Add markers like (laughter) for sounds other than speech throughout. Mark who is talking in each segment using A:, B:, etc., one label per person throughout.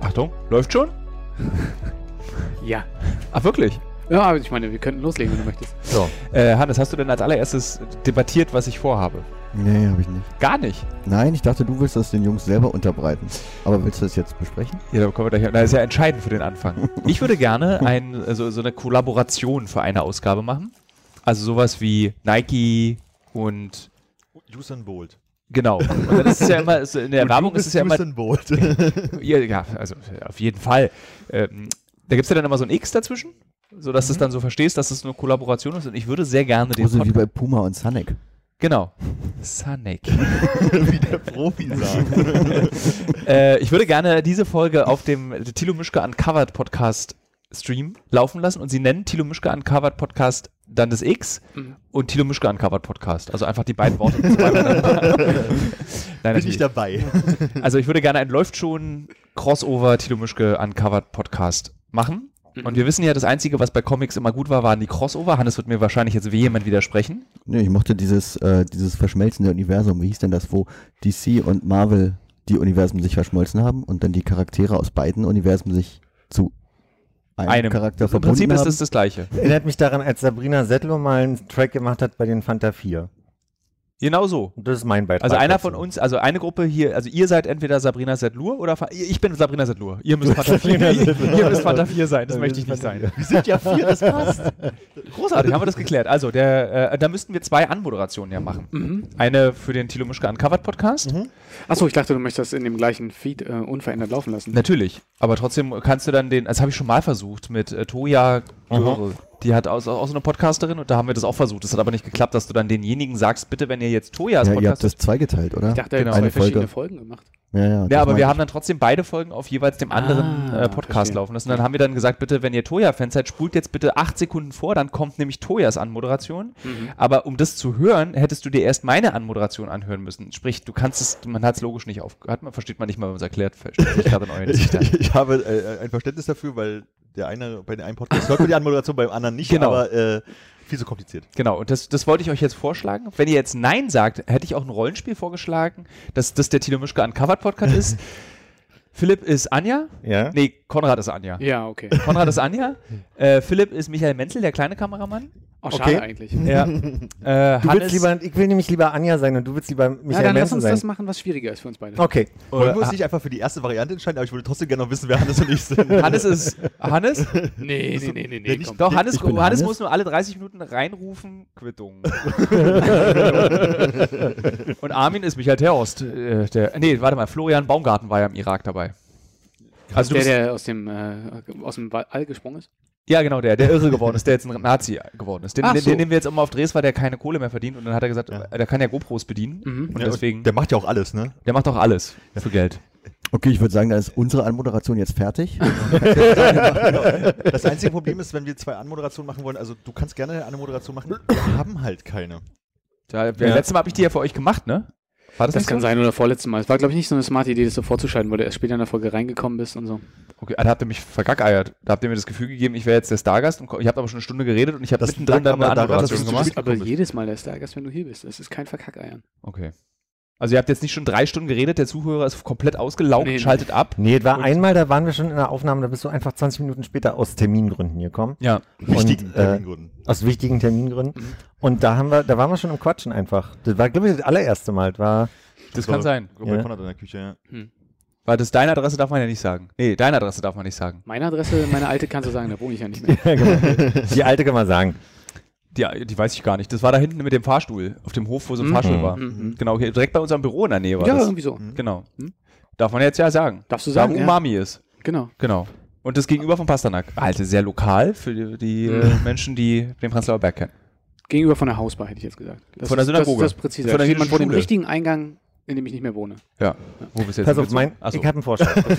A: Achtung, läuft schon?
B: Ja.
A: Ach, wirklich?
B: Ja, aber ich meine, wir könnten loslegen, wenn du möchtest.
A: So. Äh, Hannes, hast du denn als allererstes debattiert, was ich vorhabe?
C: Nee, habe ich nicht.
A: Gar nicht.
C: Nein, ich dachte, du willst das den Jungs selber unterbreiten. Aber willst du das jetzt besprechen?
A: Ja, da kommen wir gleich. Das ist ja entscheidend für den Anfang. (laughs) Ich würde gerne ein, also, so eine Kollaboration für eine Ausgabe machen. Also sowas wie Nike und
D: Usain Bolt.
A: genau. (laughs) Und dann ist es ja immer, so in der Werbung ist es ja immer
D: Usain Bolt. (laughs)
A: Ja, ja, also auf jeden Fall. Ähm, da gibt es ja dann immer so ein X dazwischen, sodass du es dann so verstehst, dass es eine Kollaboration ist. Und ich würde sehr gerne den
C: so wie
A: Podcast.
C: bei Puma und Sonic.
A: Genau. Sonic.
D: Wie
E: (laughs)
D: der Profi sagt.
A: äh, ich würde gerne diese Folge auf dem Thilo Mischke Uncovered Podcast Stream laufen lassen und sie nennen Thilo Mischke Uncovered Podcast dann das X
B: Mhm.
A: und Thilo Mischke Uncovered Podcast. Also einfach die beiden Worte. (laughs) zweimal. Nein,
D: Bin
A: natürlich.
D: ich dabei.
A: Also ich würde gerne ein Läuft schon Crossover Thilo Mischke Uncovered Podcast machen.
D: Mhm.
A: Und wir wissen ja, das Einzige, was bei Comics immer gut war, waren die Crossover. Hannes wird mir wahrscheinlich jetzt vehement widersprechen.
C: Nee, ich mochte dieses, äh, dieses verschmelzende Universum. Wie hieß denn das, wo DC und Marvel die Universen sich verschmolzen haben und dann die Charaktere aus beiden Universen sich zu einem,
A: Also
C: Charakter
A: Im
C: verbunden
A: Prinzip ist
C: haben?
A: es das Gleiche.
E: Erinnert mich daran, als Sabrina Settler mal einen Track gemacht hat bei den Fanta 4.
A: Genau so.
E: Und das ist mein Beitrag.
A: Also einer
E: dazu.
A: von uns, also eine Gruppe hier, also ihr seid entweder Sabrina Sedlur oder Fa ich bin Sabrina Sedlur. Ihr müsst Fanta (laughs) 4, ihr (laughs) müsst Fanta 4 sein, das möchte ich nicht sein.
D: Wir sind ja vier,
A: (laughs)
D: das passt.
A: Großartig, haben wir das geklärt. Also der, äh, da müssten wir zwei Anmoderationen ja machen. Eine für den Thilo Mischke Uncovered Podcast.
B: Achso, ich dachte, du möchtest das in dem gleichen Feed äh, unverändert laufen lassen.
A: Natürlich, aber trotzdem kannst du dann den, das habe ich schon mal versucht mit äh, Toja Göre. Die hat auch, auch so eine Podcasterin und da haben wir das auch versucht. Das hat aber nicht geklappt, dass du dann denjenigen sagst, bitte, wenn ihr jetzt Tojas
C: ja, ihr habt
A: Podcast
C: das zweigeteilt, oder?
B: Ich dachte, er
A: Genau.
B: hat zwei
C: Eine
B: verschiedene
C: Folge.
B: Folgen gemacht.
C: ja, ja, das
A: Ja, aber
C: meine
A: wir
C: ich.
A: haben dann trotzdem beide Folgen auf jeweils dem anderen
B: Ah,
A: äh, Podcast
B: verstehe.
A: laufen lassen. Dann haben wir dann gesagt, bitte, wenn ihr Toya-Fans seid, spult jetzt bitte acht Sekunden vor, dann kommt nämlich Toyas Anmoderation. Aber um das zu hören, hättest du dir erst meine Anmoderation anhören müssen. Sprich, du kannst es, man hat es logisch nicht auf, hat man, versteht man nicht mal, wenn man es erklärt, versteht sich gerade in euren
C: (laughs)
D: Ich,
A: Gesichtern.
D: (laughs) ich habe äh, ein Verständnis dafür, weil der eine bei dem einen Podcast hört man die Anmoderation, beim anderen nicht,
A: Genau.
D: aber äh, viel so kompliziert.
A: Genau, und das, das wollte ich euch jetzt vorschlagen. Wenn ihr jetzt Nein sagt, hätte ich auch ein Rollenspiel vorgeschlagen, dass das der Tino Mischke Uncovered Podcast ist. Philipp ist Anja.
E: Ja?
A: Nee, Konrad ist Anja.
B: Ja, okay.
A: Konrad ist Anja. Äh, Philipp ist Michael Menzel, der kleine Kameramann.
B: Oh, schade
E: Okay.
B: eigentlich.
A: Ja. äh,
E: Du
A: Hannes.
E: willst lieber, ich will nämlich lieber Anja sein und du willst lieber
B: Ja,
E: Michael
B: dann lass
E: Manson
B: uns
E: sein.
B: das machen, was schwieriger ist für uns beide.
E: Okay.
D: Wollen wir uns nicht einfach für die erste Variante entscheiden, aber ich würde trotzdem gerne noch wissen, wer Hannes und ich sind.
A: Hannes ist. Hannes?
B: Nee, nee, nee, nee,
D: Ja,
B: nee.
D: nicht
B: Komm.
A: Doch, Hannes,
C: ich bin
A: Hannes,
C: Hannes.
A: muss nur alle 30 Minuten reinrufen: Quittung. Und Armin ist Michael Terhorst. Äh, der, nee, warte mal, Florian Baumgarten war ja im Irak dabei. Also du
B: der,
A: bist,
B: der aus dem, äh, aus dem Wa- All gesprungen ist.
A: ja, genau, der, der irre geworden ist, der jetzt ein Nazi geworden ist. Den,
B: Ach
A: den,
B: so.
A: den nehmen wir jetzt immer auf Dres, weil der keine Kohle mehr verdient. Und dann hat er gesagt,
D: Ja.
A: äh, der kann ja GoPros bedienen.
B: Mhm.
A: Und
D: Ja,
A: deswegen,
D: Der macht ja auch alles, ne?
A: der macht doch alles für Geld.
C: (laughs) Okay, ich würde sagen, da ist unsere Anmoderation jetzt fertig. Ah,
D: Das einzige Problem ist, wenn wir zwei Anmoderationen machen wollen, also du kannst gerne eine Anmoderation machen, wir haben halt keine.
A: Ja, das letzte Mal habe ich die ja für euch gemacht, ne? War das,
B: Das
A: nicht
B: kann
A: so?
B: sein, oder vorletztes Mal. Es war, glaube ich, nicht so eine smarte Idee, das so vorzuschalten, weil du erst später in der Folge reingekommen bist und so.
A: Okay, ah, da habt ihr mich vergackeiert. Da habt ihr mir das Gefühl gegeben, ich wäre jetzt der Stargast und ko- ich habe aber schon eine Stunde geredet und ich habe
D: Das
A: mittendrin
D: lag
A: dann eine
D: aber daran, dass
A: Anmoderation
D: du
A: gemacht.
D: spät
B: Aber
D: gekommen bist.
B: jedes Mal der Stargast, wenn du hier bist. Das ist kein Verkackeiern.
A: Okay. Also ihr habt jetzt nicht schon drei Stunden geredet, der Zuhörer ist komplett ausgelaugt,
B: Nee.
A: schaltet ab.
E: Nee, es war einmal, da waren wir schon in der Aufnahme, da bist du einfach 20 Minuten später aus Termingründen gekommen.
A: Ja.
D: Wichtigen
E: äh,
D: Termingründen. Mhm.
E: Aus wichtigen Termingründen. Und da haben wir, da waren wir schon im Quatschen einfach. Das war, glaube ich, das allererste Mal. Das war, (laughs)
A: Das kann sein.
D: Bei
E: Ja.
D: Konrad in der Küche, ja.
A: Weil das deine Adresse darf man ja nicht sagen. Nee, deine Adresse darf man nicht sagen.
B: Meine Adresse, meine alte kannst du sagen, da wohne ich ja nicht mehr.
E: genau. die alte kann man sagen.
A: Die, die weiß ich gar nicht. Das war da hinten mit dem Fahrstuhl, auf dem Hof, wo so ein
B: Mhm.
A: Fahrstuhl war.
B: Mhm.
A: Genau, hier, direkt bei unserem Büro in der Nähe war
B: Ja,
A: das.
B: irgendwie so.
A: Genau.
B: Mhm.
A: Darf man jetzt ja sagen.
B: Darfst du
A: Da
B: sagen,
A: wo
B: ja.
A: Umami ist.
B: Genau.
A: Genau. Und das gegenüber von Pasternak. Alte, sehr lokal für die, die äh, Menschen, die den Prenzlauer Berg kennen.
B: Gegenüber von der Hausbar, hätte ich jetzt gesagt. Das
A: Von der
B: ist-
A: Synagoge.
B: Das ist das präzise.
A: Von der
B: Steht man vor dem
A: Schule.
B: richtigen Eingang, in dem ich nicht mehr wohne.
A: Ja. Wo bist du jetzt?
E: Pass auf,
A: hingezogen?
E: mein,
A: Achso.
E: ich habe einen Vorschlag.
B: Das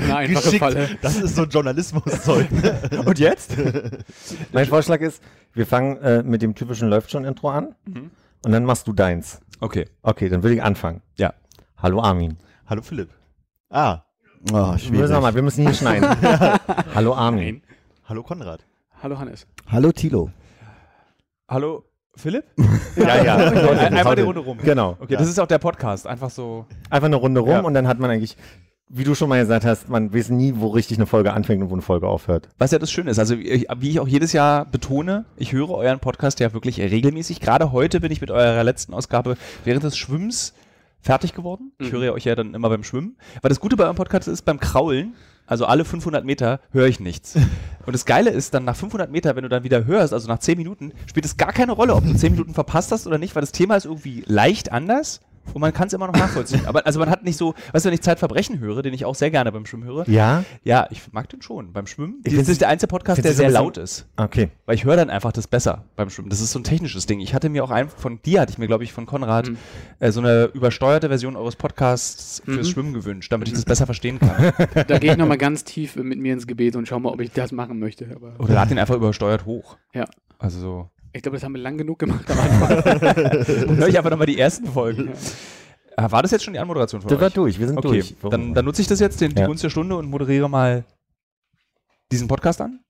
A: (laughs)
B: eine einfache Falle.
D: Das ist so ein Journalismuszeug.
A: Und jetzt?
E: (laughs) mein Vorschlag ist, wir fangen äh, mit dem typischen Läuft schon Intro an
A: Mhm.
E: und dann machst du deins.
A: Okay.
E: Okay, dann würde ich anfangen.
A: Ja.
E: Hallo Armin.
D: Hallo Philipp. Ah,
C: Oh,
E: Wir müssen, noch
C: schwierig.
E: mal, wir müssen
A: (laughs)
E: hier schneiden. Hallo Armin.
D: hallo Konrad.
B: Hallo Hannes.
C: Hallo Tilo.
A: Hallo, (laughs) Philipp?
E: Ja, (laughs) ja.
A: Einmal die Runde rum.
E: Genau.
A: Okay, das ist auch der Podcast. Einfach so.
E: Einfach eine Runde rum
A: Ja.
E: und dann hat man eigentlich wie du schon mal gesagt hast, man weiß nie, wo richtig eine Folge anfängt und wo eine Folge aufhört.
A: Was ja das Schöne ist, also wie ich- wie ich auch jedes Jahr betone, ich höre euren Podcast ja wirklich regelmäßig. Gerade heute bin ich mit eurer letzten Ausgabe während des Schwimmens fertig geworden. Ich höre ja euch ja dann immer beim Schwimmen. Weil das Gute bei eurem Podcast ist, beim Kraulen, also alle 500 Meter, höre ich nichts. Und das Geile ist, dann nach 500 Meter, wenn du dann wieder hörst, also nach 10 Minuten, spielt es gar keine Rolle, ob du 10 Minuten verpasst hast oder nicht, weil das Thema ist irgendwie leicht anders. Und man kann es immer noch nachvollziehen. Aber also man hat nicht so, weißt du, wenn ich Zeitverbrechen höre, den ich auch sehr gerne beim Schwimmen höre,
E: Ja?
A: ja, ich mag den schon beim Schwimmen.
E: Ich
A: das
E: find's-
A: ist der einzige Podcast,
E: find's
A: der
E: so
A: sehr
E: ein bisschen-
A: laut ist.
E: Okay.
A: Weil ich höre dann einfach das besser beim Schwimmen. Das ist so ein technisches Ding. Ich hatte mir auch einen von dir, hatte ich mir, glaube ich, von Konrad,
E: Mhm.
A: äh, so eine übersteuerte Version eures Podcasts
E: Mhm.
A: fürs Schwimmen gewünscht, damit ich das besser verstehen
E: (laughs)
A: kann.
B: Da gehe ich nochmal ganz tief mit mir ins Gebet und schau mal, ob ich das machen möchte. Aber
A: Oder lad den einfach übersteuert hoch.
B: Ja.
A: Also
E: (laughs)
A: so.
B: ich glaube, das haben wir lang genug gemacht am Anfang.
A: Dann höre ich einfach nochmal die ersten Folgen. Ah, War das jetzt schon die Anmoderation von
E: Das war
A: euch?
E: durch, wir sind
A: Okay,
E: durch.
A: dann, dann nutze ich das jetzt, den, die
E: Ja.
A: Gunst der Stunde und moderiere mal diesen Podcast an.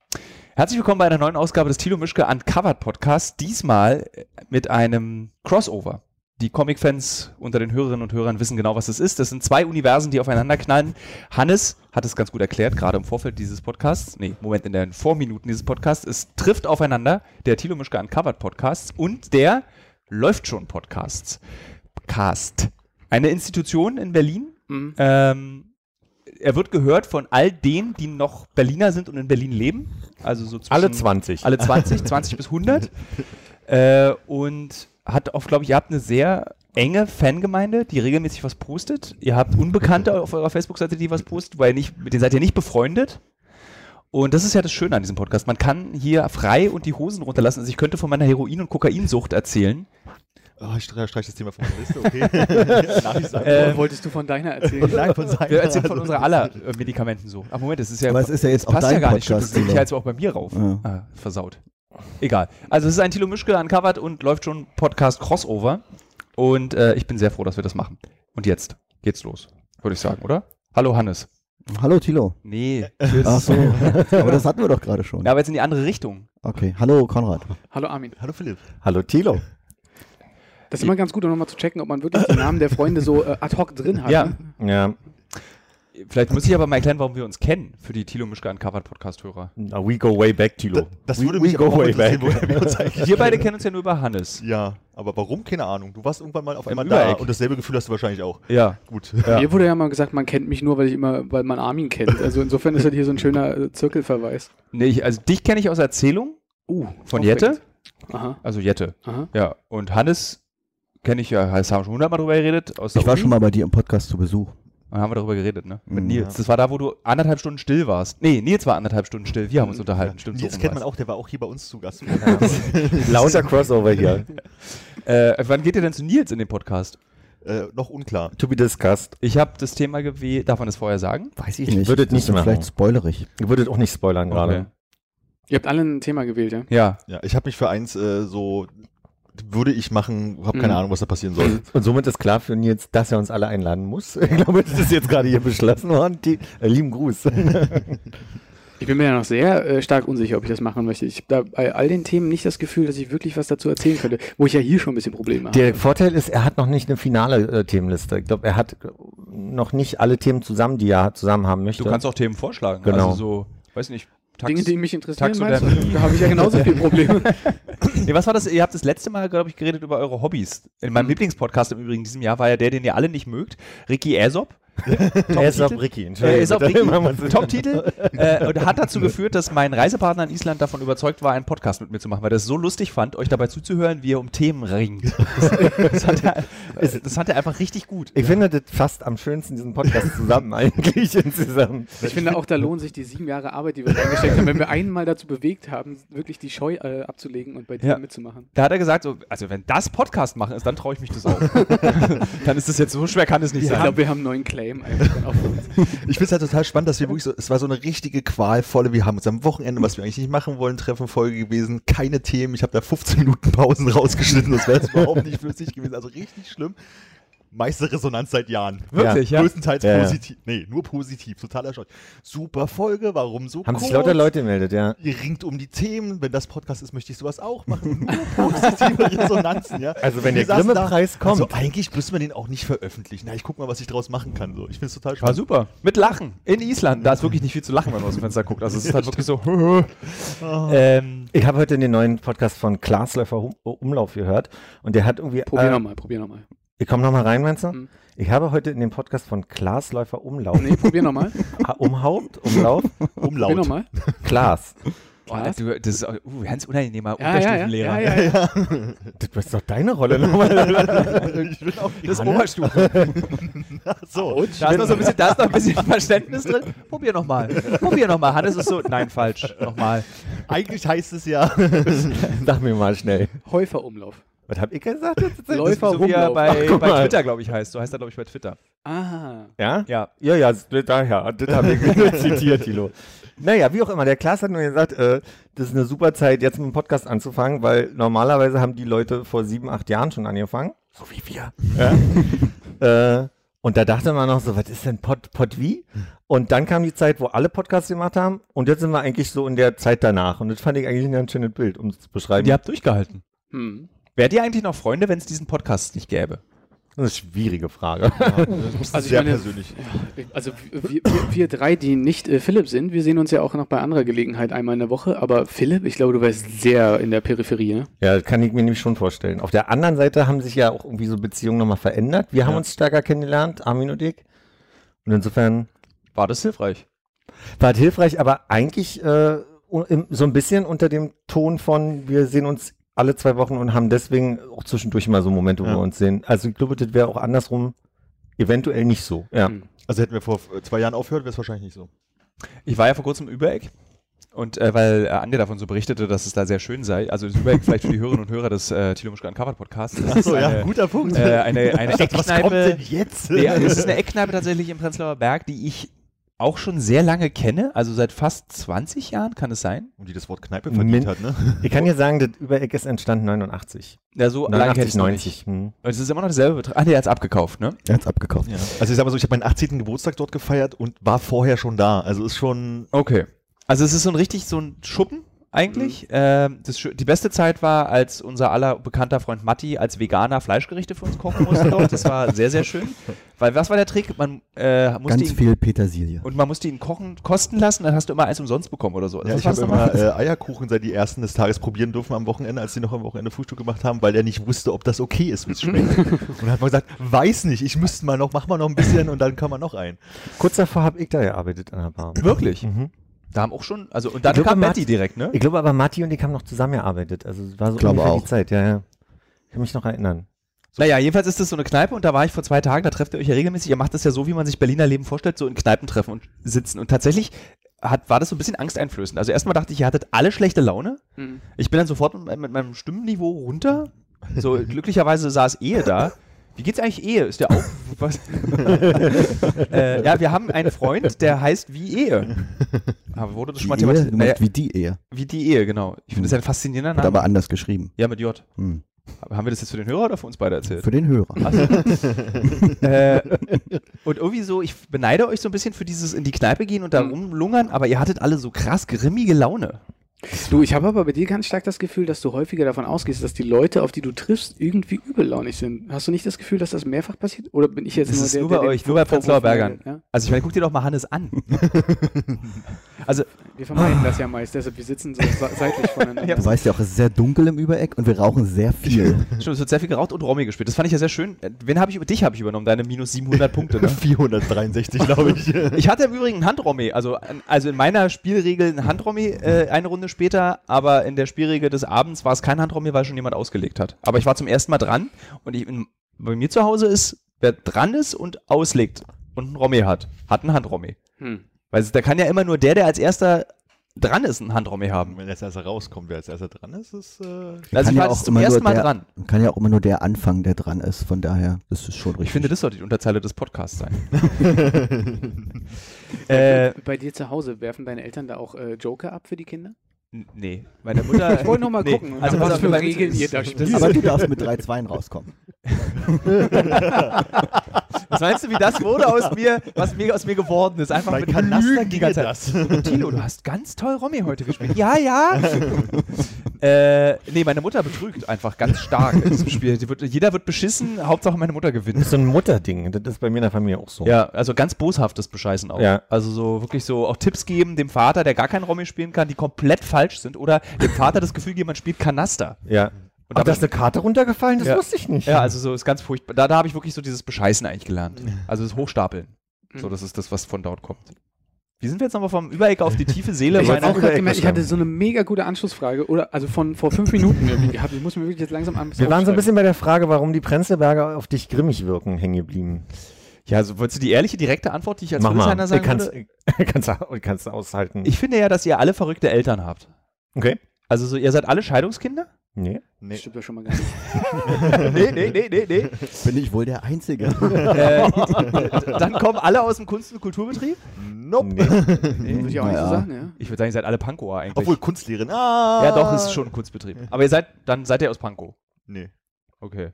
A: Herzlich willkommen bei einer neuen Ausgabe des Thilo Mischke Uncovered Podcast. Diesmal äh, mit einem Crossover. Die Comic-Fans unter den Hörerinnen und Hörern wissen genau, was das ist. Das sind zwei Universen, die aufeinander knallen. Hannes hat es ganz gut erklärt, gerade im Vorfeld dieses Podcasts. Nee, Moment, in den Vorminuten dieses Podcasts. Es trifft aufeinander der Thilo Mischke Uncovered Podcast und der Läuft schon Podcasts. Cast. Eine Institution in Berlin.
B: Mhm.
A: Ähm, er wird gehört von all denen, die noch Berliner sind und in Berlin leben. Also so zwischen
E: Alle 20.
A: alle 20, 20 bis 100. Äh, und hat auch, glaube ich, ihr habt eine sehr enge Fangemeinde, die regelmäßig was postet. Ihr habt Unbekannte auf eurer Facebook-Seite, die was postet, weil ihr nicht, mit denen seid ihr nicht befreundet. Und das ist ja das Schöne an diesem Podcast. Man kann hier frei und die Hosen runterlassen. Also ich könnte von meiner Heroin- und Kokainsucht erzählen.
D: Oh, ich stre- streich das Thema von meiner Liste, okay. Darf ich sagen?
A: Ähm,
B: Äh, Wolltest du von deiner erzählen?
D: Nein, von seiner.
A: Wir erzählen von
D: also-
A: unserer aller äh, Medikamentensucht. Ach Moment, das ist ja,
C: Aber es ist ja jetzt auch
A: passt ja
C: dein
A: gar nicht. Stimmt,
C: Podcast,
A: das liegt ja
C: Thilo.
A: jetzt auch bei mir rauf.
C: Ja.
A: Ah, versaut. Egal. Also es ist ein Thilo Mischke uncovered und läuft schon Podcast Crossover. Und äh, ich bin sehr froh, dass wir das machen. Und jetzt geht's los, würde ich sagen, oder? Hallo Hannes.
C: Hallo Thilo.
A: Nee. (laughs)
C: Ach so. Aber das hatten wir doch gerade schon.
A: Ja, aber jetzt in die andere Richtung.
C: Okay. Hallo Konrad.
B: Hallo Armin.
D: (laughs) Hallo Philipp.
E: Hallo Thilo.
B: Das ist immer ganz gut, um nochmal zu checken, ob man wirklich die Namen der Freunde so äh, ad hoc drin hat.
A: Ja.
B: Ne?
E: Ja,
A: Vielleicht muss ich aber mal erklären, warum wir uns kennen für die Thilo Mischke uncovered Podcast-Hörer.
E: na, we go way back, Thilo.
D: Das
E: we,
D: würde
E: we
D: mich
E: go
D: aber auch
E: way back.
D: interessieren, woher wir uns eigentlich
A: Wir beide kennen uns ja nur über Hannes.
D: Ja, aber warum? Keine Ahnung. Du warst irgendwann mal auf
A: Im
D: einmal da
A: Übereck.
D: und dasselbe Gefühl hast du wahrscheinlich auch.
A: Ja.
D: Gut.
B: Mir wurde ja mal gesagt, man kennt mich nur, weil ich immer, weil man Armin kennt. Also insofern ist das hier so ein schöner äh, Zirkelverweis.
A: Nee, ich, also dich kenne ich aus Erzählung
B: Uh,
A: von Jette.
B: Aha,
A: Also Jette.
B: aha.
A: Ja, und Hannes kenne ich ja, Hannes haben wir schon hundertmal drüber geredet. Aus der
C: Ich war
A: Uni.
C: schon mal bei dir im Podcast zu Besuch.
A: Da haben wir darüber geredet, ne? Mit
C: Mhm.
A: Nils. Das war da, wo du anderthalb Stunden still warst. Nee, Nils war anderthalb Stunden still. Wir haben uns unterhalten. Stimmt,
D: Jetzt
A: rum
D: kennt man
A: war's.
D: auch, der war auch hier bei uns zu Gast.
E: Lauter Crossover hier.
A: Äh, wann geht ihr denn zu Nils in den Podcast?
D: äh, noch unklar.
E: (laughs) To be discussed.
A: Ich habe das Thema gewählt. Darf man das vorher sagen?
C: Weiß ich
E: Ich
C: nicht.
E: würde es
C: Das
E: nicht
C: ist Vielleicht
E: machen.
C: spoilerig.
E: Ihr würdet auch nicht spoilern gerade.
B: Ihr habt alle ein Thema gewählt, ja?
A: Okay. Ja.
D: Ja, ich habe mich für eins äh, so würde ich machen, habe keine
B: Mhm.
D: Ahnung, was da
A: (laughs)
D: passieren soll.
E: Und somit ist klar für Nils, dass er uns alle einladen muss. (laughs) Ich glaube, das ist jetzt gerade hier beschlossen worden. Die, äh, lieben Gruß.
B: Ich bin mir ja noch sehr äh, stark unsicher, ob ich das machen möchte. Ich habe da bei all den Themen nicht das Gefühl, dass ich wirklich was dazu erzählen könnte, wo ich ja hier schon ein bisschen Probleme habe.
E: Der Vorteil ist, er hat noch nicht eine finale äh, Themenliste. Ich glaube, er hat äh, noch nicht alle Themen zusammen, die er zusammen haben möchte.
A: Du kannst auch Themen vorschlagen.
E: Genau.
A: Also so, weiß nicht. Tax
B: Dinge, die mich interessieren, meinst
A: Taxodermie.
B: du? da habe ich ja genauso viel Probleme.
A: (laughs) nee, was war das? Ihr habt das letzte Mal, glaube ich, geredet über eure Hobbys. In meinem Lieblingspodcast im Übrigen in diesem Jahr war ja der, den ihr alle nicht mögt. Ricky Aesop.
E: er ist
A: Top-Titel.
E: auf Ricky.
A: Äh,
E: Entschuldigung,
A: ist auch
E: bitte.
A: Ricky.
E: Machen wir uns-
A: Top-Titel. Äh, und hat dazu geführt, dass mein Reisepartner in Island davon überzeugt war, einen Podcast mit mir zu machen, weil er es so lustig fand, euch dabei zuzuhören, wie ihr um Themen
B: (laughs)
A: ringt. Das, das, hat er, das fand er einfach richtig gut.
E: Ich finde das fast am schönsten, diesen Podcast zusammen (laughs) eigentlich insgesamt.
B: Ich finde auch, da lohnen sich die sieben Jahre Arbeit, die wir reingesteckt haben, wenn wir einmal dazu bewegt haben, wirklich die Scheu äh, abzulegen und bei dir
A: Ja.
B: mitzumachen.
A: Da hat er gesagt, so, also wenn das Podcast machen ist, dann traue ich mich das
B: (laughs)
A: auch. dann ist das jetzt so schwer, kann es nicht
B: Ich
A: sein.
B: glaube, wir haben einen neuen Claim eigentlich dann auch für uns.
D: Ich finde es halt total spannend, dass wir wirklich so, es war so eine richtige qualvolle, wir haben uns am Wochenende, was wir eigentlich nicht machen wollen, Treffenfolge gewesen, keine Themen, ich habe da 15 Minuten Pausen rausgeschnitten, das wäre jetzt überhaupt nicht flüssig gewesen, also richtig schlimm. Meiste Resonanz seit Jahren.
A: Wirklich, ja.
D: Größtenteils
E: Ja, ja.
D: positiv. Nee, nur positiv. Total erschreckt. Super Folge, warum so
E: Haben sich
D: kurz?
E: lauter Leute gemeldet, ja.
D: Ihr ringt um die Themen. Wenn das Podcast ist, möchte ich sowas auch machen. (laughs) Nur positive Resonanzen, ja.
E: Also wenn
D: Wir
E: der
D: saßen da,
E: Grimme-Preis
D: Also
E: kommt.
D: eigentlich müssen wir den auch nicht veröffentlichen. Na, ich guck mal, was ich draus machen kann. So. Ich finde es total
A: War
D: spannend.
A: super. Mit Lachen. In Island. Da ist wirklich nicht viel zu lachen, wenn man aus dem Fenster guckt. Also es ist halt wirklich so. (laughs) ähm,
E: Ich habe heute den neuen Podcast von Klaas Läufer Hum- Umlauf gehört und der hat irgendwie.
B: Probier
E: äh,
B: nochmal, probier nochmal.
E: Ich komme nochmal rein, meinst du?
B: Mhm.
E: Ich habe heute in dem Podcast von Klaas Läufer Umlauf.
B: Nee,
A: (laughs)
B: probier nochmal.
E: Ah, Umhaupt,
B: (laughs)
E: Umlauf,
B: Probier
D: Umlaut.
B: nochmal.
E: Klaas.
A: boah, du, das ist auch- uh, ganz unangenehmer
B: Ah, Ja, ja, ja, ja,
A: Unterstufenlehrer.
B: ja, ja.
E: Das ist doch deine
B: (laughs)
E: Rolle nochmal.
D: (laughs) ich bin auch
A: Das ist
D: Hanne?
A: Oberstufe.
D: (laughs) so. also-
A: Da ist, noch so ein bisschen, da ist noch ein bisschen Verständnis drin. Probier nochmal. Probier nochmal. Hannes ist so. Nein, falsch. Nochmal.
D: Eigentlich heißt es ja.
E: Sag mir mal schnell.
B: Häuferumlauf.
E: Was hab ich gesagt?
B: Läufer
A: So wie er bei,
E: guck
A: bei
E: mal.
A: Twitter, glaube ich, heißt. So heißt er, glaube ich, bei Twitter.
B: Ah.
E: Ja?
A: Ja.
E: Ja, ja, s- daher. Das habe ich nur zitiert, Tilo. (laughs) Naja, wie auch immer. Der Klaas hat nur gesagt, äh, das ist eine super Zeit, jetzt mit dem Podcast anzufangen, weil normalerweise haben die Leute vor sieben, acht Jahren schon angefangen. So wie wir. Ja? (laughs) äh, und da dachte man noch so, was ist denn Pod, Pod wie? Und dann kam die Zeit, wo alle Podcasts gemacht haben. Und jetzt sind wir eigentlich so in der Zeit danach. Und das fand ich eigentlich ein ganz schönes Bild, um es zu beschreiben.
A: Ihr habt durchgehalten.
B: Hm.
A: Wärt ihr eigentlich noch Freunde, wenn es diesen Podcast nicht gäbe?
E: Das ist eine schwierige Frage.
A: Also
D: Das
B: ich meine- Also wir, wir, wir drei, die nicht äh, Philipp sind, wir sehen uns ja auch noch bei anderer Gelegenheit einmal in der Woche. Aber Philipp, ich glaube, du warst sehr in der Peripherie. Ne?
E: Ja, das kann ich mir nämlich schon vorstellen. Auf der anderen Seite haben sich ja auch irgendwie so Beziehungen nochmal verändert. Wir haben uns stärker kennengelernt, Armin und ich. Und insofern
A: War das hilfreich?
E: war es hilfreich, aber eigentlich äh, u- im- so ein bisschen unter dem Ton von, wir sehen uns alle zwei Wochen und haben deswegen auch zwischendurch mal so Momente, wo
D: Ja.
E: wir uns sehen. Also ich glaube, das wäre auch andersrum eventuell nicht so.
A: (laughs)
E: Ja.
B: Hm.
D: Also hätten wir vor äh, zwei Jahren aufgehört, wäre es wahrscheinlich nicht so.
A: Ich war ja vor kurzem im Übereck. Und äh, weil äh, Anja davon so berichtete, dass es da sehr schön sei, also das Übereck vielleicht für die Hörerinnen und Hörer des äh, Tilo Mischka Uncovered Podcasts. Das ist eine,
D: guter Punkt.
A: äh,
D: (laughs)
A: eine, eine
D: ich dachte, was kommt
A: Eckkneipe-
D: denn jetzt?
A: Ja, es ist eine Eckkneipe tatsächlich im Prenzlauer Berg, die ich auch schon sehr lange kenne, also seit fast 20 Jahren kann es sein.
D: Und die das Wort Kneipe verdient
E: Min-
D: hat, ne?
E: Ich kann dir sagen, das Übereck ist entstanden 89.
A: Ja, so lange kenne ich es
E: 89,
A: noch
E: 90. Hm.
A: nicht. Und es ist immer noch derselbe Betrag. Ah, nee, er hat es abgekauft, ne?
C: Er hat's abgekauft.
D: Ja. Also ich sag mal so, ich habe meinen 18. Geburtstag dort gefeiert und war vorher schon da. Also ist schon.
A: Okay. Also es ist so ein richtig so ein Schuppen eigentlich.
D: Mhm.
A: Ähm, das, Schö- die beste Zeit war, als unser aller bekannter Freund Matti als Veganer Fleischgerichte für uns kochen
D: (laughs)
A: musste. dort. Das war sehr, sehr schön. Weil was war der Trick? Man äh, musste
C: Ganz
A: ihn
C: viel Petersilie.
A: und man musste ihn kochen, kosten lassen, dann hast du immer eins umsonst bekommen oder so.
D: Ja,
A: Was
D: ich
A: war das
D: habe
A: nochmal?
D: immer äh, Eierkuchen seit die ersten des Tages probieren dürfen am Wochenende, als sie noch am Wochenende Frühstück gemacht haben, weil er nicht wusste, ob das okay ist, wie es schmeckt. und dann hat man gesagt, weiß nicht, ich müsste mal noch, mach mal noch ein bisschen und dann kann man noch ein.
E: Hm. Kurz davor habe ich da gearbeitet an der Bar.
D: äh,
A: Wirklich?
E: Mhm.
A: Da haben auch schon, also und dann
E: glaube,
A: kam
E: Matt-
A: Matti direkt, ne?
E: Ich glaube aber, Matti und ich haben noch zusammengearbeitet. Also es war so
C: Glaube
E: ungefähr
C: auch.
E: die Zeit, ja, ja. Ich kann mich noch erinnern.
A: Naja, jedenfalls ist das so eine Kneipe und da war ich vor zwei Tagen, da trefft ihr euch ja regelmäßig. Ihr macht das ja so, wie man sich Berliner Leben vorstellt, so in Kneipen treffen und sitzen. Und tatsächlich hat, war das so ein bisschen angsteinflößend. Also erstmal dachte ich, ihr hattet alle schlechte Laune.
B: Hm.
A: Ich bin dann sofort mit, meinem- mit meinem Stimmenniveau runter.
C: (laughs)
A: So, glücklicherweise saß Ehe da. Wie geht's eigentlich Ehe? Ist
C: (laughs)
A: der auch. Was? (laughs) äh, ja, wir haben einen Freund, der heißt wie Ehe.
C: (laughs)
A: Aber wurde das schon mal
C: die Ehe,
A: thematisiert?
C: du
A: Naja,
C: meinst wie die Ehe.
A: wie die Ehe, genau. Ich finde das ein faszinierender
C: Wird
A: Name.
C: aber anders geschrieben.
A: Ja, mit J.
C: Hm.
A: Haben wir das jetzt für den Hörer oder für uns beide erzählt?
C: Für den Hörer.
A: äh, und irgendwie so, ich beneide euch so ein bisschen für dieses in die Kneipe gehen und da
B: Mhm.
A: rumlungern, aber ihr hattet alle so krass grimmige Laune.
B: Du, ich habe aber bei dir ganz stark das Gefühl, dass du häufiger davon ausgehst, dass die Leute, auf die du triffst, irgendwie übellaunig sind. Hast du nicht das Gefühl, dass das mehrfach passiert? Oder bin ich jetzt
A: Das
B: nur
A: ist
B: der,
A: nur
B: der
A: bei
B: den
A: euch, nur bei
B: Vorwurf
A: Prenzlauer Bergern.
B: meldet, Ja?
A: Also ich meine, guck dir doch mal Hannes an. also
B: Wir vermeiden das ja meist, deshalb wir sitzen so se- seitlich voneinander.
A: (laughs) Ja.
C: Du weißt ja auch, es ist sehr dunkel im Übereck und wir rauchen sehr viel.
A: schon, es wird sehr viel geraucht und Romy gespielt. Das fand ich ja sehr schön. Äh, Wen habe ich über dich habe ich übernommen? Deine minus 700 Punkte.
D: (laughs)
A: Ne?
D: 463, glaube ich.
A: Ich hatte im Übrigen einen Handromy, also, ein- also in meiner Spielregel einen Handromy äh, eine Runde später, aber in der Spielregel des Abends war es kein Handromy, weil schon jemand ausgelegt hat. Aber ich war zum ersten Mal dran und ich, in, bei mir zu Hause ist, wer dran ist und auslegt und einen Romy hat, hat einen Handromy.
B: Hm.
A: Weil es- da kann ja immer nur der, der als erster dran ist, einen Handromy haben.
D: Wenn er als erster rauskommt, wer als erster dran ist, ist. Äh
A: Also
C: Kann
A: ich
C: ja
A: war
C: auch
A: jetzt zum
C: immer
A: ersten
C: nur
A: Mal
C: der-
A: dran.
C: Kann ja auch immer nur der Anfang, der dran ist. Von daher, das ist schon richtig.
A: Ich finde, das sollte die Unterzeile des Podcasts
C: (laughs)
A: sein. äh,
B: Bei dir zu Hause werfen deine Eltern da auch äh, Joker ab für die Kinder?
A: n- nee, meine Mutter.
B: Ich wollte noch mal
A: nee.
B: gucken,
A: Also,
B: nach
A: was
B: was für
A: für
B: Regeln ihr da spielt.
C: aber du darfst mit drei Zweien rauskommen.
A: Was meinst du, wie das wurde aus mir, was mir aus mir geworden ist? Einfach
D: Mein
A: mit Kanaster
D: Kanaster
A: die
D: ginge
A: ganze
D: das.
A: Zeit. Tilo, du hast ganz toll Romy heute gespielt. Ja, ja. (laughs) äh, nee, meine Mutter betrügt einfach ganz stark in diesem Spiel. Die wird, jeder wird beschissen, Hauptsache meine Mutter gewinnt.
E: Das ist so ein Mutterding. Das ist bei mir in der Familie auch so.
A: Ja, also ganz boshaftes Bescheißen auch.
E: Ja.
A: Also so wirklich so auch Tipps geben dem Vater, der gar kein Romy spielen kann, die komplett falsch sind. Oder dem Vater das Gefühl geben, man spielt Kanaster.
E: ja.
A: Und
E: Und da ist eine Karte runtergefallen? Das
A: Ja.
E: wusste ich nicht.
A: Ja, also so ist ganz furchtbar. Da, da habe ich wirklich so dieses Bescheißen eigentlich gelernt. Also das Hochstapeln. So, das ist das, was von dort komkommt. Wie sind wir jetzt nochmal vom Übereck auf die tiefe
E: (laughs)
A: Seele
B: Ich, hab
A: meiner
B: auch grad gemerkt, ich
E: Ecke
B: hatte so eine mega gute Anschlussfrage, oder also von vor fünf Minuten irgendwie gehabt. Ich muss mir wirklich jetzt langsam an.
E: Wir waren so ein bisschen bei der Frage, warum die Prenzlberger auf dich grimmig wirken, hängen geblieben.
A: Ja, also wolltest du die ehrliche, direkte Antwort, die ich als
E: Mach mal.
A: Hildesheimer sagen
E: kannst,
A: würde?
E: (laughs) kannst, kannst du aushalten.
A: Ich finde ja, dass ihr alle verrückte Eltern habt.
E: okay.
A: Also so, ihr seid alle
E: (laughs)
A: Scheidungskinder?
E: Nee.
B: Das stimmt ja schon mal gar nicht.
A: nee, nee, nee, nee,
E: (laughs)
A: nee.
C: Bin ich wohl der
A: (laughs)
C: Einzige.
A: äh, dann kommen alle aus dem Kunst- und Kulturbetrieb?
D: Nope.
A: (laughs)
E: nee.
B: Würde ich auch nicht so
C: Naja.
B: sagen, ja.
A: Ich würde sagen, ihr seid alle Pankower eigentlich.
D: Mhm. Obwohl Kunstlehrerin. Ah.
A: ja, doch, ist schon ein Kunstbetrieb. Aber ihr seid, dann seid ihr aus Pankow.
D: Nee.
A: Okay.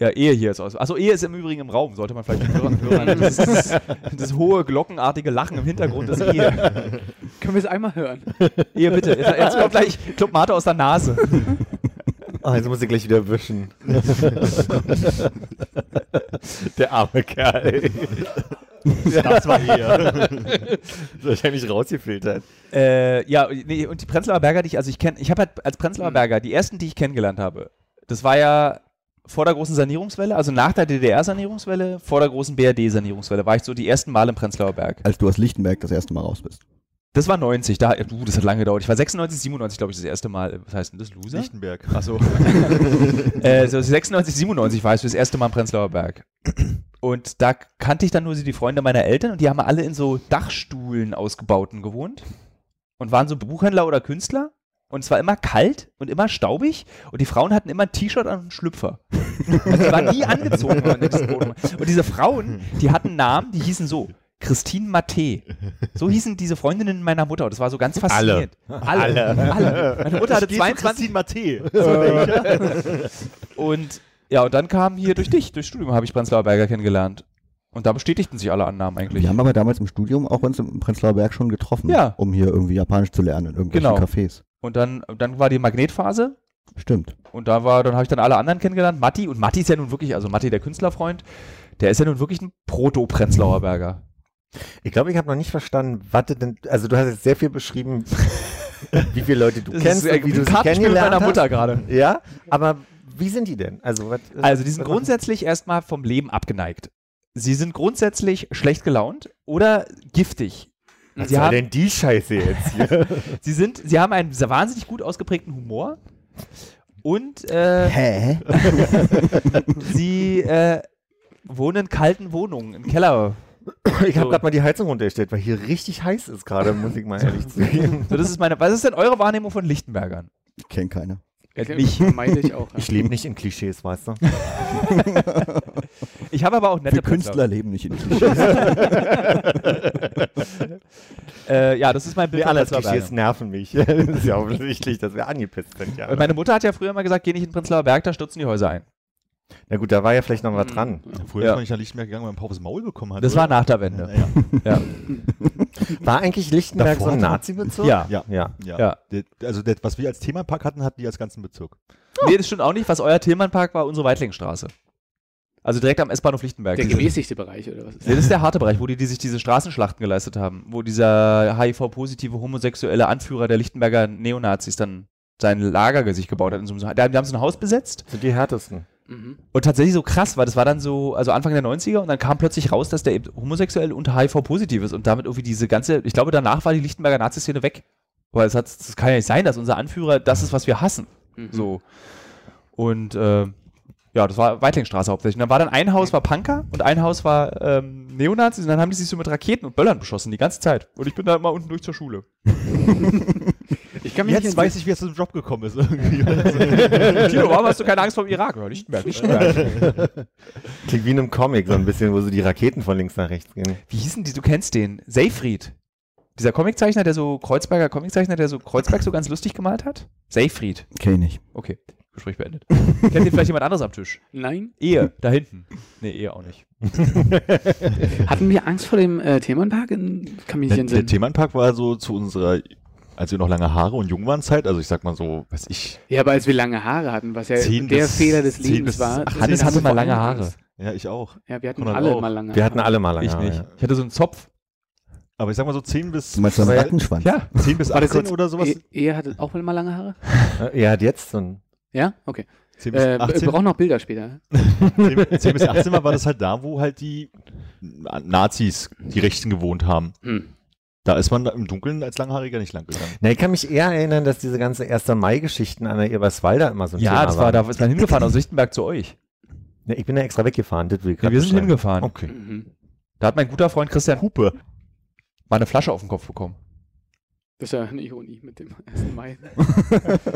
A: Ja, Ehe hier ist aus. Achso, Ehe ist im Übrigen im Raum, sollte man vielleicht den Hörern
D: (laughs)
A: hören. Das, das, das hohe, glockenartige Lachen im Hintergrund ist Ehe.
B: Können wir es einmal hören?
A: Ehe, bitte. Jetzt, jetzt kommt gleich Clubmate aus der Nase.
E: Ah, jetzt muss ich gleich wieder wischen. der arme
D: (laughs)
E: Kerl.
D: Das war eher.
E: Wahrscheinlich rausgefiltert.
A: Äh, ja, nee, und die Prenzlauer Berger, die ich, also ich kenne, ich habe halt als
D: Mhm.
A: Prenzlauer Berger, die ersten, die ich kennengelernt habe, das war ja vor der großen Sanierungswelle, also nach der DDR-Sanierungswelle, vor der großen BRD-Sanierungswelle, war ich so die ersten Mal im Prenzlauer Berg.
C: Als du aus Lichtenberg das erste Mal raus bist.
A: Das war 90, da, du, das hat lange gedauert. Ich war 96, 97, glaube ich, das erste Mal. äh, Was heißt denn das? Loser?
D: Lichtenberg.
A: Achso. äh, so (laughs) 96, 97 war ich das erste Mal im Prenzlauer Berg. Und da kannte ich dann nur so die Freunde meiner Eltern und die haben alle in so Dachstuhlen ausgebauten gewohnt und waren so Buchhändler oder Künstler. Und es war immer kalt und immer staubig und die Frauen hatten immer ein T-Shirt an und einen Schlüpfer. Also die waren nie angezogen. wenn man in diesen Wohnungen war. Und diese Frauen, die hatten Namen, die hießen so. Christine Matte. So hießen diese Freundinnen meiner Mutter. Und das war so ganz faszinierend. Alle. Alle. Meine Mutter hatte
D: Ich geh zu
A: 22
D: Christine Matte.
A: und ja, und dann kam hier durch dich, durch Studium habe ich Prenzlauer Berger kennengelernt. Und da bestätigten sich alle Annahmen eigentlich.
C: Wir haben aber damals im Studium auch uns im Prenzlauer Berg schon getroffen,
A: Ja.
C: um hier irgendwie Japanisch zu lernen in irgendwelchen
A: Genau.
C: Cafés.
A: Und dann, dann war die Magnetphase
C: Stimmt.
A: und da war, dann habe ich dann alle anderen kennengelernt. Matti, und Matti ist ja nun wirklich, also Matti, der Künstlerfreund, der ist ja nun wirklich ein Proto-Prenzlauer Berger.
E: Ich glaube, ich habe noch nicht verstanden, was du denn. Also, du hast jetzt sehr
A: (laughs)
E: viel beschrieben, wie viele Leute du
A: Das
E: kennst,
A: ist, äh,
E: und wie
A: ein
E: du sie
A: Kartenspiel mit
E: kennengelernt
A: meiner
E: hast.
A: Mutter gerade.
E: Ja, aber wie sind die denn? Also, was,
A: Also, die sind
E: was machen-
A: grundsätzlich erstmal vom Leben abgeneigt. Sie sind grundsätzlich schlecht gelaunt oder giftig.
E: Was
A: Sie
E: soll
A: haben,
E: denn die Scheiße jetzt hier?
A: (laughs) sie, sind, sie haben einen wahnsinnig gut ausgeprägten Humor und äh,
C: Hä?
A: Sie äh, wohnen in kalten Wohnungen, im Keller.
E: Ich habe
A: So.
E: gerade mal die Heizung runtergestellt, weil hier richtig heiß ist gerade, muss ich mal ehrlich zugeben.
A: So, das ist meine. Was ist denn eure Wahrnehmung von Lichtenbergern?
C: Kennt keiner.
A: Äh, Mich.
B: Meide ich auch. ja.
E: (laughs) Ich lebe nicht in
A: (laughs)
E: Klischees, weißt du? (laughs)
A: Ich habe aber auch nette
C: Wir Künstler leben nicht in
A: (laughs)
C: Klischees.
A: Prenzlauer. Äh, ja, das ist mein Bild.
E: Die
A: von
E: anderen
A: Prenzlauer
E: Klischees
A: Berg.
E: nerven mich. (laughs) Das ist ja offensichtlich, dass wir angepisst sind. Ja.
A: Und meine Mutter hat ja früher mal gesagt, geh nicht in Prenzlauer Berg, da stürzen die Häuser ein.
E: Na gut, da war ja vielleicht noch
A: Mhm.
E: was dran.
D: Früher
A: Ja.
D: ist man nicht nach Lichtenberg gegangen, weil man Paupes Maul bekommen hat.
A: Das war nach der Wende.
D: Naja.
A: Ja.
E: War eigentlich Lichtenberg
D: Davor
E: so ein
D: hat man-
E: Nazi-Bezirk?
A: Ja.
D: Ja.
E: Ja.
D: Ja.
A: Ja.
D: Der- Also, das, was wir als Themenpark hatten, hatten die als ganzen Bezirk.
A: Nee, das stimmt auch nicht. Was euer Tillmannpark war, unsere Weitlingstraße. Also direkt am S-Bahnhof Lichtenberg.
B: Der
A: Diese-
B: gemäßigte Bereich, oder was ist
A: Nee, das ist der harte Bereich, wo die, die sich diese Straßenschlachten geleistet haben, wo dieser HIV-positive homosexuelle Anführer der Lichtenberger Neonazis dann sein Lager sich gebaut hat. In so einem, die haben so ein Haus besetzt
E: Sind die härtesten.
B: Mhm.
A: Und tatsächlich so krass, weil das war dann so, also Anfang der 90er und dann kam plötzlich raus, dass der eben homosexuell und HIV-positiv ist und damit irgendwie diese ganze, ich glaube, danach war die Lichtenberger Nazi-Szene weg. Weil es hat, das kann ja nicht sein, dass unser Anführer das ist, was wir hassen.
B: Mhm.
A: So. Und äh, ja, das war Weitlingstraße hauptsächlich. Und dann war dann ein Haus war Punker und ein Haus war ähm, Neonazis und dann haben die sich so mit Raketen und Böllern beschossen die ganze Zeit. Und ich bin da immer unten durch zur Schule.
B: Ich kann mich
D: Jetzt
B: nicht
D: weiß ich, wie es zum Job gekommen
B: (laughs)
D: ist. Irgendwie.
A: Tino, warum hast du keine Angst vor dem Irak? Ja, Lichtenberg, Lichtenberg.
E: Klingt wie in einem Comic so ein bisschen, wo so die Raketen von links nach rechts gehen.
A: Wie hießen die? Du kennst den. Seyfried. Dieser Comiczeichner, der so Kreuzberger Comiczeichner, der so Kreuzberg so ganz lustig gemalt hat? Seyfried.
C: Kenn ich.
A: Okay. Gespräch beendet. Kennt ihr vielleicht jemand anderes am Tisch?
B: Nein.
A: Ehe, da hinten. Nee, Ehe auch nicht.
B: Hatten wir Angst vor dem äh, Themenpark? In- Kann mich nicht
D: Der, der
B: entsinnen.
D: Themenpark war so zu unserer, als wir noch lange Haare und jung waren, Zeit, also ich sag mal so, weiß ich,
B: Ja, aber als wir lange Haare hatten, was ja
D: Zehn
B: der
D: bis-
B: Fehler des
D: zehn
B: Lebens
D: bis-
B: war.
D: ach,
A: Hannes
B: deswegen
A: hatte
B: hatten
A: mal
B: wir
A: lange
B: vorhin
A: Haare.
B: Angst.
D: ja, ich auch.
B: Ja, wir hatten
D: Konrad
B: alle
D: auch.
B: mal lange
E: Wir hatten alle mal lange
A: ich nicht.
E: Haare.
A: Ich hatte so einen Zopf.
D: Aber ich sag mal so 10 bis,
C: Du meinst so einen
E: Weil-
C: Rattenschwanz?
A: Ja.
D: 10 bis
B: Warte
D: 18
B: kurz,
D: oder
C: eh,
D: sowas?
B: E Ehe hatte auch mal lange Haare?
E: Äh, Ja, hat jetzt so ein.
B: Ja? Okay.
D: 10 bis
B: Äh, wir
D: 18,
B: brauchen noch Bilder später.
D: 10, 10 bis 18 war, war das halt da, wo halt die Nazis, die Rechten gewohnt haben.
B: Hm.
D: Da ist man im Dunkeln als Langhaariger nicht lang gegangen.
E: Na, ich kann mich eher erinnern, dass diese ganze 1. Mai-Geschichten an der Eberswalder immer so ein Thema
A: Ja, das war, da ist man hingefahren aus Lichtenberg zu euch.
E: Ne, ich bin da extra weggefahren. Das Oh. will ich
A: Nee,
E: grad
A: wir sind
E: beschreiben.
A: hingefahren.
D: Okay.
B: Mhm.
A: Da hat mein guter Freund Christian Hupe mal eine Flasche auf den Kopf bekommen.
B: Das ist ja eine Ironie mit dem (laughs) 1. Mai.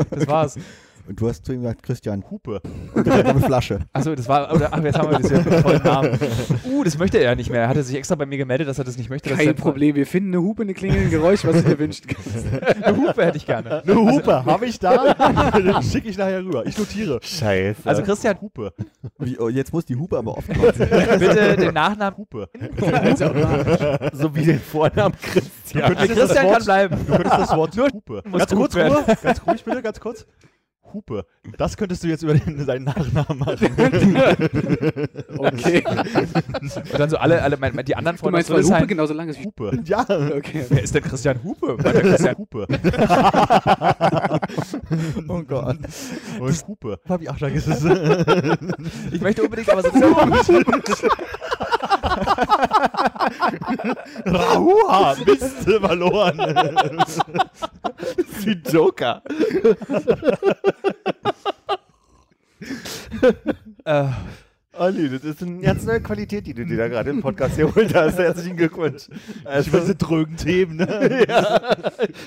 A: Das war's.
C: (laughs) Und du hast zu ihm gesagt, Christian,
A: (laughs)
D: Hupe.
C: eine Flasche.
A: Achso, das war. Oder, ach, jetzt haben wir das ja mit tollen Namen. Uh, das möchte er nicht mehr. Er hatte sich extra bei mir gemeldet, dass er das nicht möchte. dass
B: Kein
A: sein-
B: Problem, wir finden eine Hupe, eine Klingel, ein Geräusch, was du dir wünschen kannst.
A: Eine Hupe hätte ich gerne.
D: Eine Hupe, habe
A: (laughs)
D: ich da? Schicke ich nachher rüber. Ich notiere.
E: Scheiße.
A: Also Christian,
D: Hupe.
C: Wie, oh, jetzt muss die Hupe aber aufkommen.
A: (laughs) bitte den Nachnamen Hupe.
D: Hupe.
E: so wie den Vornamen Christian.
A: Nee, Christian kann bleiben.
D: Du könntest das Wort Hupe.
A: Muss
D: Ganz
A: gut
D: kurz,
A: werden.
D: Ruhe. Ganz ruhig bitte, ganz kurz. Hupe. Das könntest du jetzt über den, deinen Nachnamen machen.
B: (laughs) (laughs) Okay.
A: Und dann so alle, alle mein, mein, die anderen
B: Du
A: Freunde
B: meinst,
A: aus
B: weil Hupe
A: Rüdesheim.
B: genauso lang ist (laughs) wie
D: Hupe. Ja.
B: Okay.
A: Wer ist denn Christian Hupe? Weil der (laughs) Christian
D: Hupe.
C: Oh Gott.
D: Und Hupe. Hab ich auch schon
A: äh,
D: gesagt.
A: Ich möchte unbedingt, aber so (laughs) Hupe.
D: Rahua. Mist, verloren.
E: wie Joker.
A: Äh,
E: Olli, das ist eine ganz neue Qualität, die du dir da gerade im Podcast geholt
A: (laughs)
E: hast. Herzlichen Glückwunsch. Also,
D: Ich weiß, diese drögen Themen, ne?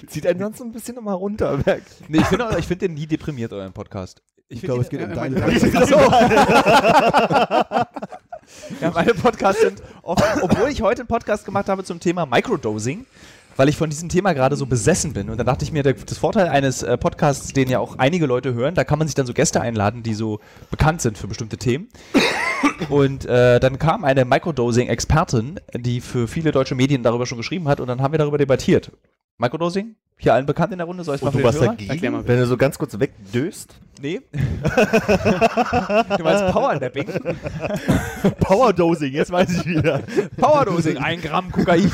E: zieht einen sonst so ein bisschen immer runter.
A: nee, ich finde find den nie deprimiert, euren Podcast.
C: Ich
A: find
C: glaube,
A: ihn-
C: es geht um
A: (laughs)
B: äh,
C: deinen
A: Ja, meine Podcasts sind oft, obwohl ich heute einen Podcast gemacht habe zum Thema Microdosing, weil ich von diesem Thema gerade so besessen bin. Und dann dachte ich mir, der, das Vorteil eines äh, Podcasts, den ja auch einige Leute hören, da kann man sich dann so Gäste einladen, die so bekannt sind für bestimmte Themen. Und äh, dann kam eine Microdosing-Expertin, die für viele deutsche Medien darüber schon geschrieben hat und dann haben wir darüber debattiert. Microdosing? Hier allen bekannt in der Runde? Soll ich es mal
D: Und
A: für
D: du
A: den
D: warst
A: Hörer?
B: Erklär mal
E: Wenn
B: bitte.
E: du so ganz kurz wegdöst.
A: Nee. (laughs) du meinst Powernapping?
D: Powerdosing, jetzt weiß ich wieder.
A: Powerdosing, ein Gramm Kokain.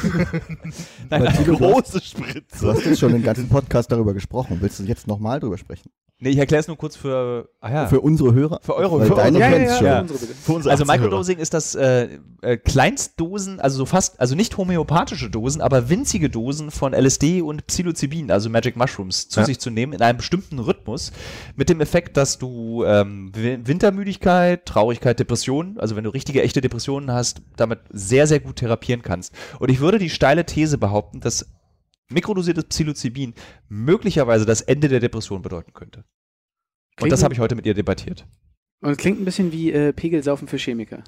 A: Nein, nein.
C: (laughs)
D: Große
C: Du
D: Spritze.
C: hast jetzt schon den ganzen Podcast darüber gesprochen. Willst du jetzt nochmal drüber sprechen?
A: Nee, ich erkläre es nur kurz für. Ah ja.
C: Für unsere Hörer?
A: Für eure
C: Weil
A: Hörer.
C: Deine
B: Ja, ja,
C: kennen's
B: ja,
C: schon.
B: ja. unsere bitte.
D: Für unsere
A: also
D: 18 Hörer.
A: Microdosing ist das äh, äh, Kleinstdosen, also so fast, also nicht homöopathische Dosen, aber winzige Dosen von LSD und Psilocybin, also Magic Mushrooms, zu
E: Ja.
A: sich zu nehmen in einem bestimmten Rhythmus, mit dem Effekt, dass du ähm, Wi- Wintermüdigkeit, Traurigkeit, Depressionen, also wenn du richtige, echte Depressionen hast, damit sehr, sehr gut therapieren kannst. Und ich würde die steile These behaupten, dass mikrodosiertes Psilocybin möglicherweise das Ende der Depression bedeuten könnte. Und
B: Klingt-
A: das habe ich heute mit ihr debattiert.
B: Und es klingt ein bisschen wie äh, Pegelsaufen für Chemiker.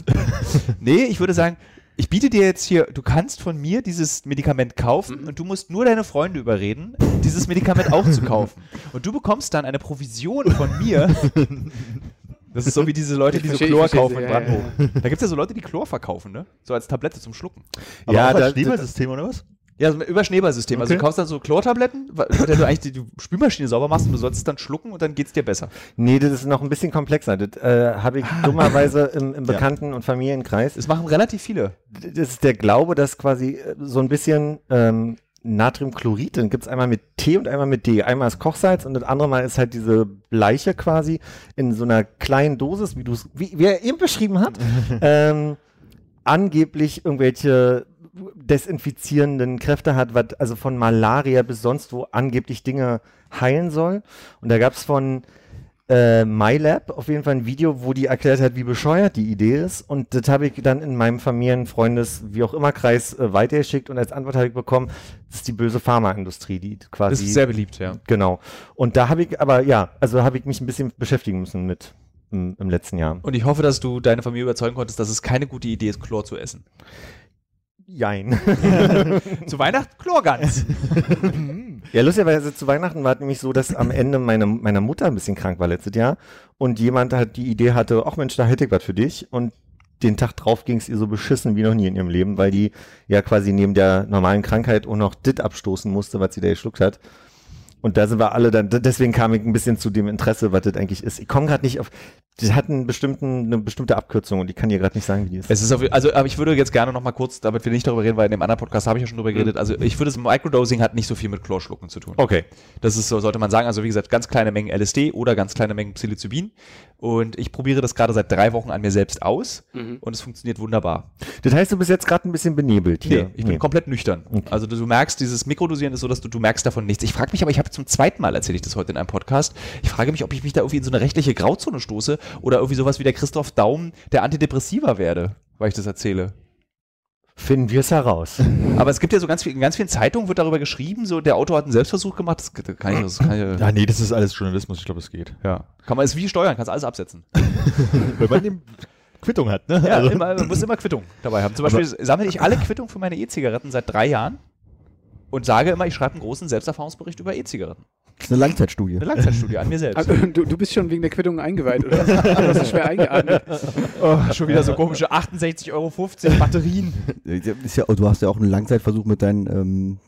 A: Nee, ich würde sagen, ich biete dir jetzt hier, du kannst von mir dieses Medikament kaufen
B: Mhm.
A: und du musst nur deine Freunde überreden, dieses Medikament auch zu kaufen. Und du bekommst dann eine Provision von mir. Das ist so wie diese Leute,
B: Ich
A: die so
B: verstehe,
A: Chlor
B: ich verstehe
A: kaufen
B: sie,
A: in
B: ja,
A: Brandenburg. Da gibt es ja so Leute, die Chlor verkaufen, ne? So als Tablette zum Schlucken.
D: Aber
E: Ja,
D: auch
E: da-
D: als Schneeballsystem oder was?
A: Ja, so über Schneeballsystem. Also du
D: Okay.
A: kaufst dann so Chlortabletten, wa- mit der du eigentlich die, die Spülmaschine sauber machst und du sollst es dann schlucken und dann geht's dir besser.
E: Nee, das ist noch ein bisschen komplexer. Das äh,
A: Ah.
E: habe ich dummerweise im, im Bekannten- und Familienkreis.
A: Das machen relativ viele.
E: Das ist der Glaube, dass quasi äh, so ein bisschen ähm, Natriumchlorid, dann gibt es einmal mit T und einmal mit D. Einmal ist Kochsalz und das andere Mal ist halt diese Bleiche quasi in so einer kleinen Dosis, wie du es, wie, wie er eben beschrieben hat, ähm, angeblich irgendwelche desinfizierenden Kräfte hat, was also von Malaria bis sonst wo angeblich Dinge heilen soll. Und da gab es von äh, MyLab auf jeden Fall ein Video, wo die erklärt hat, wie bescheuert die Idee ist. Und das habe ich dann in meinem Familien-, Freundes-, wie auch immer Kreis äh, weitergeschickt und als Antwort habe ich bekommen, das ist die böse Pharmaindustrie, die
A: Das
E: quasi.
A: ist sehr beliebt, ja.
E: genau. Und da habe ich, aber ja, also habe ich mich ein bisschen beschäftigen müssen mit im, im letzten Jahr.
A: Und ich hoffe, dass du deine Familie überzeugen konntest, dass es keine gute Idee ist, Chlor zu essen.
E: Jein.
A: Zu Weihnachten Chlorgans.
E: Ja, lustigerweise zu Weihnachten war es nämlich so, dass am Ende meine, meine Mutter ein bisschen krank war letztes Jahr und jemand halt die Idee hatte, ach Mensch, da hätte ich was für dich und den Tag drauf ging es ihr so beschissen wie noch nie in ihrem Leben, weil die ja quasi neben der normalen Krankheit auch noch dit abstoßen musste, was sie da geschluckt hat. Und da sind wir alle dann, d- deswegen kam ich ein bisschen zu dem Interesse, was das eigentlich ist. Ich komme gerade nicht auf, das hat einen bestimmten, eine bestimmte Abkürzung und ich kann dir gerade nicht sagen, wie die
A: (laughs)
E: ist.
A: Es ist auf, also, aber ich würde jetzt gerne noch mal kurz, damit wir nicht darüber reden, weil in dem anderen Podcast habe ich ja schon drüber geredet. Also ich würde, das Microdosing hat nicht so viel mit Chlorschlucken zu tun.
E: Okay.
A: Das ist so, sollte man sagen. Also wie gesagt, ganz kleine Mengen LSD oder ganz kleine Mengen Psilocybin. Und ich probiere das gerade seit drei Wochen an mir selbst aus und es funktioniert wunderbar.
E: Das heißt, du bist jetzt gerade ein bisschen benebelt hier.
A: Nee, ich bin komplett nüchtern. Also du, du merkst, dieses Mikrodosieren ist so, dass du, du merkst davon nichts. Ich frage mich aber, ich habe zum zweiten Mal erzähle ich das heute in einem Podcast, ich frage mich, ob ich mich da irgendwie in so eine rechtliche Grauzone stoße oder irgendwie sowas wie der Christoph Daum, der Antidepressiver werde, weil ich das erzähle.
E: Finden wir es heraus.
A: Aber es gibt ja so ganz viel, in ganz vielen Zeitungen wird darüber geschrieben, so der Autor hat einen Selbstversuch gemacht, das kann ich, das kann ich
D: Ja, nee, das ist alles Journalismus. Ich glaube, es geht.
A: ja. Kann man es wie steuern, kannst alles absetzen.
D: Wenn man eben (laughs) Quittung hat, ne?
A: Ja,
D: (laughs) Also-
A: immer, man muss immer Quittung dabei haben. Zum Beispiel sammle ich alle Quittung für meine E-Zigaretten seit drei Jahren und sage immer, ich schreibe einen großen Selbsterfahrungsbericht über E-Zigaretten.
C: Das ist eine Langzeitstudie.
A: Eine Langzeitstudie an mir (laughs) selbst.
B: Also, (laughs) du, du bist schon wegen der Quittung eingeweiht,
A: (laughs)
B: oder? Du hast schwer eingeatmet.
A: oh, Schon wieder so komische 68,50 Euro Batterien.
C: Ist ja, du hast ja auch einen Langzeitversuch mit deinen ähm,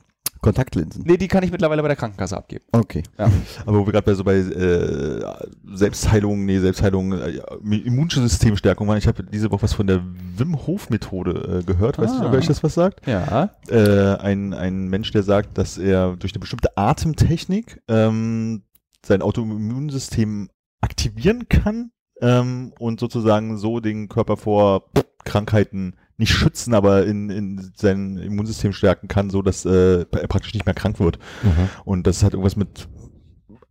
C: Kontaktlinsen.
A: Nee, die kann ich mittlerweile bei der Krankenkasse abgeben.
C: Okay.
D: Aber wo wir gerade bei so bei äh, Selbstheilung, nee, Selbstheilung, äh, Immunsystemstärkung waren, ich habe diese Woche was von der Wim Hof Methode äh, gehört, weiß nicht,
A: Ah.
D: ob euch das was sagt.
A: Ja.
D: Äh, ein, ein Mensch, der sagt, dass er durch eine bestimmte Atemtechnik ähm, sein Autoimmunsystem aktivieren kann ähm, und sozusagen so den Körper vor Krankheiten nicht schützen, aber in, in sein Immunsystem stärken kann, so dass äh, er praktisch nicht mehr krank wird. Und das hat irgendwas mit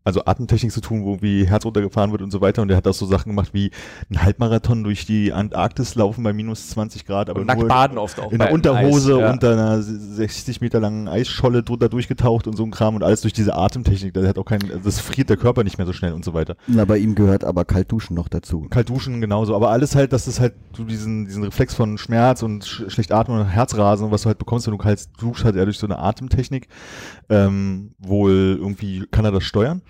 D: also Atemtechnik zu tun, wo wie Herz runtergefahren wird und so weiter. Und er hat auch so Sachen gemacht wie einen Halbmarathon durch die Antarktis laufen bei minus 20 Grad, aber
A: Und nackt
D: nur
A: baden oft auch.
D: in
A: bei
D: der Unterhose
A: Eis, ja.
D: unter einer 60 Meter langen Eisscholle drunter durchgetaucht und so ein Kram und alles durch diese Atemtechnik. Das hat auch kein, also das friert der Körper nicht mehr so schnell und so weiter.
C: Na, bei ihm gehört aber Kaltduschen noch dazu.
D: Kalt duschen genauso, aber alles halt, dass das halt du diesen, diesen Reflex von Schmerz und sch schlecht atmen und Herzrasen und was du halt bekommst, wenn du kalt duschst, hat er durch so eine Atemtechnik ähm, wohl irgendwie kann er das steuern.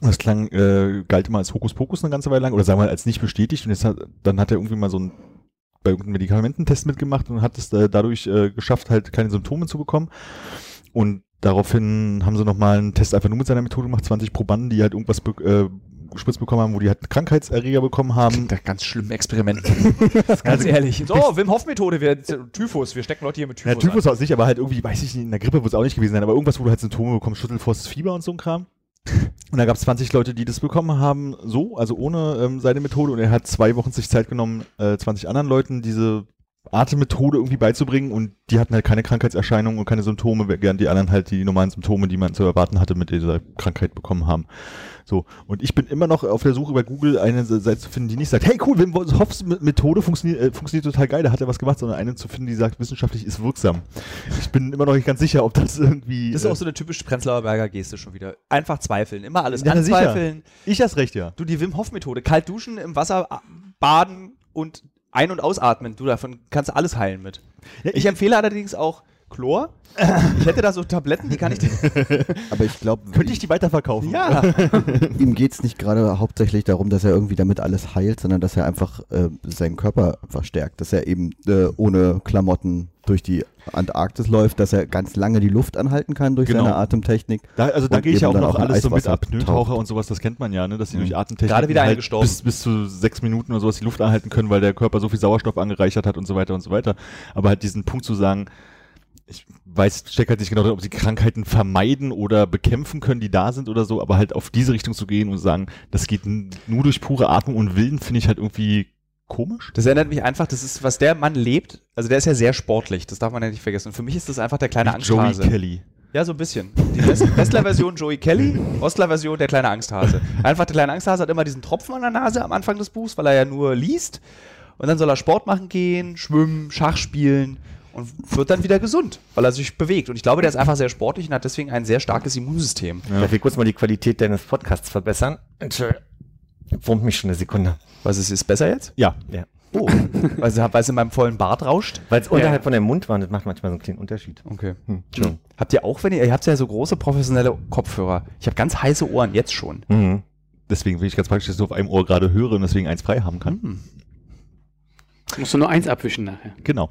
D: Und Das klang, äh, galt immer als Hokuspokus eine ganze Weile lang oder sagen wir mal, als nicht bestätigt und jetzt hat, dann hat er irgendwie mal so ein bei irgendeinem Medikamententest mitgemacht und hat es äh, dadurch äh, geschafft, halt keine Symptome zu bekommen. Und daraufhin haben sie nochmal einen Test einfach nur mit seiner Methode gemacht, 20 Probanden, die halt irgendwas be äh, gespritzt bekommen haben, wo die halt einen Krankheitserreger bekommen haben.
A: Klingt nach ganz schlimmen Experimenten.
D: (laughs)
A: ganz ehrlich. So, Wim Hof-Methode, wir äh, Typhus, wir stecken Leute hier mit
D: Ja,
A: Typhus.
D: Typhus aus nicht, aber halt irgendwie, weiß ich nicht, in der Grippe wird es auch nicht gewesen sein, aber irgendwas, wo du halt Symptome bekommst, Schüttelfrost, Fieber und so ein Kram. Und da gab es 20 Leute, die das bekommen haben, so, also ohne ähm, seine Methode. Und er hat zwei Wochen sich Zeit genommen, äh, 20 anderen Leuten diese Atemmethode irgendwie beizubringen. Und die hatten halt keine Krankheitserscheinungen und keine Symptome, während die anderen halt die normalen Symptome, die man zu erwarten hatte, mit dieser Krankheit bekommen haben. So, und ich bin immer noch auf der Suche bei Google eine Seite zu finden, die nicht sagt, hey cool, Wim Hofs Methode funktioniert, äh, funktioniert total geil, da hat er was gemacht, sondern eine zu finden, die sagt, wissenschaftlich ist wirksam. Ich bin immer noch nicht ganz sicher, ob das irgendwie... äh,
A: Das ist auch so eine typische Prenzlauer Berger Geste schon wieder. Einfach zweifeln, immer alles
D: Ja, na sicher.
A: anzweifeln.
D: ich das recht, ja.
A: Du, die Wim Hof Methode, kalt duschen, im Wasser a- baden und ein- und ausatmen, du davon kannst du alles heilen mit.
D: Ja,
A: Ich empfehle allerdings auch Chlor. Ich hätte da so Tabletten, die kann
D: (laughs)
A: ich dir.
C: Aber ich glaube,
D: Könnte ich die weiterverkaufen?
C: ihm geht es nicht gerade hauptsächlich darum, dass er irgendwie damit alles heilt, sondern dass er einfach äh, seinen Körper einfach stärkt. Dass er eben äh, ohne Klamotten durch die Antarktis läuft, dass er ganz lange die Luft anhalten kann durch
D: Genau.
C: seine Atemtechnik.
D: Da, also da
C: Und
D: gehe ich ja auch
C: eben dann
D: noch
C: auch in
D: alles so mit
C: Eiswasser
D: ab. Nötaucher
C: taucht.
D: und sowas, das kennt man ja, ne? dass sie durch Atemtechnik
A: Gerade wieder
D: halt
A: eingestorben.
D: bis, bis zu sechs Minuten oder sowas die Luft anhalten können, weil der Körper so viel Sauerstoff angereichert hat und so weiter und so weiter. Aber halt diesen Punkt zu sagen, ich weiß, steckt halt nicht genau drin, ob sie Krankheiten vermeiden oder bekämpfen können, die da sind oder so, aber halt auf diese Richtung zu gehen und sagen, das geht n- nur durch pure Atmung und Willen, finde ich halt irgendwie komisch.
A: Das erinnert mich einfach, das ist, was der Mann lebt. Also der ist ja sehr sportlich, das darf man ja nicht vergessen. Und für mich ist das einfach der kleine
D: Wie Joey
A: Angsthase.
D: Kelly.
A: Ja, so ein bisschen. Die West- Westler-Version Joey Kelly, Ostler-Version der kleine Angsthase. Einfach der kleine Angsthase hat immer diesen Tropfen an der Nase am Anfang des Buchs, weil er ja nur liest. Und dann soll er Sport machen gehen, schwimmen, Schach spielen und wird dann wieder gesund, weil er sich bewegt. Und ich glaube, der ist einfach sehr sportlich und hat deswegen ein sehr starkes Immunsystem.
E: Darf ich kurz mal die Qualität deines Podcasts verbessern? Entschuldigung. Wurmt mich schon eine Sekunde.
A: Was ist, ist besser jetzt?
D: Ja,
E: Ja.
A: Oh. weil, sie, weil sie in meinem vollen Bart rauscht.
E: Weil es unterhalb von der Mundwand, das macht manchmal so einen kleinen Unterschied.
A: Okay.
E: Hm. Entschuldigung.
A: Habt ihr auch, wenn ihr, ihr habt ja so große professionelle Kopfhörer. Ich habe ganz heiße Ohren, jetzt schon.
E: Mhm.
D: Deswegen bin ich ganz praktisch, dass ich nur auf einem Ohr gerade höre und deswegen eins frei haben
C: Mhm.
D: kann.
B: Musst du nur eins abwischen nachher.
D: Genau.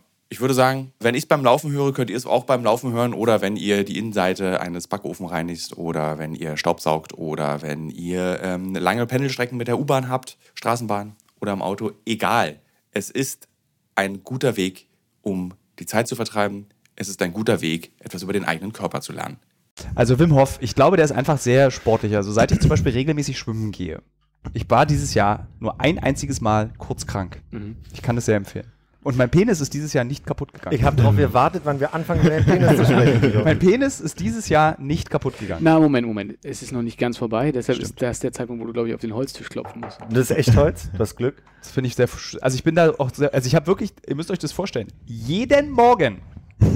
F: ich würde sagen, wenn ich es beim Laufen höre, könnt ihr es auch beim Laufen hören oder wenn ihr die Innenseite eines Backofen reinigt oder wenn ihr Staubsaugt oder wenn ihr ähm, lange Pendelstrecken mit der U-Bahn habt, Straßenbahn oder im Auto. Egal. Es ist ein guter Weg, um die Zeit zu vertreiben. Es ist ein guter Weg, etwas über den eigenen Körper zu lernen.
A: Also Wim Hof, ich glaube, der ist einfach sehr sportlich. Also seit ich zum Beispiel regelmäßig schwimmen gehe. Ich war dieses Jahr nur ein einziges Mal kurz krank. Ich kann das sehr empfehlen. Und mein Penis ist dieses Jahr nicht kaputt gegangen.
E: Ich habe darauf gewartet, wann wir anfangen, über den Penis zu sprechen.
A: (laughs)
E: Guido.
A: mein Penis ist dieses Jahr nicht kaputt gegangen.
B: Na, Moment, Moment. Es ist noch nicht ganz vorbei. Deshalb ist das der Zeitpunkt, wo du, glaube ich, auf den Holztisch
A: (laughs)
B: klopfen musst.
E: Das ist echt Holz, du hast Glück.
A: Das finde ich sehr. versch- Also ich bin da auch sehr. Also ich habe wirklich. Ihr müsst euch das vorstellen. Jeden Morgen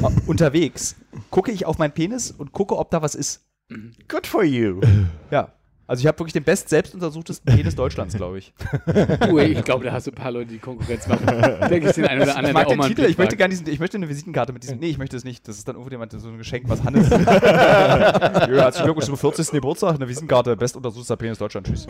A: au- unterwegs gucke ich auf meinen Penis und gucke, ob da was ist.
E: Good for you.
A: Ja. Also ich habe wirklich den best selbstuntersuchtesten Penis Deutschlands, glaube ich.
B: Ui, ich glaube, da hast du ein paar Leute, die Konkurrenz
A: (laughs)
B: machen. Denke ich den einen oder anderen.
A: Ich mag
B: der auch
A: den
B: mal einen
A: Titel, ich
B: Blick
A: möchte
B: wagt.
A: gerne diesen, ich möchte eine Visitenkarte mit diesem. Nee, ich möchte es nicht. Das ist dann irgendjemand so ein Geschenk, was Hannes. ja, herzlichen Glückwunsch zum 40. Geburtstag, eine Visitenkarte, bestuntersuchter Penis Deutschland. Tschüss.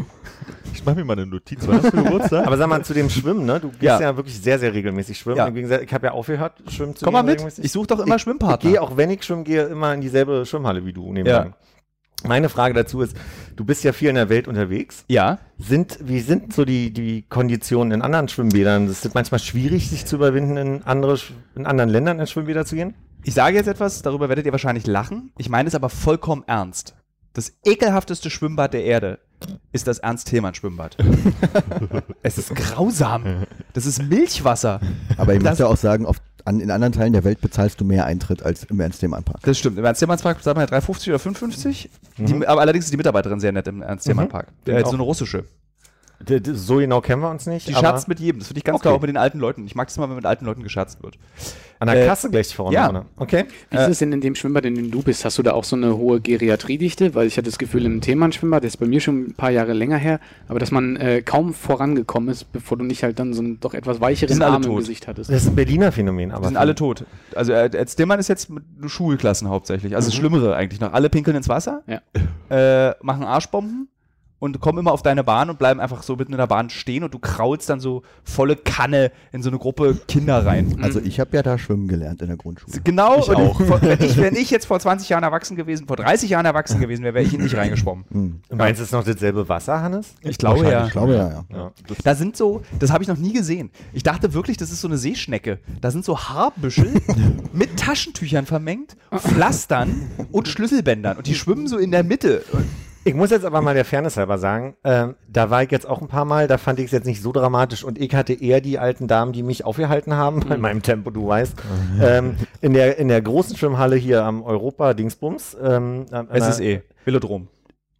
D: Ich mache mir mal eine Notiz. Wann
C: (laughs)
D: hast du Geburtstag?
E: Aber sag mal, zu dem Schwimmen, ne? Du gehst ja,
A: Ja.
E: wirklich sehr, sehr regelmäßig schwimmen.
A: Ja.
E: Im Gegensatz, ich habe ja aufgehört, schwimmen zu
A: Komm
E: gehen
A: mal mit.
E: regelmäßig.
A: Ich suche doch immer
E: Ich
A: Schwimmpartner.
E: gehe, auch wenn ich schwimmen gehe, immer in dieselbe Schwimmhalle wie du. nebenan. Meine Frage dazu ist, du bist ja viel in der Welt unterwegs.
A: ja.
E: Sind, wie sind so die, die Konditionen in anderen Schwimmbädern? Es ist manchmal schwierig, sich zu überwinden, in, andere, Sch- in anderen Ländern in Schwimmbäder zu gehen.
A: Ich sage jetzt etwas, darüber werdet ihr wahrscheinlich lachen. Ich meine es aber vollkommen ernst. Das ekelhafteste Schwimmbad der Erde ist das Ernst-Thälmann-Schwimmbad. es ist grausam. Das ist Milchwasser.
C: Aber ich muss
A: Das-
C: ja auch sagen, oft an, in anderen Teilen der Welt bezahlst du mehr Eintritt als im Ernst-Themann-Park.
A: Das stimmt. Im Ernst-Thälmann-Park zahlt man ja 3,50
E: Mhm.
A: oder 5,50. Die, aber allerdings ist die Mitarbeiterin sehr nett im Ernst-Thälmann-Park. Äh, so eine russische.
E: D- d- So genau kennen wir uns nicht.
A: Die
E: aber
A: scherzt mit jedem. Das finde ich ganz
E: Okay.
A: klar, auch mit den alten Leuten. Ich mag es immer, wenn mit alten Leuten gescherzt wird.
E: an der
A: äh,
E: Kasse gleich vorne.
A: ja. Äh,
E: oder? Okay.
B: Wie ist es denn in dem Schwimmbad, in dem du bist? Hast du da auch so eine hohe Geriatriedichte? Weil ich hatte das Gefühl, im Themenschwimmbad, das ist bei mir schon ein paar Jahre länger her, aber dass man äh, kaum vorangekommen ist, bevor du nicht halt dann so einen doch etwas weicheren
A: sind alle
B: Arm im
A: tot.
B: Gesicht hattest.
E: Das ist ein Berliner Phänomen. Aber
A: Die sind alle tot. Also äh, der Stillmann ist jetzt mit Schulklassen hauptsächlich. Also
E: Mhm.
A: das Schlimmere eigentlich noch. Alle pinkeln ins Wasser,
B: Ja.
A: äh, machen Arschbomben und kommen immer auf deine Bahn und bleiben einfach so mitten in der Bahn stehen und du kraulst dann so volle Kanne in so eine Gruppe Kinder rein.
C: Also ich habe ja da schwimmen gelernt in der Grundschule.
A: Mhm. Genau,
D: Ich
A: und
D: auch.
A: Vor, wenn, ich, wenn ich jetzt vor 20 Jahren erwachsen gewesen, vor 30 Jahren erwachsen gewesen wäre, wäre ich in
D: (laughs)
A: dich reingeschwommen.
D: Hm,
E: Meinst du, es ist noch dasselbe Wasser, Hannes?
A: Ich glaube
C: Wahrscheinlich,
A: ja.
C: Ich glaube ja, ja.
A: Da sind so, das habe ich noch nie gesehen. Ich dachte wirklich, das ist so eine Seeschnecke. Da sind so
D: (laughs)
A: Haarbüschel mit Taschentüchern vermengt, Pflastern und Schlüsselbändern. Und die schwimmen so in der Mitte.
E: Ich muss jetzt aber mal der Fairness halber sagen, ähm, da war ich jetzt auch ein paar Mal, da fand ich es jetzt nicht so dramatisch und ich hatte eher die alten Damen, die mich aufgehalten haben,
A: Mhm.
E: bei meinem Tempo, du weißt. Ähm, in, der, in der großen Schwimmhalle hier am Europa-Dingsbums. Ähm, am- an der-
A: eh Velodrom.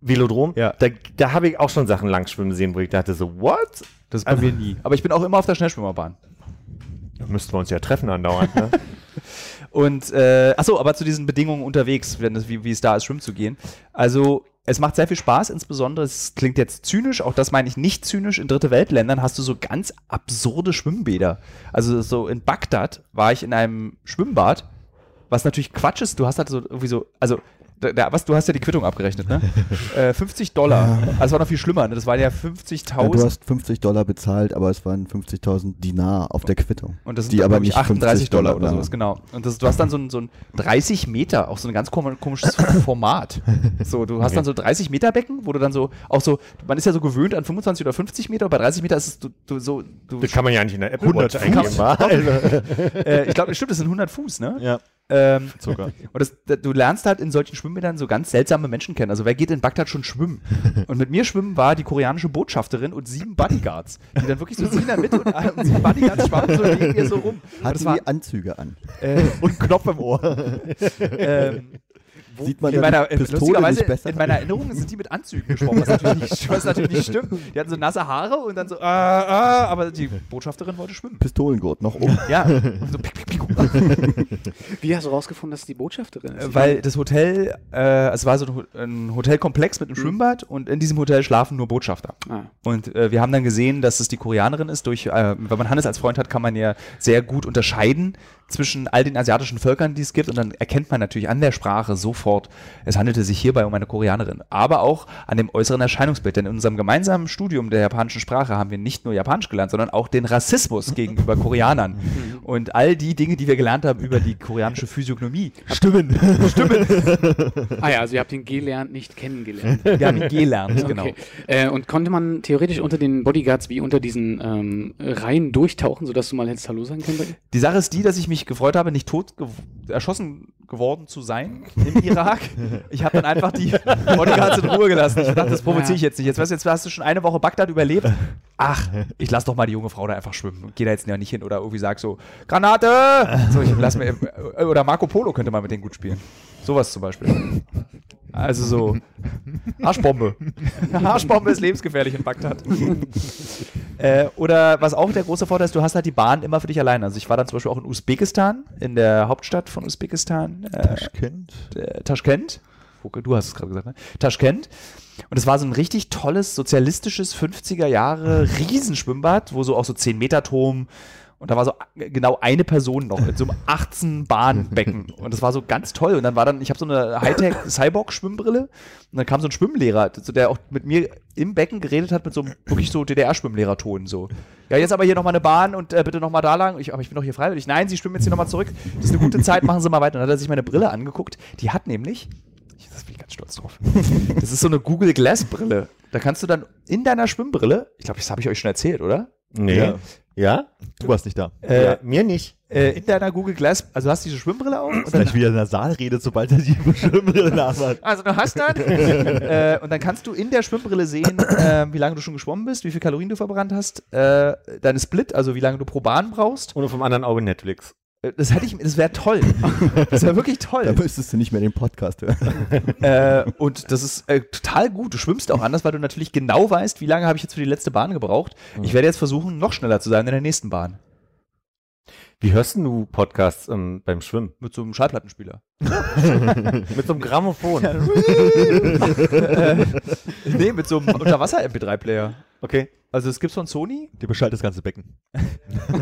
E: Velodrom.
A: Ja.
E: Da, da habe ich auch schon Sachen langschwimmen sehen, wo ich dachte so, what?
A: Das
D: also
A: ist bei mir nie. Aber ich bin auch immer auf der Schnellschwimmerbahn.
E: Da müssten wir uns ja treffen andauernd, ne?
A: Und äh, achso, aber zu diesen Bedingungen unterwegs, wenn es, wie, wie es da ist, schwimmen zu gehen. Also es macht sehr viel Spaß, insbesondere, es klingt jetzt zynisch, auch das meine ich nicht zynisch, in dritte Weltländern hast du so ganz absurde Schwimmbäder. Also so in Bagdad war ich in einem Schwimmbad, was natürlich Quatsch ist, du hast halt so irgendwie so, also da, da, was, du hast ja die Quittung abgerechnet,
C: (laughs)
A: ne? äh, 50 Dollar, also das war noch viel schlimmer, ne? das waren ja
C: Ja,
A: 50.000
C: du hast 50 Dollar bezahlt, aber es waren 50.000 Dinar auf der Quittung.
A: Und das sind
C: die
A: dann,
C: aber
A: glaub ich,
C: nicht
A: 38
C: 50
A: Dollar, oder
C: waren.
A: sowas, genau. Und das, du hast dann so ein, so ein 30 Meter, auch so ein ganz kom- komisches Format. So, du hast dann so 30 Meter Becken, wo du dann so, auch so, man ist ja so gewöhnt an 25 oder 50 Meter, bei 30 Meter ist es du, du, so, du,
E: Das kann man ja nicht in der Apple
D: 100
E: Watch eingeben, wa? Also,
A: äh, ich glaube, stimmt, das sind 100 Fuß, ne?
D: Ja.
A: Ähm,
D: Zucker.
A: (laughs) und das, da- du lernst halt in solchen Schwimmbädern so ganz seltsame Menschen kennen. Also wer geht in Bagdad schon schwimmen? Und mit mir schwimmen war die koreanische Botschafterin und sieben Bodyguards, die dann wirklich so sie in der Mitte und, äh, und sieben Bodyguards schwammen so neben ihr so rum. Und
C: Hatten
A: das war,
C: die Anzüge an.
A: äh,
D: Und Knopf im Ohr.
A: (laughs) ähm,
C: Sieht man
A: in
C: da die
A: meiner, in,
C: Pistole
A: lustigerweise,
C: nicht besser?
A: in meiner Erinnerung sind die mit Anzügen gesprochen, was natürlich, nicht, was natürlich nicht stimmt. Die hatten so nasse Haare und dann so, äh, äh, aber die Botschafterin wollte schwimmen.
C: Pistolengurt
A: (laughs)
C: noch oben.
A: Ja, und so, pick, pick, pick,
B: Wie hast du rausgefunden, dass es die Botschafterin
A: (laughs)
B: ist?
A: weil das Hotel, äh, es war so ein Ho- ein Hotelkomplex mit einem Schwimmbad und in diesem Hotel schlafen nur Botschafter.
B: Ah.
A: Und äh, wir haben dann gesehen, dass es die Koreanerin ist. Durch, äh, wenn man Hannes als Freund hat, kann man ja sehr gut unterscheiden zwischen all den asiatischen Völkern, die es gibt. Und dann erkennt man natürlich an der Sprache sofort, es handelte sich hierbei um eine Koreanerin. Aber auch an dem äußeren Erscheinungsbild. Denn in unserem gemeinsamen Studium der japanischen Sprache haben wir nicht nur Japanisch gelernt, sondern auch den Rassismus gegenüber Koreanern. Und all die Dinge, die wir gelernt haben über die koreanische Physiognomie.
D: Stimmen.
B: Ah ja, also ihr habt ihn gelernt, nicht
A: (laughs)
B: kennengelernt.
A: Wir haben ihn gelernt, genau.
B: Okay. Äh, und konnte man theoretisch unter den Bodyguards wie unter diesen ähm, Reihen durchtauchen, sodass du mal hättest Hallo sagen können? bei ihr?
A: Die Sache ist die, dass ich mich gefreut habe, nicht tot gew erschossen geworden zu sein im Irak. Ich habe dann einfach die Bodyguards in Ruhe gelassen. Ich dachte, das provoziere ich jetzt nicht. Jetzt, weißt, du, jetzt hast du schon eine Woche Bagdad überlebt. Ach, ich lass doch mal die junge Frau da einfach schwimmen und geh da jetzt ja nicht hin oder irgendwie sag so, Granate! So, ich lass mir, äh, oder Marco Polo könnte man mit denen gut spielen. Sowas zum Beispiel. Also so, Arschbombe. (laughs) Eine Arschbombe ist lebensgefährlich in Bagdad. (laughs) Äh, oder was auch der große Vorteil ist, du hast halt die Bahn immer für dich allein. Also ich war dann zum Beispiel auch in Usbekistan, in der Hauptstadt von Usbekistan, äh, äh, Taschkent. Wo- Du hast es gerade gesagt, ne? Taschkent. Und es war so ein richtig tolles, sozialistisches 50er Jahre Riesenschwimmbad, wo so auch so 10 Meter Turm und da war so a- genau eine Person noch in so (laughs) einem 18 Bahnbecken und das war so ganz toll und dann war dann ich habe so eine Hightech Cyborg Schwimmbrille und dann kam so ein Schwimmlehrer, so der auch mit mir im Becken geredet hat mit so einem wirklich so DDR Schwimmlehrerton so. Ja, jetzt aber hier noch mal eine Bahn und äh, bitte noch mal da lang. Ich, aber ich bin doch hier freiwillig. Nein, Sie schwimmen jetzt hier noch mal zurück. Das ist eine gute Zeit, machen Sie mal weiter. Und dann hat er sich meine Brille angeguckt. Die hat nämlich ich- das bin ich ganz stolz drauf. Das ist so eine Google Glass Brille. Da kannst du dann in deiner Schwimmbrille, ich glaube, das habe ich euch schon erzählt, oder?
E: (laughs) nee. Ja?
D: Ja. Du warst nicht da.
E: Äh, Mir nicht.
A: Äh, in deiner Google Glass, also du hast diese Schwimmbrille auf und dann
D: Gleich wieder in der Saal redet, sobald er die Schwimmbrille nach hat.
A: Also du hast dann äh, und dann kannst du in der Schwimmbrille sehen, äh, wie lange du schon geschwommen bist, wie viel Kalorien du verbrannt hast, äh, deine Split, also wie lange du pro Bahn brauchst.
E: Und vom anderen Auge Netflix.
A: Äh, Das hätte ich, das wäre toll. Das wäre wirklich
C: Da
A: toll.
C: müsstest du nicht mehr den
A: (laughs)
C: Podcast hören.
A: Äh, und das ist äh, total gut. Du schwimmst auch anders, weil du natürlich genau weißt, wie lange habe ich jetzt für die letzte Bahn gebraucht. Ich werde jetzt versuchen, noch schneller zu sein in der nächsten Bahn.
E: Wie hörst denn du Podcasts ähm, beim Schwimmen?
A: Mit so einem Schallplattenspieler.
E: Mit so einem Grammophon.
D: Äh.
A: (laughs) nee, mit so einem Unterwasser-MP3-Player.
E: Okay.
A: Also es gibt von Sony,
D: Der beschallt das ganze Becken.
A: (laughs)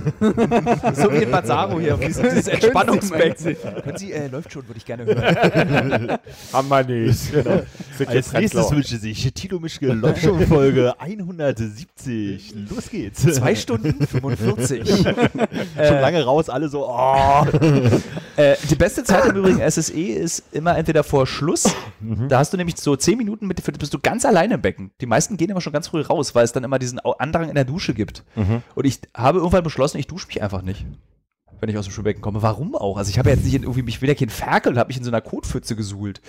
A: so wie in Mazzaro hier, auf dieses, dieses Entspannungsbecken. Können Sie, äh, läuft schon, würde ich gerne hören.
E: Haben wir nicht. (laughs)
D: Als nächstes wünsche sich Tilo Mischke
E: (laughs)
D: Lobshow-Folge 170. Los geht's.
A: (laughs) Zwei Stunden 45.
D: Schon lange raus, alle so,
E: (laughs)
D: oh.
A: (laughs) Äh, die beste Zeit im Übrigen SSE ist immer entweder vor Schluss,
D: Mhm.
A: da hast du nämlich so 10 Minuten, mit, bist du ganz alleine im Becken. Die meisten gehen immer schon ganz früh raus, weil es dann immer diesen Au- Andrang in der Dusche gibt.
E: Mhm.
A: Und ich habe irgendwann beschlossen, ich dusche mich einfach nicht. Wenn ich aus dem Schwimmbecken komme. Warum auch? Also ich habe ja jetzt nicht in irgendwie mich wieder kein Ferkel und habe mich in so einer Kotpfütze gesuhlt.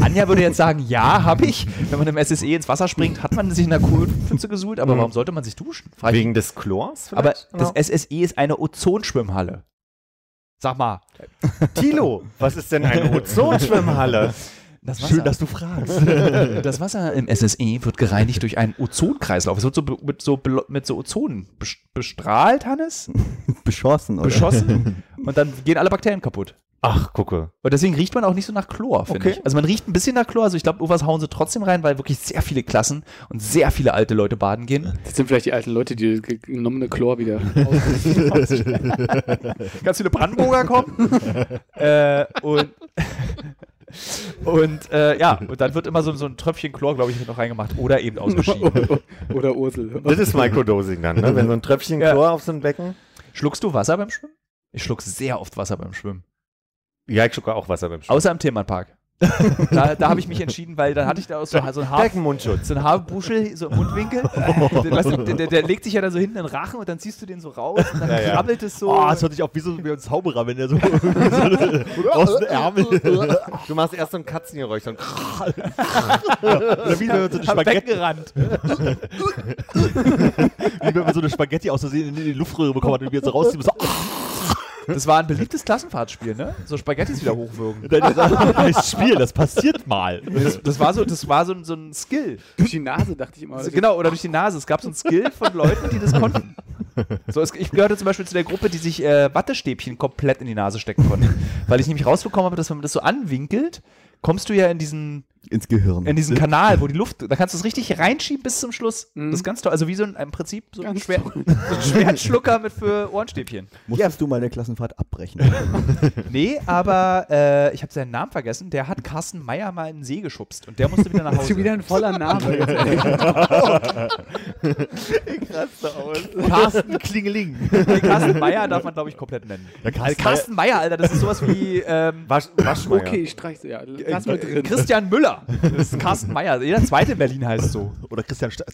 A: Anja würde jetzt sagen, ja, habe ich. Wenn man im SSE ins Wasser springt, hat man sich in einer Kotpfütze gesuhlt,
D: Mhm.
A: aber warum sollte man sich duschen? Frag ich
E: Wegen des Chlors?
A: aber
E: vielleicht? Genau.
A: das SSE ist eine Ozonschwimmhalle. Sag mal.
E: Tilo, was ist denn (laughs) eine Ozonschwimmhalle?
A: Das
D: Schön, dass du fragst.
A: (laughs) das Wasser im SSE wird gereinigt durch einen Ozonkreislauf. Es wird so be- mit so, belo- mit so Ozonen bes- bestrahlt, Hannes,
C: Beschossen, oder?
E: (laughs)
A: beschossen und dann gehen alle Bakterien kaputt.
E: Ach, gucke.
A: Und deswegen riecht man auch nicht so nach Chlor, finde
E: Okay.
A: ich. Also man riecht ein bisschen nach Chlor, also ich glaube, irgendwas hauen sie trotzdem rein, weil wirklich sehr viele Klassen und sehr viele alte Leute baden
E: (laughs)
A: gehen.
B: Das sind vielleicht die alten Leute, die das ge- genommene
A: (laughs)
B: Chlor wieder. (laughs)
A: Ganz viele Brandenburger kommen. (laughs) äh, und (laughs) und äh, ja, und dann wird immer so, so ein Tröpfchen Chlor, glaube ich, noch reingemacht oder eben
E: (laughs)
A: ausgeschieden.
B: Oder Ursel.
E: Das ist Microdosing dann, ne? Wenn so ein Tröpfchen
A: Ja.
E: Chlor auf so ein Becken.
A: Schluckst du Wasser beim Schwimmen? Ich schluck sehr oft Wasser beim Schwimmen.
E: Ja, ich schlucke auch Wasser beim Schwimmen.
A: Außer im
E: (laughs)
A: Themenpark. da da habe ich mich entschieden, weil dann hatte ich da auch so, so ein Haar.
E: Beckenmundschutz.
A: So ein Haarbuschel, so im Mundwinkel. Den- weißt du, der, der, der legt sich ja da so hinten in den Rachen und dann ziehst du den so raus und dann
E: Ja, ja.
A: krabbelt es so.
D: Oh, das hört sich auch wie so wie ein Zauberer, wenn der so, (laughs) so aus dem Ärmel.
E: (laughs) Du machst erst so ein Katzengeräusch. Dann
D: Oder wie wenn man so eine Spaghetti,
A: weggerannt.
D: wie wenn man so eine Spaghetti aus Versehen in die Luftröhre bekommen hat und wir so oh, rausziehen müssen.
A: Das war ein beliebtes Klassenfahrtspiel, ne? So Spaghettis wieder hochwürgen.
D: Dann ist das Spiel, das passiert mal.
A: Das, das war so, das war so, ein- so ein Skill.
B: Durch die Nase dachte ich immer.
A: Also, (laughs) genau, oder durch die Nase. Es gab so ein Skill von Leuten, die das konnten. So, es, ich gehörte zum Beispiel zu der Gruppe, die sich äh, Wattestäbchen komplett in die Nase stecken konnte. Weil ich nämlich rausbekommen habe, dass wenn man das so anwinkelt, kommst du ja in diesen,
C: Ins Gehirn.
A: in diesen Kanal, wo die Luft, da kannst du es richtig reinschieben bis zum Schluss. Das ist ganz toll. Also wie so ein, im Prinzip so ein,
B: Mhm. Ganz
A: Schwer, (laughs) so ein Schwertschlucker mit für Ohrenstäbchen.
C: Musstest du mal eine Klassenfahrt abbrechen.
A: Nee, aber äh, ich habe seinen Namen vergessen. Der hat Carsten Meyer mal in den See geschubst und der musste wieder nach
B: Das ist
A: Hause.
B: wieder
A: (laughs)
B: ein voller Name. (laughs)
D: Carsten Klingeling.
A: Nee, Carsten Meyer darf man, glaube ich, komplett nennen.
D: Der
A: Also Carsten Meyer, Alter, das ist sowas wie ähm,
E: Wasch, Waschmeier.
B: Okay, ich streich's. Ja, lass mal
A: äh,
B: drin.
A: Christian Müller. Das ist Carsten Meyer. Jeder zweite in Berlin heißt so.
D: Oder Christian Sta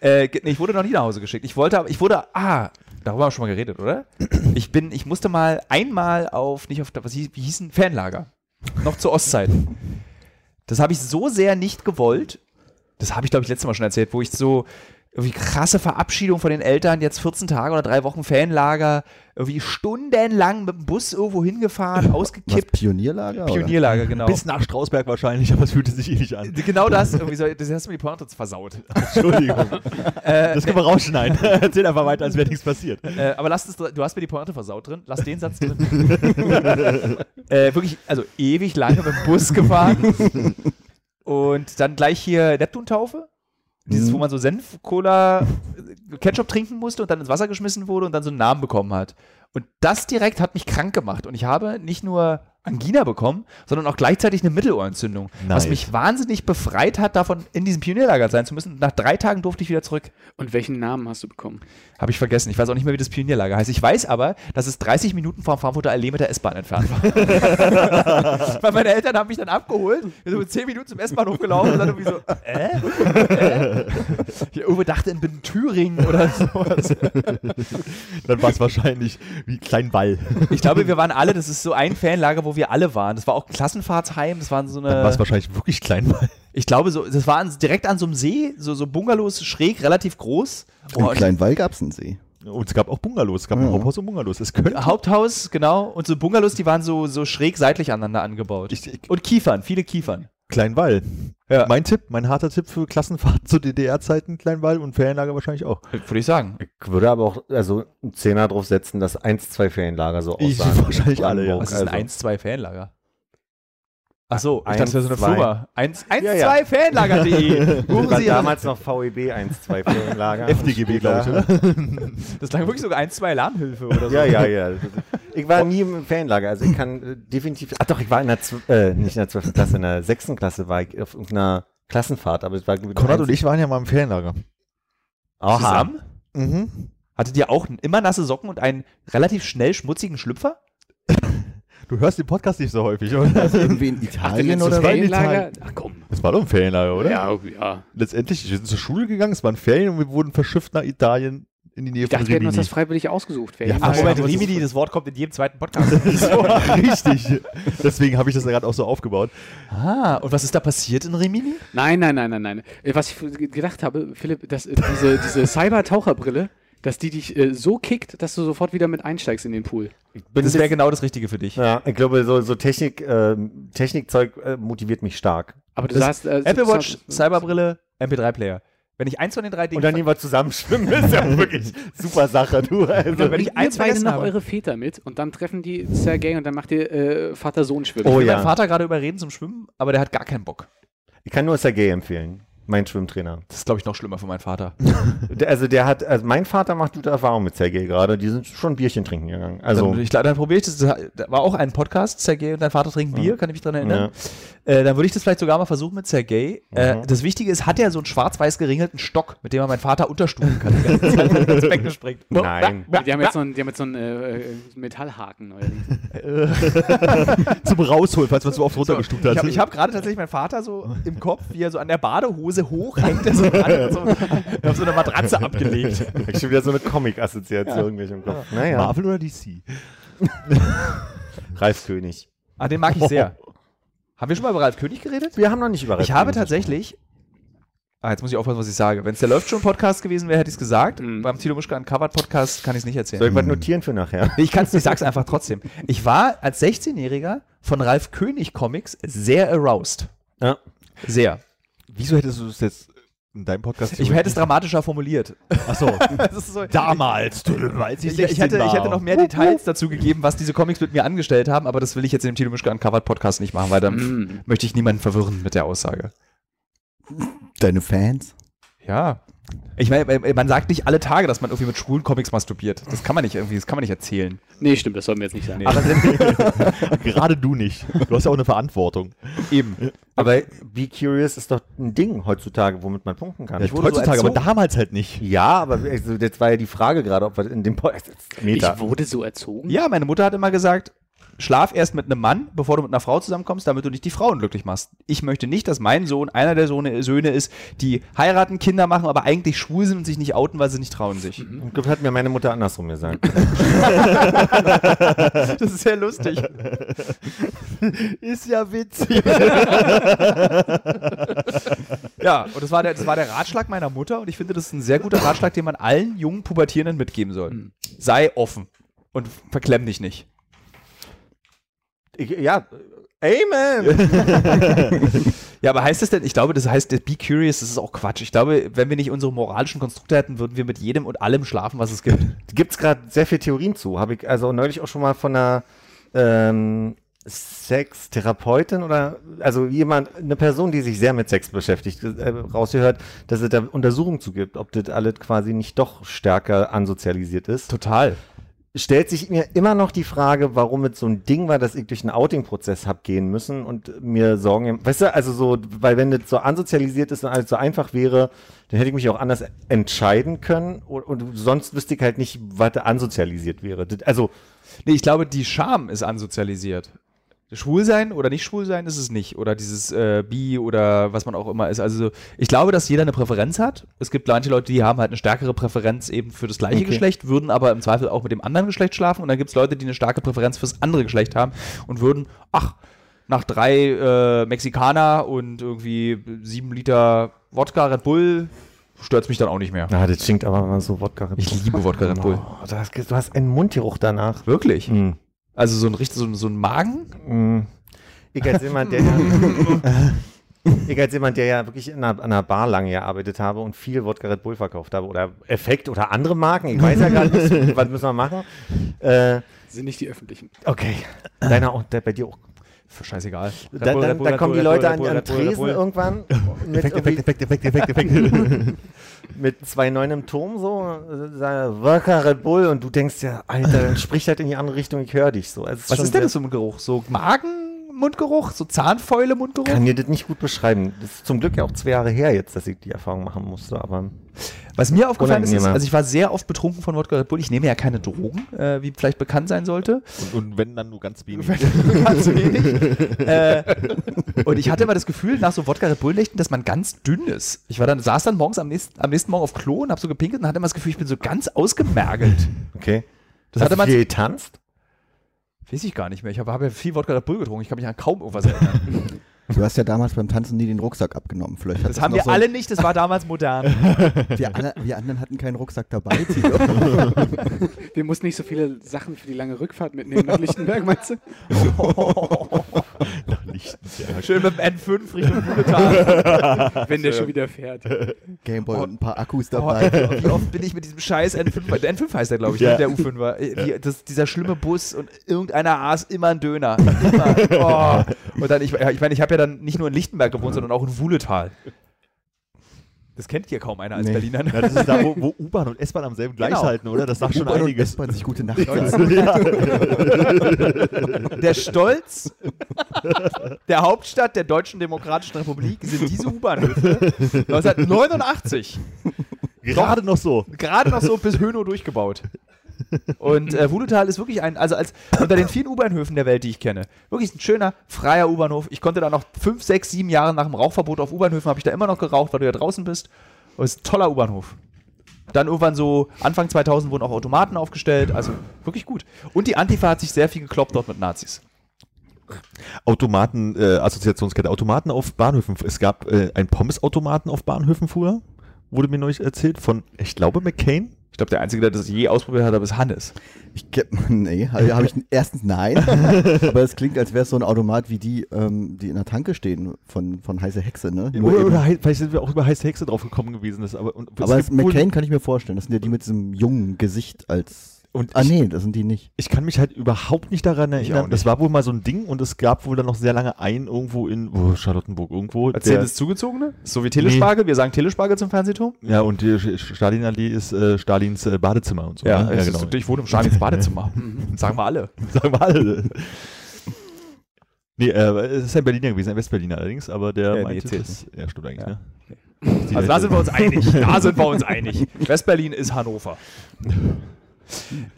A: Äh, ge- nee, ich wurde noch nie nach Hause geschickt. Ich wollte, aber- ich wurde, ah, darüber haben wir schon mal geredet,
C: (clears throat)
A: oder? Ich bin, ich musste mal einmal auf, nicht auf, was hieß, wie hieß ein Fanlager? Noch zur Ostzeit. Das habe ich so sehr nicht gewollt. Das habe ich, glaube ich, letztes Mal schon erzählt, wo ich so irgendwie krasse Verabschiedung von den Eltern, jetzt 14 Tage oder drei Wochen Fanlager, irgendwie stundenlang mit dem Bus irgendwo hingefahren,
C: Was,
A: ausgekippt.
C: Pionierlager? Oder?
A: Pionierlager, genau.
D: Bis nach Strausberg wahrscheinlich, aber es fühlte sich eh nicht an.
A: genau das, irgendwie so, das hast du mir die Pointe versaut.
D: (laughs) Entschuldigung. das können wir rausschneiden. Erzähl einfach weiter, als wäre nichts passiert.
A: Äh, aber lass es, du hast mir die Pointe versaut drin. Lass den Satz drin. äh, wirklich, also ewig lange mit dem Bus gefahren. Und dann gleich hier Neptuntaufe. Dieses, wo man so Senf, Cola, äh, Ketchup trinken musste und dann ins Wasser geschmissen wurde und dann so einen Namen bekommen hat. Und das direkt hat mich krank gemacht. Und ich habe nicht nur Angina bekommen, sondern auch gleichzeitig eine Mittelohrentzündung. Was
D: Nice.
A: mich wahnsinnig befreit hat, davon in diesem Pionierlager sein zu müssen. Nach drei Tagen durfte ich wieder zurück.
B: Und welchen Namen hast du bekommen?
A: (laughs) Habe ich vergessen. Ich weiß auch nicht mehr, wie das Pionierlager heißt. Ich weiß aber, dass es 30 Minuten vom Frankfurter Allee mit der S-Bahn entfernt war. Weil meine Eltern haben mich dann abgeholt, wir sind mit 10 Minuten zum S-Bahnhof gelaufen und dann irgendwie so, äh? äh? Ich irgendwo dachte, ich bin in Thüringen oder sowas.
D: Dann war es wahrscheinlich wie klein Ball.
A: Ich glaube, wir waren alle, das ist so ein Fanlager, wo wir alle waren. Das war auch Klassenfahrtsheim, das waren so
D: Dann war es
A: eine,
D: wahrscheinlich wirklich klein Ball.
A: ich glaube, so, das war an, direkt an so einem See, so, so Bungalows, schräg, relativ groß. Oh,
C: Im
A: und-
C: kleinen Wall gab's einen See.
D: Und Oh, es gab auch Bungalows. Es gab
C: Ja.
D: ein Haupthaus und Bungalows. Es könnte
A: Haupthaus, genau. Und so Bungalows, die waren so, so schräg seitlich aneinander angebaut.
D: Ich- ich-
A: und Kiefern, viele Kiefern.
D: Kleinwall.
A: Ja.
D: Mein Tipp, mein harter Tipp für Klassenfahrten (laughs) zu DDR-Zeiten, Kleinwall und Ferienlager wahrscheinlich auch.
A: Würde ich sagen.
E: Ich würde aber auch also einen Zehner drauf setzen, dass eins, zwei Ferienlager so
D: Ich-
E: aussahen.
D: wahrscheinlich alle, ja.
A: Was ist
E: Also,
A: ein 1-2-Fanlager? Ach so, Ah, ich
E: Ein,
A: dachte, das wäre so eine
E: zwei.
A: Firma. 1-2-Fanlager.de.
E: Ja,
A: (laughs)
E: ja.
A: Buchen
E: war
A: Sie Also, Ihre-
E: damals noch E VEB 1,
D: (laughs)
E: 2 Ferienlager.
D: FDGB, glaube
E: (laughs)
D: ich, oder?
A: Das klang wirklich sogar 1-2 Lahmhilfe oder so.
E: Ja, ja, ja. Ich war nie im Ferienlager, also ich kann äh, definitiv. Ach doch, ich war in der, zw- äh, nicht in der 12. Klasse, in der 6. Klasse war ich auf irgendeiner Klassenfahrt, aber es war glaub
D: Konrad
E: eins-
D: und ich waren ja mal im Ferienlager.
E: Aha.
A: Zusammen?
D: Mhm.
A: Hattet ihr auch immer nasse Socken und einen relativ schnell schmutzigen Schlüpfer?
D: Du hörst den Podcast nicht so häufig,
B: (laughs)
D: oder?
C: Irgendwie in Italien
B: Zu
C: oder was?
B: Ferienlager? Ach komm.
D: Es war doch ein Ferienlager, oder?
B: Ja, oh, ja.
D: Letztendlich, wir sind zur Schule gegangen, es waren Ferien und wir wurden verschifft nach Italien in die Nähe
B: Ich dachte,
D: von
B: wir hätten
D: Rimini.
B: uns das freiwillig ausgesucht.
D: Ach,
B: Ferienlager.
D: Moment,
B: Aber
D: Rimi-
A: Rimini, das Wort kommt in jedem zweiten Podcast.
D: Richtig. Deswegen habe ich das gerade auch so aufgebaut.
A: (laughs) ah, und was ist da passiert in Rimini?
B: Nein, nein, nein, nein, nein. Äh, Was ich f- gedacht habe, Philipp, dass äh, diese,
A: (laughs)
B: diese Cyber-Taucherbrille, dass die dich äh, so kickt, dass du sofort wieder mit einsteigst in den Pool.
E: Ich bin
A: Das wäre
E: bis-
A: genau das Richtige für dich.
E: ja, ich glaube, so, so Technik, ähm, Technikzeug äh, motiviert mich stark.
B: Aber du
A: Das-
B: sagst. äh,
A: Apple
B: so-
A: Watch,
B: so-
A: Cyberbrille, MP3-Player. Wenn ich eins von den drei Dingen.
E: Und dann nehmen wir zusammen schwimmen, ist ja wirklich super Sache, (laughs) du. Also.
A: Wenn ich
B: Bringt
A: eins
B: ihr beide
A: vergessen
B: noch
A: habe.
B: eure Väter mit und dann treffen die Sergei und dann macht ihr äh, Vater-Sohn-Schwimmen.
E: Oh
A: will
E: ja.
A: meinen Vater gerade überreden zum Schwimmen, aber der hat gar keinen Bock.
E: Ich kann nur Sergei empfehlen, mein Schwimmtrainer.
A: Das ist, glaube ich, noch schlimmer für meinen Vater.
E: Der, also der hat, also mein Vater macht gute Erfahrungen mit Sergei gerade. Die sind schon Bierchen trinken gegangen. Also
A: Dann, ich, dann probiere ich das. Da war auch ein Podcast, Sergei und dein Vater trinken Bier, kann ich mich dran erinnern. Äh, dann würde ich das vielleicht sogar mal versuchen mit Sergei.
E: Mhm.
A: Äh, das Wichtige ist, hat er so einen schwarz-weiß geringelten Stock, mit dem er meinen Vater unterstufen kann. Die ganze Zeit, wenn er ins Becken springt.
E: Nein.
B: Die haben jetzt so einen, die haben jetzt so einen äh, äh,
A: (laughs)
B: Metallhaken neuerdings.
D: Zum Rausholen, falls man es so oft runtergestuft
A: Ich
D: hat.
A: habe hab gerade tatsächlich meinen Vater so im Kopf, wie er so an der Badehose hochhängt, der so gerade so, auf so eine Matratze abgelegt.
E: (laughs) Ich schon wieder so eine Comic-Assoziation ja. im Kopf. Naja,
D: Marvel oder DC?
E: Ralf König.
A: Ah, den mag ich
E: (laughs)
A: sehr. Haben wir schon mal über Ralf König geredet?
E: Wir haben noch nicht über Ralf
A: Ich habe
E: König
A: tatsächlich. Ah, jetzt muss ich aufpassen, was ich sage. Wenn es der Läuft schon Podcast gewesen wäre, hätte ich es gesagt. Beim Tilo Mischka Uncovered Podcast kann ich es nicht
E: gesprochen. Soll
A: erzählen.
E: ich was notieren für nachher?
A: Nee, Ich kann es nicht, sag's einfach trotzdem. Ich war als 16-Jähriger von Ralf König Comics sehr aroused.
E: Ja.
A: Sehr.
D: Wieso hättest du es jetzt in deinem Podcast?
A: Ich hätte es dramatischer formuliert.
D: Achso,
A: (laughs) Das ist so,
D: damals, du, als
A: ich, ich, hätte, ich hätte noch mehr Details dazu gegeben, was diese Comics mit mir angestellt haben, aber das will ich jetzt in dem Tilo Mischka Uncovered Podcast nicht machen, weil dann
B: Mm.
A: möchte ich niemanden verwirren mit der Aussage.
C: Deine Fans?
A: Ja. Ich meine, äh, man sagt nicht alle Tage, dass man irgendwie mit schwulen Comics masturbiert. Das kann man nicht irgendwie, das kann man nicht erzählen.
B: Nee, stimmt, das sollten wir jetzt nicht sagen.
A: Aber
D: (laughs) Gerade du nicht. Du hast ja auch eine Verantwortung.
A: eben.
E: Aber Be Curious ist doch ein Ding heutzutage, womit man punkten kann.
A: wurde so
D: Heutzutage, aber
A: erzogen.
D: damals halt nicht.
E: ja, aber also, jetzt war ja die Frage gerade, ob wir in dem Podcast.
B: ich
E: Meta.
B: wurde so erzogen.
A: Ja, meine Mutter hat immer gesagt, schlaf erst mit einem Mann, bevor du mit einer Frau zusammenkommst, damit du nicht die Frauen glücklich machst. Ich möchte nicht, dass mein Sohn einer der Sohne, Söhne ist, die heiraten, Kinder machen, aber eigentlich schwul sind und sich nicht outen, weil sie nicht trauen sich.
E: Ich glaube, hat mir meine Mutter andersrum gesagt.
A: Das ist sehr lustig.
D: (laughs) Ist ja witzig.
A: (laughs) Ja, und das war, der, das war der Ratschlag meiner Mutter und ich finde, das ist ein sehr guter Ratschlag, den man allen jungen Pubertierenden mitgeben
D: Hm.
A: soll. Sei offen und verklemm dich nicht.
E: Ich, ja, Amen!
A: Ja, aber heißt das denn, ich glaube, das heißt, das Be Curious, das ist auch Quatsch. Ich glaube, wenn wir nicht unsere moralischen Konstrukte hätten, würden wir mit jedem und allem schlafen, was es gibt.
E: Gibt es gerade sehr viele Theorien zu. Habe ich also neulich auch schon mal von einer ähm, Sextherapeutin oder also jemand, eine Person, die sich sehr mit Sex beschäftigt, äh, rausgehört, dass es da Untersuchungen zu gibt, ob das alles quasi nicht doch stärker ansozialisiert ist.
A: Total.
E: stellt sich mir immer noch die Frage, warum es so ein Ding war, dass ich durch einen Outing-Prozess hab gehen müssen und mir Sorgen, weißt du, also so, weil wenn das so ansozialisiert ist und alles so einfach wäre, dann hätte ich mich auch anders entscheiden können und, und sonst wüsste ich halt nicht, was da ansozialisiert wäre. Das, also,
A: Nee, ich glaube, die Scham ist ansozialisiert. Schwul sein oder nicht schwul sein ist es nicht. Oder dieses äh, Bi oder was man auch immer ist. Also ich glaube, dass jeder eine Präferenz hat. Es gibt manche Leute, die haben halt eine stärkere Präferenz eben für das gleiche Geschlecht, würden aber im Zweifel auch mit dem anderen Geschlecht schlafen. Und dann gibt es Leute, die eine starke Präferenz fürs andere Geschlecht haben und würden, ach, nach drei äh, Mexikaner und irgendwie sieben Liter Wodka Red Bull stört es mich dann auch nicht mehr.
E: Na, das stinkt aber mal so Wodka Red
A: Ich liebe Wodka Red Bull.
E: Oh, das, du hast einen Mundgeruch danach.
A: Wirklich?
E: Mhm.
A: Also so ein richtig, so, ein- so ein Magen?
E: Mhm. Ich als jemand, der (laughs) ja, ich als jemand, der ja wirklich in einer, an einer Bar lange gearbeitet habe und viel Wodka Red Bull verkauft habe oder Effekt oder andere Marken, ich weiß ja gar nicht, was müssen wir machen. Äh,
B: Sind nicht die öffentlichen.
E: okay, deiner auch, der, bei dir auch.
A: Scheißegal.
E: Da, dann, dann kommen die Leute an, an Tresen irgendwann mit, irgendwie-
D: Effekt, Effekt,
A: (laughs)
D: Effekt, Effekt.
E: mit 2,9 im Turm so, äh, sagen, Wodka Red Bull und du denkst ja, Alter, dann spricht halt in die andere Richtung, ich höre dich so. Also es
A: Was
E: schon
A: ist denn
E: sehr-
A: das für ein Geruch? So
E: Hm.
A: Magen-Mundgeruch? So Zahnfäule-Mundgeruch?
E: kann dir das nicht gut beschreiben. Das ist zum Glück ja auch zwei Jahre her jetzt, dass ich die Erfahrung machen musste, aber
A: Was mir aufgefallen ist, ist,
E: Unangenehmer.
A: also ich war sehr oft betrunken von Wodka Red Bull. Ich nehme ja keine Drogen, äh, wie vielleicht bekannt sein sollte.
D: Und, und wenn dann nur ganz
A: (laughs)
D: wenig.
A: Ganz wenig. äh, und ich hatte immer das Gefühl, nach so Wodka Red Bull Nächten, dass man ganz dünn ist. Ich war dann, saß dann morgens am nächsten, am nächsten Morgen auf Klo und habe so gepinkelt und hatte immer das Gefühl, ich bin so ganz ausgemergelt.
E: okay.
A: Das
E: Hast
A: hatte
E: du
A: man-
E: viel getanzt?
A: Weiß ich gar nicht mehr. Ich habe hab ja viel Wodka Red Bull getrunken. Ich kann mich an kaum irgendwas erinnern.
E: (laughs)
C: Du hast ja damals beim Tanzen nie den Rucksack abgenommen. Vielleicht hat
A: Das haben
C: noch
A: wir
C: so-
A: alle nicht. Das war damals
E: (laughs)
A: modern.
D: (laughs)
C: Wir, alle, wir anderen hatten keinen Rucksack dabei. Tilo.
B: Wir mussten nicht so viele Sachen für die lange Rückfahrt mitnehmen nach Lichtenberg, meinst du?
D: Nach Lichtenberg.
A: Schön mit dem N5 Richtung Bhutan.
B: Wenn der schon wieder fährt.
C: Gameboy und ein paar Akkus
A: Oh,
C: dabei.
A: wie oft bin ich mit diesem scheiß N5, der N5 heißt der, glaube ich,
D: Ja.
A: nicht der U5 war. Äh, Die, das, dieser schlimme Bus und irgendeiner aß immer einen Döner. Immer. Oh. Und dann, ich meine, ich, mein, ich habe ja dann nicht nur in Lichtenberg gewohnt, sondern auch in Wuhletal. Das kennt hier kaum einer als
C: Nee.
A: Berliner. ne?
D: Ja, das ist da, wo, wo U-Bahn und S-Bahn am selben Gleis
A: Genau.
D: halten, (laughs) oder? Das sagt schon
C: U-Bahn und
A: (laughs)
D: einiges.
C: S-Bahn sich gute Nacht. sagen.
D: (laughs) Ja.
A: Der Stolz der Hauptstadt der Deutschen Demokratischen Republik sind diese U-Bahnhöfe 1989.
D: Gerade noch so.
A: gerade noch so bis Hönow durchgebaut. Und äh, Wudetal ist wirklich ein, also als unter den vielen U-Bahnhöfen der Welt, die ich kenne, wirklich ein schöner, freier U-Bahnhof. Ich konnte da noch fünf, sechs, sieben Jahre nach dem Rauchverbot auf U-Bahnhöfen, habe ich da immer noch geraucht, weil du ja draußen bist. Und es ist ein toller U-Bahnhof. Dann irgendwann so Anfang 2000 wurden auch Automaten aufgestellt, also wirklich gut. Und die Antifa hat sich sehr viel gekloppt dort mit Nazis.
D: Automaten, äh, Assoziationskette, Automaten auf Bahnhöfen. Es gab äh, einen Pommesautomaten auf Bahnhöfen früher, wurde mir neulich erzählt, von, ich glaube, McCain.
A: Ich glaube, der Einzige, der das je ausprobiert hat, ist Hannes.
C: Ich ge- nee, habe hab ich erstens
D: (laughs)
C: nein. aber es klingt, als wäre es so ein Automat wie die, ähm, die in der Tanke stehen von, von heiße Hexe, ne? Nur
D: Oder,
C: eben-
D: (laughs) oder Hei- vielleicht sind wir auch über heiße Hexe drauf gekommen gewesen. Das, aber und,
C: aber
D: es
C: es
D: gibt wohl-
C: McCain kann ich mir vorstellen. Das sind ja die mit diesem jungen Gesicht als.
D: Und
C: ah
D: ich-
C: nee, das sind die nicht.
D: ich kann mich halt überhaupt nicht daran erinnern.
A: auch
D: Das war wohl mal so ein Ding und es gab wohl dann noch sehr lange einen irgendwo in oh, Charlottenburg irgendwo.
A: Erzählt
D: der-
A: das Zugezogene? Ist So wie Telespargel, wir sagen Telespargel zum Fernsehturm.
D: Ja, und die Sch- Stalinallee ist äh, Stalins äh, Badezimmer und so. ne?
A: es ist- ich wohne im Schalins (laughs) Badezimmer. sagen wir alle.
D: Sagen wir alle. Nee, äh, es ist ein Berliner gewesen, ein Westberliner allerdings, aber der
A: Ja, nee,
D: meinte,
A: zählt
D: das, ja, stimmt eigentlich,
A: Ja.
D: ne?
A: Also da sind wir uns einig. Da sind wir uns einig. Westberlin ist Hannover.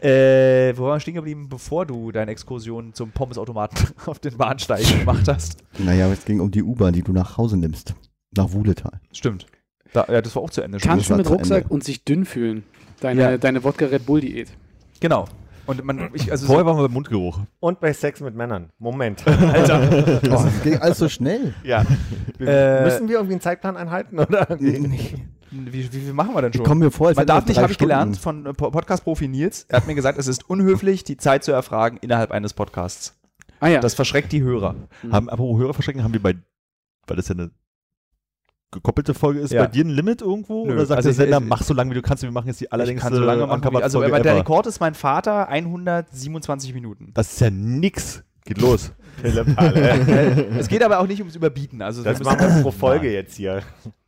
A: Äh, wo waren wir stehen geblieben, bevor du deine Exkursion zum Pommesautomaten (laughs) auf den Bahnsteig gemacht hast?
C: Naja, aber es ging um die U-Bahn, die du nach Hause nimmst. Nach
D: (laughs)
C: Wuhletal.
A: Stimmt. Da, ja, das war auch zu Ende schon.
C: Tanz-
B: Tanzen mit
C: zu Ende.
B: Rucksack und sich dünn fühlen. Deine,
A: Ja.
B: deine Wodka Red Bull Diät.
A: Genau. Und man, ich, also
D: Vorher waren wir beim Mundgeruch.
E: Und bei Sex mit Männern. (laughs) Moment.
C: Oh, es ging alles so
D: (laughs)
C: schnell.
E: ja.
A: Äh,
E: Müssen wir irgendwie einen Zeitplan einhalten? Oder?
A: wie, wie, wie machen wir denn schon?
C: Ich komme mir vor, als
A: Man
C: hätten wir
A: darf nicht,
C: drei
A: habe ich
C: Stunden.
A: gelernt von äh, Po- Podcast-Profi Nils. Er hat mir gesagt, es ist unhöflich, die Zeit zu erfragen innerhalb eines Podcasts.
B: Ah ja,
A: Das verschreckt die Hörer.
D: Haben, aber Hörer verschrecken, haben wir bei, weil das ja eine gekoppelte Folge ist,
A: Ja.
D: bei dir ein Limit irgendwo?
A: Nö,
D: Oder sagt
A: also
D: der
A: ich-
D: Sender,
A: ich-
D: mach so lange, wie du kannst, wir machen jetzt die
A: ich
D: allerdings äh,
A: kann so lange machen, wie, also
D: Folge
A: der
D: ever.
A: Rekord ist mein Vater 127 Minuten.
D: Das ist ja nix. Geht los.
A: Es geht aber auch nicht ums Überbieten. Also wir
E: Das
A: müssen, (coughs)
E: machen wir pro Folge jetzt hier.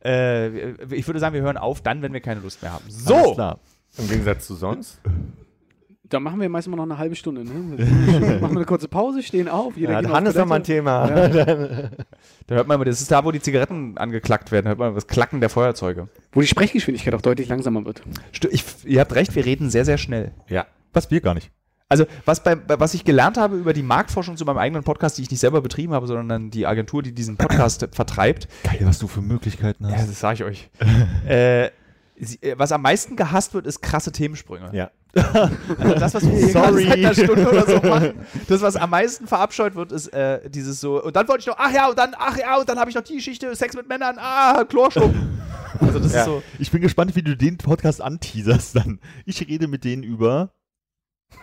A: äh, ich würde sagen, wir hören auf dann, wenn wir keine Lust mehr haben.
D: Alles
A: So,
D: klar.
E: Im Gegensatz zu sonst.
B: da machen wir meist immer noch eine halbe Stunde. Ne? machen wir eine kurze Pause, stehen auf. Jeder
E: Ja,
B: geht auf
E: Hannes
B: Toilette.
E: hat mal ein Thema.
A: da hört man immer, das ist da, wo die Zigaretten angeklackt werden, hört man das Klacken der Feuerzeuge.
B: Wo die Sprechgeschwindigkeit auch deutlich langsamer wird.
A: Sti- Ich, ihr habt recht, wir reden sehr, sehr schnell.
E: Ja.
D: Was wir gar nicht.
A: Also, was, bei, bei- was ich gelernt habe über die Marktforschung zu meinem eigenen Podcast, die ich nicht selber betrieben habe, sondern die Agentur, die diesen Podcast (coughs) vertreibt,
D: Geil, was du für Möglichkeiten
A: ja,
D: hast. (laughs)
A: das sage ich euch. äh, sie, äh, was am meisten gehasst wird, ist krasse Themensprünge.
E: Ja.
A: Also das, was wir hier gerade
D: Sorry.
A: seit einer Stunde oder so machen, das, was am meisten verabscheut wird, ist äh, dieses so, und dann wollte ich noch, ach ja, und dann, ach ja, und dann habe ich noch die Geschichte, Sex mit Männern, ah, Chlorschlucken. Also das
E: Ja.
A: ist so,
D: Ich bin gespannt, wie du den Podcast anteaserst dann. Ich rede mit denen über.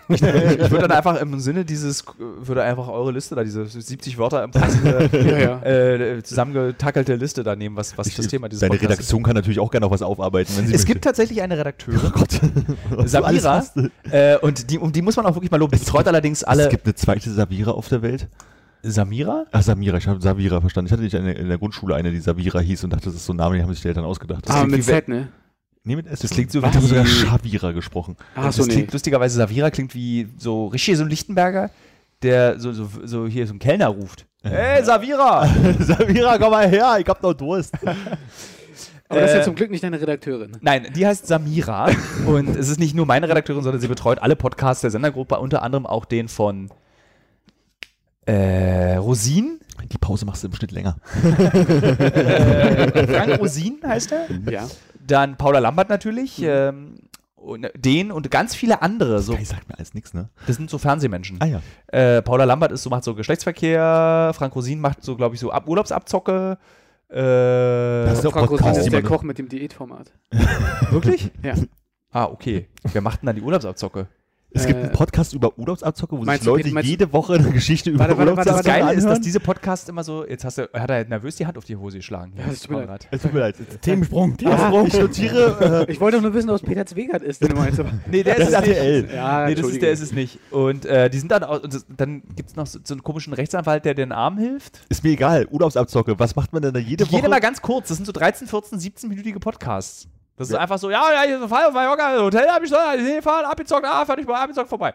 A: ich
D: (laughs)
A: würde dann einfach im Sinne dieses, würde einfach eure Liste da, diese 70 Wörter im passende, (laughs)
B: Ja, ja.
A: äh, zusammengetackelte Liste da nehmen, was, was das Thema dieses
D: Deine
A: Podcasts
D: Redaktion kann natürlich auch gerne noch was aufarbeiten, wenn sie
A: ist. Es gibt
D: möchte.
A: tatsächlich eine Redakteurin,
D: Was du alles
A: Samira,
D: hast.
A: äh, und die, um die muss man auch wirklich mal loben. Die betreut allerdings
D: Es
A: alle.
D: gibt eine zweite Savira auf der Welt.
A: Samira?
D: Ach, Samira, ich habe Savira verstanden. Ich hatte nicht eine, in der Grundschule eine, die Savira hieß und dachte, das ist so ein Name, den haben sich die Eltern ausgedacht. Das
B: Ah,
D: klingt
B: mit
D: wie-
B: Z, ne?
D: Nee, mit S.
A: Das klingt so
D: Ich habe
A: wie-
D: sogar Shavira gesprochen. (laughs)
B: Ach Ah, so,
A: das
B: nee.
A: klingt lustigerweise, Savira klingt wie so richtig so ein Lichtenberger, der so, so, so hier so einen Kellner ruft. Hey, (laughs) Savira!
D: Savira, komm mal her, ich hab noch Durst.
B: Aber das ist
A: Äh,
B: ja zum Glück nicht deine Redakteurin.
A: Nein, die heißt Samira und es ist nicht nur meine Redakteurin, sondern sie betreut alle Podcasts der Sendergruppe, unter anderem auch den von äh, Rosin.
D: Die Pause machst du im Schnitt länger.
A: Äh, Frank Rosin heißt er.
B: Ja.
A: Dann Paula Lambert natürlich. Ähm, und den und ganz viele andere. So,
D: Kai sagt mir alles nichts, ne?
A: das sind so Fernsehmenschen.
D: Ah ja.
A: Äh, Paula Lambert ist so, macht so Geschlechtsverkehr, Frank Rosin macht so, glaube ich, so Ab Urlaubsabzocke. Äh,
D: Das ist doch
B: Frank Rosin
D: Podcast,
B: ist der
D: jemand-
B: Koch mit dem Diätformat.
A: wirklich?
B: Ja.
A: (laughs) Ah, okay. Wer macht denn dann die Urlaubsabzocke?
D: Es gibt
B: Äh,
D: einen Podcast über Urlaubsabzocke, wo sich
B: meinst du,
D: Leute
B: Peter, meinst du-
D: jede Woche eine Geschichte über
B: Warte, warte, warte,
A: Das
B: warte,
D: Urlaubsabzocke
A: Geile ist, dass
D: anhören.
A: diese Podcasts immer so, jetzt hast du, hat er nervös die Hand auf die Hose geschlagen.
B: Ja, das tut mir leid.
D: Es tut (laughs) mir leid. es-
E: Themensprung.
D: Ah, ich notiere. Äh,
B: Ich wollte doch nur wissen, ob es Peter Zwegert ist, den du meinst. aber-
A: Nee, der
D: das
A: ist
D: ist
A: es nicht.
D: RTL.
B: Ja,
A: Nee, das ist,
B: Entschuldige.
A: der ist es nicht. Und äh, die sind dann, auch, und das, dann gibt es noch so, so einen komischen Rechtsanwalt, der den Arm hilft.
D: äh, Ist mir egal. Urlaubsabzocke. Was macht man denn da jede
A: Die
D: Woche?
A: gehen immer ganz kurz. Das sind so 13, 14, 17-minütige Podcasts. Das ist einfach so, ja, ja, hier ist ein Fall auf Mallorca, Hotel habe ich schon, hingefahren, abgezockt, ah, fertig, mal abgezockt, vorbei.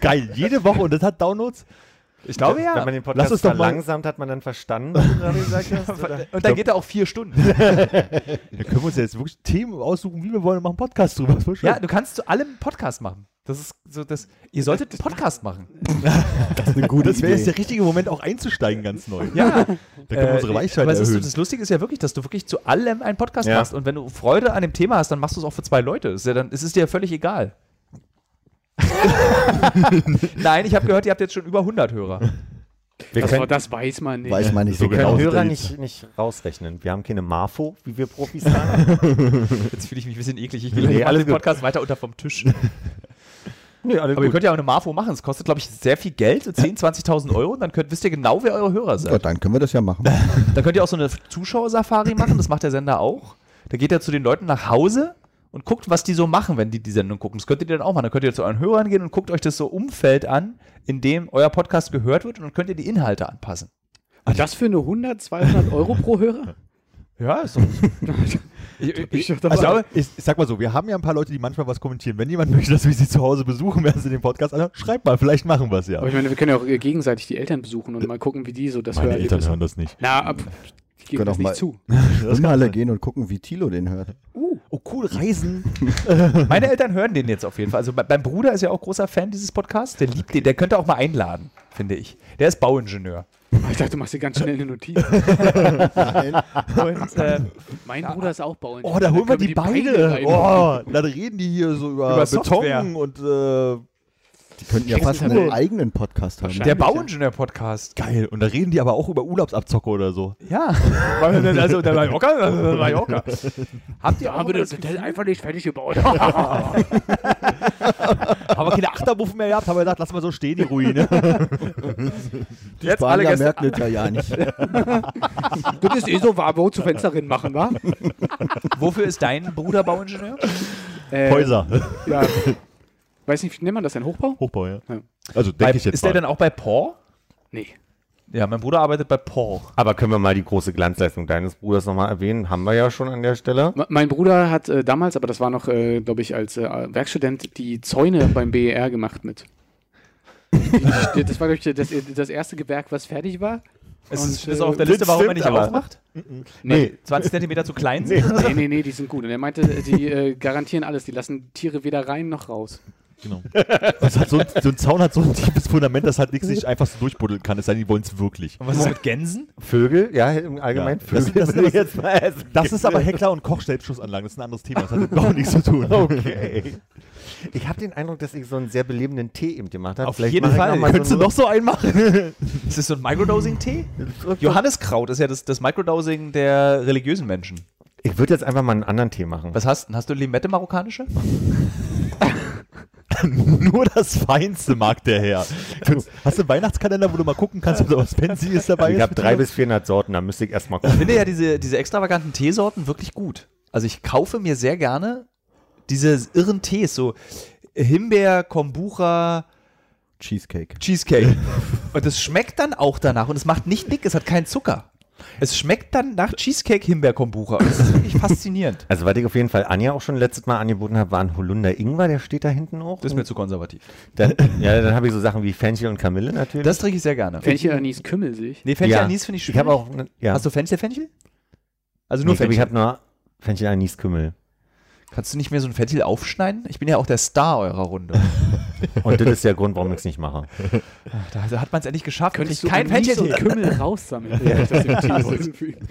D: Geil. Jede Woche. Und das hat Downloads.
A: Ich glaube
E: Wenn
A: ja.
E: man den Podcast
D: uns doch mal-
E: verlangsamt, hat man dann verstanden, was du gerade gesagt hast? Oder?
A: Und dann geht er auch vier Stunden.
D: Da können wir uns jetzt wirklich Themen aussuchen, wie wir wollen, und machen einen Podcast drüber. Das ist voll schön.
A: ja, du kannst zu allem einen Podcast machen. Das ist so, das, ihr solltet einen Podcast machen.
C: Eine gute
D: das wäre jetzt der richtige Moment, auch einzusteigen, ganz neu.
A: Ja. Äh,
D: Da können wir unsere Weichheit
A: aber es ist so,
D: erhöhen.
A: das Lustige ist ja wirklich, dass du wirklich zu allem einen Podcast
E: Ja.
A: machst. Und wenn du Freude an dem Thema hast, dann machst du es auch für zwei Leute. Ist ja dann, es ist dir ja völlig egal. Nein, ich habe gehört, ihr habt jetzt schon über 100 Hörer.
E: Wir
B: Das, war-
E: können,
B: das weiß man nicht.
C: Weiß man nicht so
E: wir
C: genau.
E: können Hörer
D: Tausend
E: nicht, nicht rausrechnen. Wir haben keine Marfo, wie wir Profis (laughs) sagen.
A: Jetzt fühle ich mich ein bisschen eklig. Ich will nee,
E: Nee, alles
A: alles den
E: gut.
A: Podcast weiter unter vom Tisch.
E: nee, alles
A: Aber ihr könnt ja auch eine Marfo machen. Es kostet, glaube ich, sehr viel Geld, so 10.000, 20.000 Euro. Und dann könnt, wisst ihr genau, wer eure Hörer
C: Ja,
A: sind.
C: dann können wir das ja machen.
A: Dann könnt ihr auch so eine Zuschauersafari machen. Das macht der Sender auch. Da geht er zu den Leuten nach Hause und guckt, was die so machen, wenn die die Sendung gucken. Das könntet ihr dann auch machen. Dann könnt ihr zu euren Hörern gehen und guckt euch das so Umfeld an, in dem euer Podcast gehört wird. Und dann könnt ihr die Inhalte anpassen.
B: Und das für eine 100, 200 Euro pro Hörer?
A: Ja, ist so. ich, ich, ich,
D: Also,
A: glaube,
D: ich, ich sag mal so, wir haben ja ein paar Leute, die manchmal was kommentieren. Wenn jemand (laughs) möchte, dass wir sie zu Hause besuchen, während sie den Podcast anhören, schreibt mal, vielleicht machen wir es ja.
B: Aber ich meine, wir können ja auch äh, gegenseitig die Eltern besuchen und mal gucken, wie die so das hören.
D: hören das nicht.
B: Na, ab, die geben
C: Können
B: das
C: auch
B: nicht
C: mal-
B: zu.
C: Lass mal alle gehen und gucken, wie Tilo den hört.
D: Oh, cool, Reisen.
A: (laughs) meine Eltern hören den jetzt auf jeden Fall. Also mein- mein Bruder ist ja auch großer Fan dieses Podcasts. Der liebt den. Der könnte auch mal einladen, finde ich. Der ist Bauingenieur.
B: Ich dachte, du machst dir ganz schnell eine Notiz.
A: Und, äh,
B: Mein Bruder ist auch Bauingenieur.
D: Oh, da holen wir
B: können
D: die, beide. Oh, dann reden die hier so über,
A: Über
D: Beton
A: Software.
D: und äh,
C: Die könnten ja fast einen eigenen Podcast haben.
A: der Bauingenieur-Podcast.
D: geil. Und da reden die aber auch über Urlaubsabzocke oder so.
A: Ja. (laughs) also der Mallorca, der Mallorca. Habt ihr
B: Haben
A: aber,
B: wir das Hotel einfach nicht fertig gebaut? (laughs)
D: Haben wir keine Achterbuffen mehr gehabt, haben wir gedacht, lass mal so stehen, die Ruine.
A: jetzt alle
C: Spanier
A: Gäste,
C: merken das ja ja nicht.
B: das ist eh so warm, wo zu Fensterin machen, wa?
A: wofür ist dein Bruder Bauingenieur?
B: Äh,
D: Häuser.
B: Ja. Weiß nicht, wie nennt man das denn? Hochbau?
D: Hochbau, ja.
B: Ja.
D: Also
A: Bei,
D: denke
A: ist
D: ich jetzt
A: der
D: mal.
A: dann auch bei Paul?
B: Nee.
A: Ja, mein Bruder arbeitet bei Paul.
E: Aber können wir mal die große Glanzleistung deines Bruders nochmal erwähnen? Haben wir ja schon an der Stelle.
B: Me- Mein Bruder hat äh, damals, aber das war noch, äh, glaube ich, als äh, Werkstudent, die Zäune beim BER gemacht mit. Die- das war, glaube ich, das, das erste Gewerk, was fertig war.
A: Es
B: Und,
A: ist,
B: äh,
A: ist auf der Liste,
E: das
A: warum er
E: stimmt
A: nicht
E: aber.
A: aufmacht.
B: Nee.
A: 20 Zentimeter zu klein sind.
B: Nee, nee, nee, die sind gut. Und er meinte, die äh, garantieren alles. Die lassen Tiere weder rein noch raus.
D: Genau. Das hat so, ein, so ein Zaun hat so ein tiefes Fundament, dass halt nichts sich einfach so durchbuddeln kann. Es sei denn, die wollen es wirklich.
G: Und was ist mit Gänsen?
E: Vögel, ja, im Allgemeinen
D: Ja, das-
E: Vögel.
D: das-
E: würde ich jetzt mal essen.
D: Das ist aber Heckler und Koch Selbstschussanlagen. Das ist ein anderes Thema. Das hat mit Bau nichts zu tun.
E: (laughs) Okay. Ich habe den Eindruck, dass ich so einen sehr belebenden Tee eben gemacht habe.
G: Auf jeden
E: mache ich
G: Fall.
E: noch mal
D: Könntest du
E: so
D: noch so einen machen?
E: (laughs)
G: Ist das so ein Microdosing-Tee?
E: einen-
A: Johanneskraut ist ja das, das Microdosing der religiösen Menschen.
E: Ich würde jetzt einfach mal einen anderen Tee machen.
A: Was hast du? Hast du Limette marokkanische?
D: Nur das Feinste mag der Herr. Hast du einen Weihnachtskalender, wo du mal gucken kannst, ob da was Fancy ist dabei?
E: Also Ich
D: ist
E: habe
D: mit
E: drei
D: drin?
E: bis 400 Sorten, da müsste ich erstmal
A: Ich (laughs)
E: gucken.
A: finde ja diese, diese extravaganten Teesorten wirklich gut. Also ich kaufe mir sehr gerne diese irren Tees, so Himbeer, Kombucha,
C: Cheesecake.
A: Cheesecake. (laughs) Und es schmeckt dann auch danach und es macht nicht dick, es hat keinen Zucker. Es schmeckt dann nach Cheesecake, Himbeer, Kombucha. Und Das ist wirklich faszinierend.
E: Also, was ich auf jeden Fall Anja auch schon letztes Mal angeboten habe, war ein Holunder Ingwer, der steht da hinten auch.
A: Das ist mir zu konservativ.
E: dann, ja, dann habe ich so Sachen wie Fenchel und Kamille natürlich.
A: Das trinke ich sehr gerne.
B: Fenchel, Anis, Kümmel sich.
A: Nee, Fenchel
E: Ja.
A: Anis finde ich schön.
E: ich habe auch. ne- Ja.
A: Hast du Fenchel, Fenchel? Also
E: nur
A: nur
E: ich glaube, ich
A: Fenchel.
E: habe nur Fenchel, Anis, Kümmel.
A: Kannst du nicht mehr so ein Fenchel aufschneiden? Ich bin ja auch der Star eurer (laughs) Runde.
E: Und das ist der Grund, warum ich es nicht mache.
A: Da da hat man es endlich geschafft.
B: Könntest
A: Ich
B: du
A: kein
B: Anis
A: Fenchel.
B: und Kümmel raussammeln? Ja. Das im Tee so hinfügen.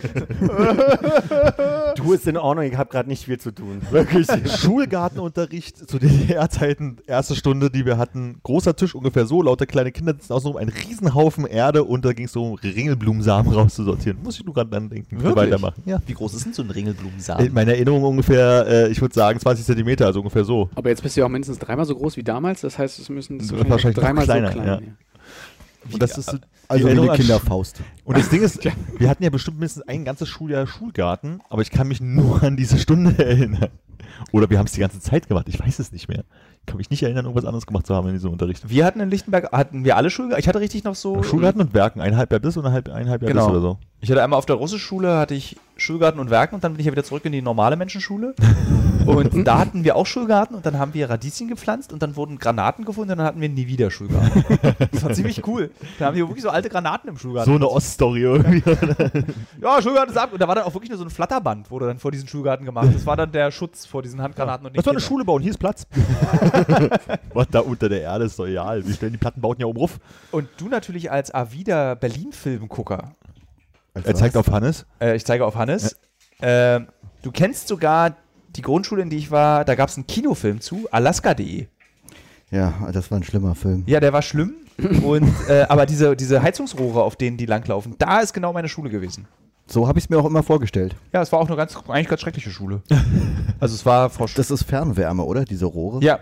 E: Du ist in Ordnung, ich habe gerade nicht viel zu tun.
D: Wirklich. Schulgartenunterricht zu (laughs) DDR-Zeiten, erste Stunde, die wir hatten. Großer Tisch, ungefähr so, lauter kleine Kinder sitzen außenrum, ein Riesenhaufen Erde und da ging es so um Ringelblumensamen rauszusortieren. Muss ich nur gerade dran denken. Bitte
G: Wirklich?
D: Weitermachen. Ja.
G: Wie groß ist denn so ein
D: In
G: Ringelblumensamen?
D: meiner Erinnerung ungefähr, äh, ich würde sagen, 20 Zentimeter, also ungefähr so.
B: Aber jetzt bist du ja auch mindestens dreimal so groß wie damals. Das heißt, es müssen das
D: Das wird wahrscheinlich noch
B: dreimal
D: kleiner,
B: so klein.
D: ja.
B: ja.
D: Und das ist so äh, die
C: Also wie
D: Erinnerung
C: eine
D: an
C: Kinderfaust.
D: Und das Ding ist, wir hatten (laughs) ja bestimmt mindestens ein ganzes Schuljahr Schulgarten, aber ich kann mich nur an diese Stunde (laughs) erinnern. Oder wir haben es die ganze Zeit gemacht, ich weiß es nicht mehr. Ich kann mich nicht erinnern, irgendwas anderes gemacht zu haben in diesem Unterricht.
A: Wir hatten in Lichtenberg, hatten wir alle Schulgarten? Ich hatte richtig noch so.
D: Schulgarten und Werken, ein halb Jahr bis und ein halb, ein halb Jahr
A: Genau.
D: bis oder so.
A: Ich hatte einmal auf der Russischschule hatte ich Schulgarten und Werken und dann bin ich ja wieder zurück in die normale
D: (laughs)
A: Menschenschule. Und da hatten wir auch Schulgarten und dann haben wir Radieschen gepflanzt und dann wurden Granaten gefunden und dann hatten wir nie wieder
D: (laughs)
A: Schulgarten. Das war ziemlich cool. Da haben wir wirklich so alte Granaten im Schulgarten.
D: So eine Oststory irgendwie.
A: Ja, Schulgarten ist ab. Und da war dann auch wirklich nur so ein Flatterband, wurde dann vor diesen Schulgarten gemacht. Das war dann der Schutz vor diesen Handgranaten und den
D: Lass mal eine
A: Kindern.
D: Schule bauen, hier ist (laughs) Platz. Was da unter der Erde ist, doch egal. Die stellen die Plattenbauten ja oben ruf.
A: Und du natürlich als avider Berlin-Filmgucker,
D: Er zeigt auf Hannes.
A: äh, ich zeige auf Hannes, ähm, du kennst sogar die Grundschule, in die ich war, da gab es einen Kinofilm zu, Alaska.de.
C: Ja, das war ein schlimmer Film.
A: Ja, der war schlimm. Und, äh, aber diese, diese Heizungsrohre, auf denen die langlaufen, da ist genau meine Schule gewesen.
C: So habe ich es mir auch immer vorgestellt.
A: Ja, es war auch eine ganz, eigentlich ganz schreckliche Schule. Also es war Frau Sch
C: Das ist Fernwärme, oder? Diese Rohre?
A: Ja.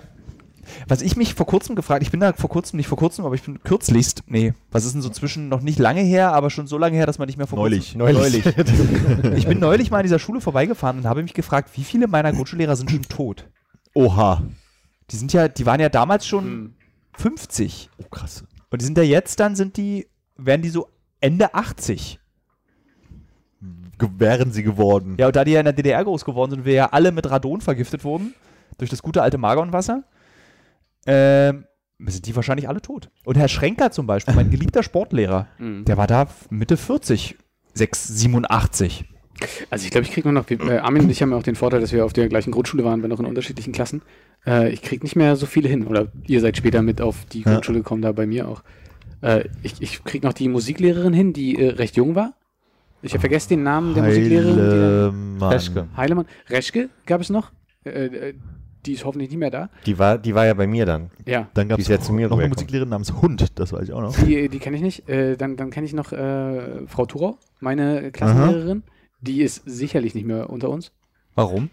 A: Was ich mich vor kurzem gefragt, ich bin da vor kurzem, nicht vor kurzem, aber ich bin kürzlichst, nee, was ist denn so zwischen noch nicht lange her, aber schon so lange her, dass man nicht mehr vor
D: (laughs) Neulich. ne?
A: Kurzem, neulich. ich bin neulich mal an dieser Schule vorbeigefahren und habe mich gefragt, wie viele meiner Grundschullehrer sind schon tot?
D: Oha.
A: Die sind ja, die waren ja damals schon
B: Hm.
A: 50.
D: Oh, krass.
A: Und die sind ja jetzt, dann sind die, werden die so Ende 80.
D: Ge wären sie geworden.
A: Ja, und da die ja in der DDR groß geworden sind, wir ja alle mit Radon vergiftet wurden, durch das gute alte Magonwasser, ähm, sind die wahrscheinlich alle tot. Und Herr Schrenker zum Beispiel, mein geliebter Sportlehrer,
B: Mhm.
A: der war da Mitte 40, 6, 87.
B: Also ich glaube, ich kriege nur noch, äh, Armin und ich haben ja auch den Vorteil, dass wir auf der gleichen Grundschule waren, wenn auch in unterschiedlichen Klassen. Äh, ich kriege nicht mehr so viele hin. Oder ihr seid später mit auf die Grundschule gekommen, da bei mir auch. Äh, ich ich kriege noch die Musiklehrerin hin, die äh, recht jung war. Ich habe vergessen den Namen der Musiklehrerin. Die dann-
D: Mann.
E: Peschke.
B: Heilemann. Reschke gab es noch. Äh, äh, die ist hoffentlich nicht mehr da.
E: Die war, die war ja bei mir dann.
B: Ja.
D: Dann gab
E: Die
D: es
E: ist ja zu mir
D: noch eine
E: rübergekommen.
D: Musiklehrerin namens Hund, das weiß ich auch noch.
B: Die, die kenne ich nicht. Äh, dann dann kenne ich noch äh, Frau Thurau, meine Klassenlehrerin. Die ist sicherlich nicht mehr unter uns.
A: Warum?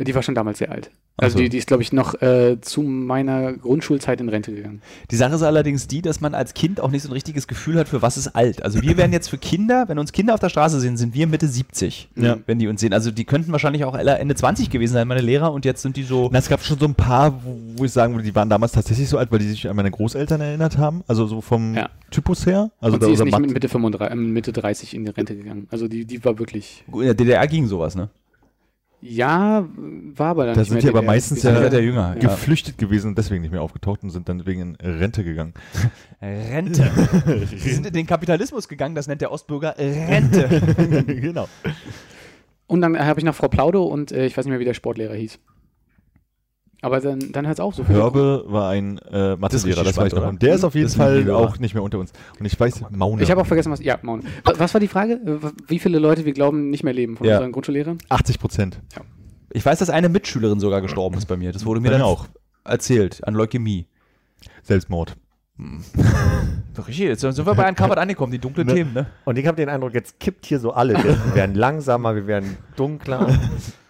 B: Die war schon damals sehr alt.
A: Ach
B: Also
A: so.
B: die, die ist, glaube ich, noch äh, zu meiner Grundschulzeit in Rente gegangen.
A: Die Sache ist allerdings die, dass man als Kind auch nicht so ein richtiges Gefühl hat, für was ist alt. Also wir wären jetzt für Kinder, wenn uns Kinder auf der Straße sehen, sind wir Mitte 70,
D: Ja.
A: wenn die uns sehen. Also die könnten wahrscheinlich auch alle Ende 20 gewesen sein, meine Lehrer, und jetzt sind die so...
D: Na, es gab schon so ein paar, wo, wo ich sagen würde, die waren damals tatsächlich so alt, weil die sich an meine Großeltern erinnert haben. Also so vom
B: Ja.
D: Typus her. Also
B: Und sie ist
D: unser
B: nicht
D: Mat-
B: mit Mitte, 35, äh, Mitte 30 in die Rente gegangen. Also die, die war wirklich.
A: in der DDR ging sowas, ne?
B: Ja, war aber dann
D: Da
B: nicht
D: sind
B: mehr
D: die aber
B: DDR.
D: meistens
B: sind
D: ja-
B: halt
A: jünger. Ja.
D: geflüchtet gewesen und deswegen nicht mehr aufgetaucht und sind dann wegen in Rente gegangen.
A: Rente. (laughs) Sie sind in den Kapitalismus gegangen, das nennt der Ostbürger Rente.
D: (laughs) genau.
B: Und dann habe ich noch Frau Plaudo und äh, ich weiß nicht mehr, wie der Sportlehrer hieß. Aber dann, dann hört es auf so
D: Hörbe war ein äh, Mathelehrer, das,
A: richtig
D: weiß ich
A: spannend,
D: noch.
A: oder?
D: Und der ist auf jeden
A: Das ist ein
D: Fall
A: Lehrer.
D: auch nicht mehr unter uns. Und ich weiß, Maune.
B: Ich habe auch vergessen, was. Ja, Maun. Wa- Was war die Frage? Äh, wa- Wie viele Leute wir glauben, nicht mehr leben von
D: Ja.
B: unseren Grundschullehrern?
D: 80 Prozent.
A: (laughs) Ich weiß, dass eine Mitschülerin sogar gestorben ist bei mir. Das wurde mir
D: Bei
A: dann
D: mir auch.
A: erzählt, an Leukämie.
D: Selbstmord.
A: Doch, richtig, jetzt sind wir bei Uncovered angekommen, die dunklen Themen, ne?
E: Und ich habe den Eindruck, jetzt kippt hier so alles. (laughs) Wir werden langsamer, wir werden dunkler. (laughs)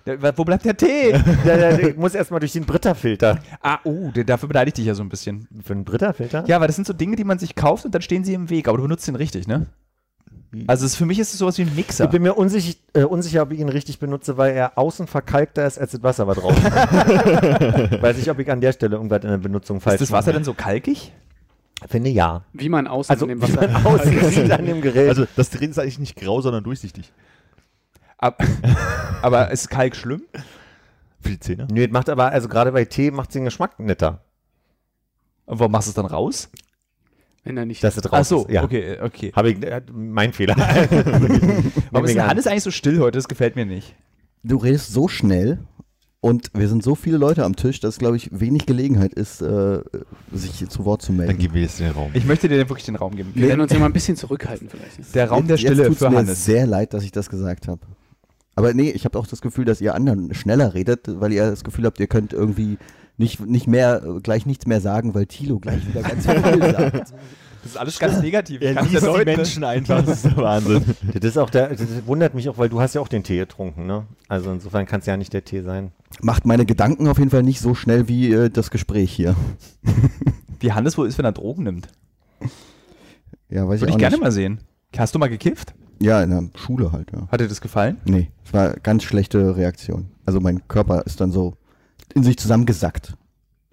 A: Der, wo bleibt der (laughs) Tee?
E: ja, ja, ich muss erstmal durch den Britta-Filter.
A: ah, oh, der, dafür beneide ich dich ja so ein bisschen.
E: Für den Britta-Filter?
A: Ja, aber das sind so Dinge, die man sich kauft und dann stehen sie im Weg, aber du benutzt den richtig, ne? Also es, für mich ist es sowas wie ein Mixer.
E: Ich bin mir unsicher, äh, unsicher, ob ich ihn richtig benutze, weil er außen verkalkter ist, als das Wasser war drauf. (laughs) Weiß nicht, ob ich an der Stelle irgendwas in der Benutzung falsch
A: ist das Wasser denn so kalkig?
E: mache. Finde ja.
B: Wie man außen
E: Also,
B: in dem
E: wie
B: Wasser.
E: man (laughs) aussieht an dem Gerät.
D: Also das Gerät ist eigentlich nicht grau, sondern durchsichtig.
A: Ab, (laughs) aber ist Kalk schlimm?
D: Für die Zähne.
E: Nö, das macht aber, also gerade bei Tee macht es den Geschmack netter,
A: Und warum machst du es dann raus?
B: (laughs) Wenn er nicht.
E: dass es raus
A: Ach so,
E: ist. Ja.
A: okay, okay.
E: Habe ich, äh,
A: (laughs)
E: mein Fehler.
A: Warum ist denn
E: Mega.
A: Hannes eigentlich so still heute? Das gefällt mir nicht.
C: Du redest so schnell und wir sind so viele Leute am Tisch, dass, glaube ich, wenig Gelegenheit ist, äh, sich zu Wort zu melden.
D: Dann geben wir jetzt den Raum.
A: Ich möchte dir wirklich den Raum geben.
B: wir werden
D: (laughs)
B: uns ja mal ein bisschen zurückhalten, vielleicht.
A: Der Raum der
C: Jetzt- jetzt
A: Stille
C: tut's
A: für
C: mir
A: Hannes.
C: sehr leid, dass ich das gesagt habe. Aber nee, ich habe auch das Gefühl, dass ihr anderen schneller redet, weil ihr das Gefühl habt, ihr könnt irgendwie nicht, nicht mehr, gleich nichts mehr sagen, weil Thilo gleich wieder ganz (laughs) viel sagt.
A: Das ist alles ganz negativ.
D: Er
A: kann's
D: liest die
A: deuten, ne?
D: Menschen einfach. Das ist der Wahnsinn.
E: das ist auch der, das wundert mich auch, weil du hast ja auch den Tee getrunken, ne? Also insofern kann es ja nicht der Tee (laughs) sein.
C: Macht meine Gedanken auf jeden Fall nicht so schnell wie äh, das Gespräch hier.
A: Wie Hannes wohl ist, wenn er Drogen nimmt.
C: Ja, weiß
A: Würde
C: ich
A: ich
C: auch
A: gerne
C: nicht.
A: mal sehen. Hast du mal gekifft?
C: Ja, in der Schule halt, ja.
A: Hat dir das gefallen?
C: Nee, es war ganz schlechte Reaktion. Also mein Körper ist dann so in sich zusammengesackt.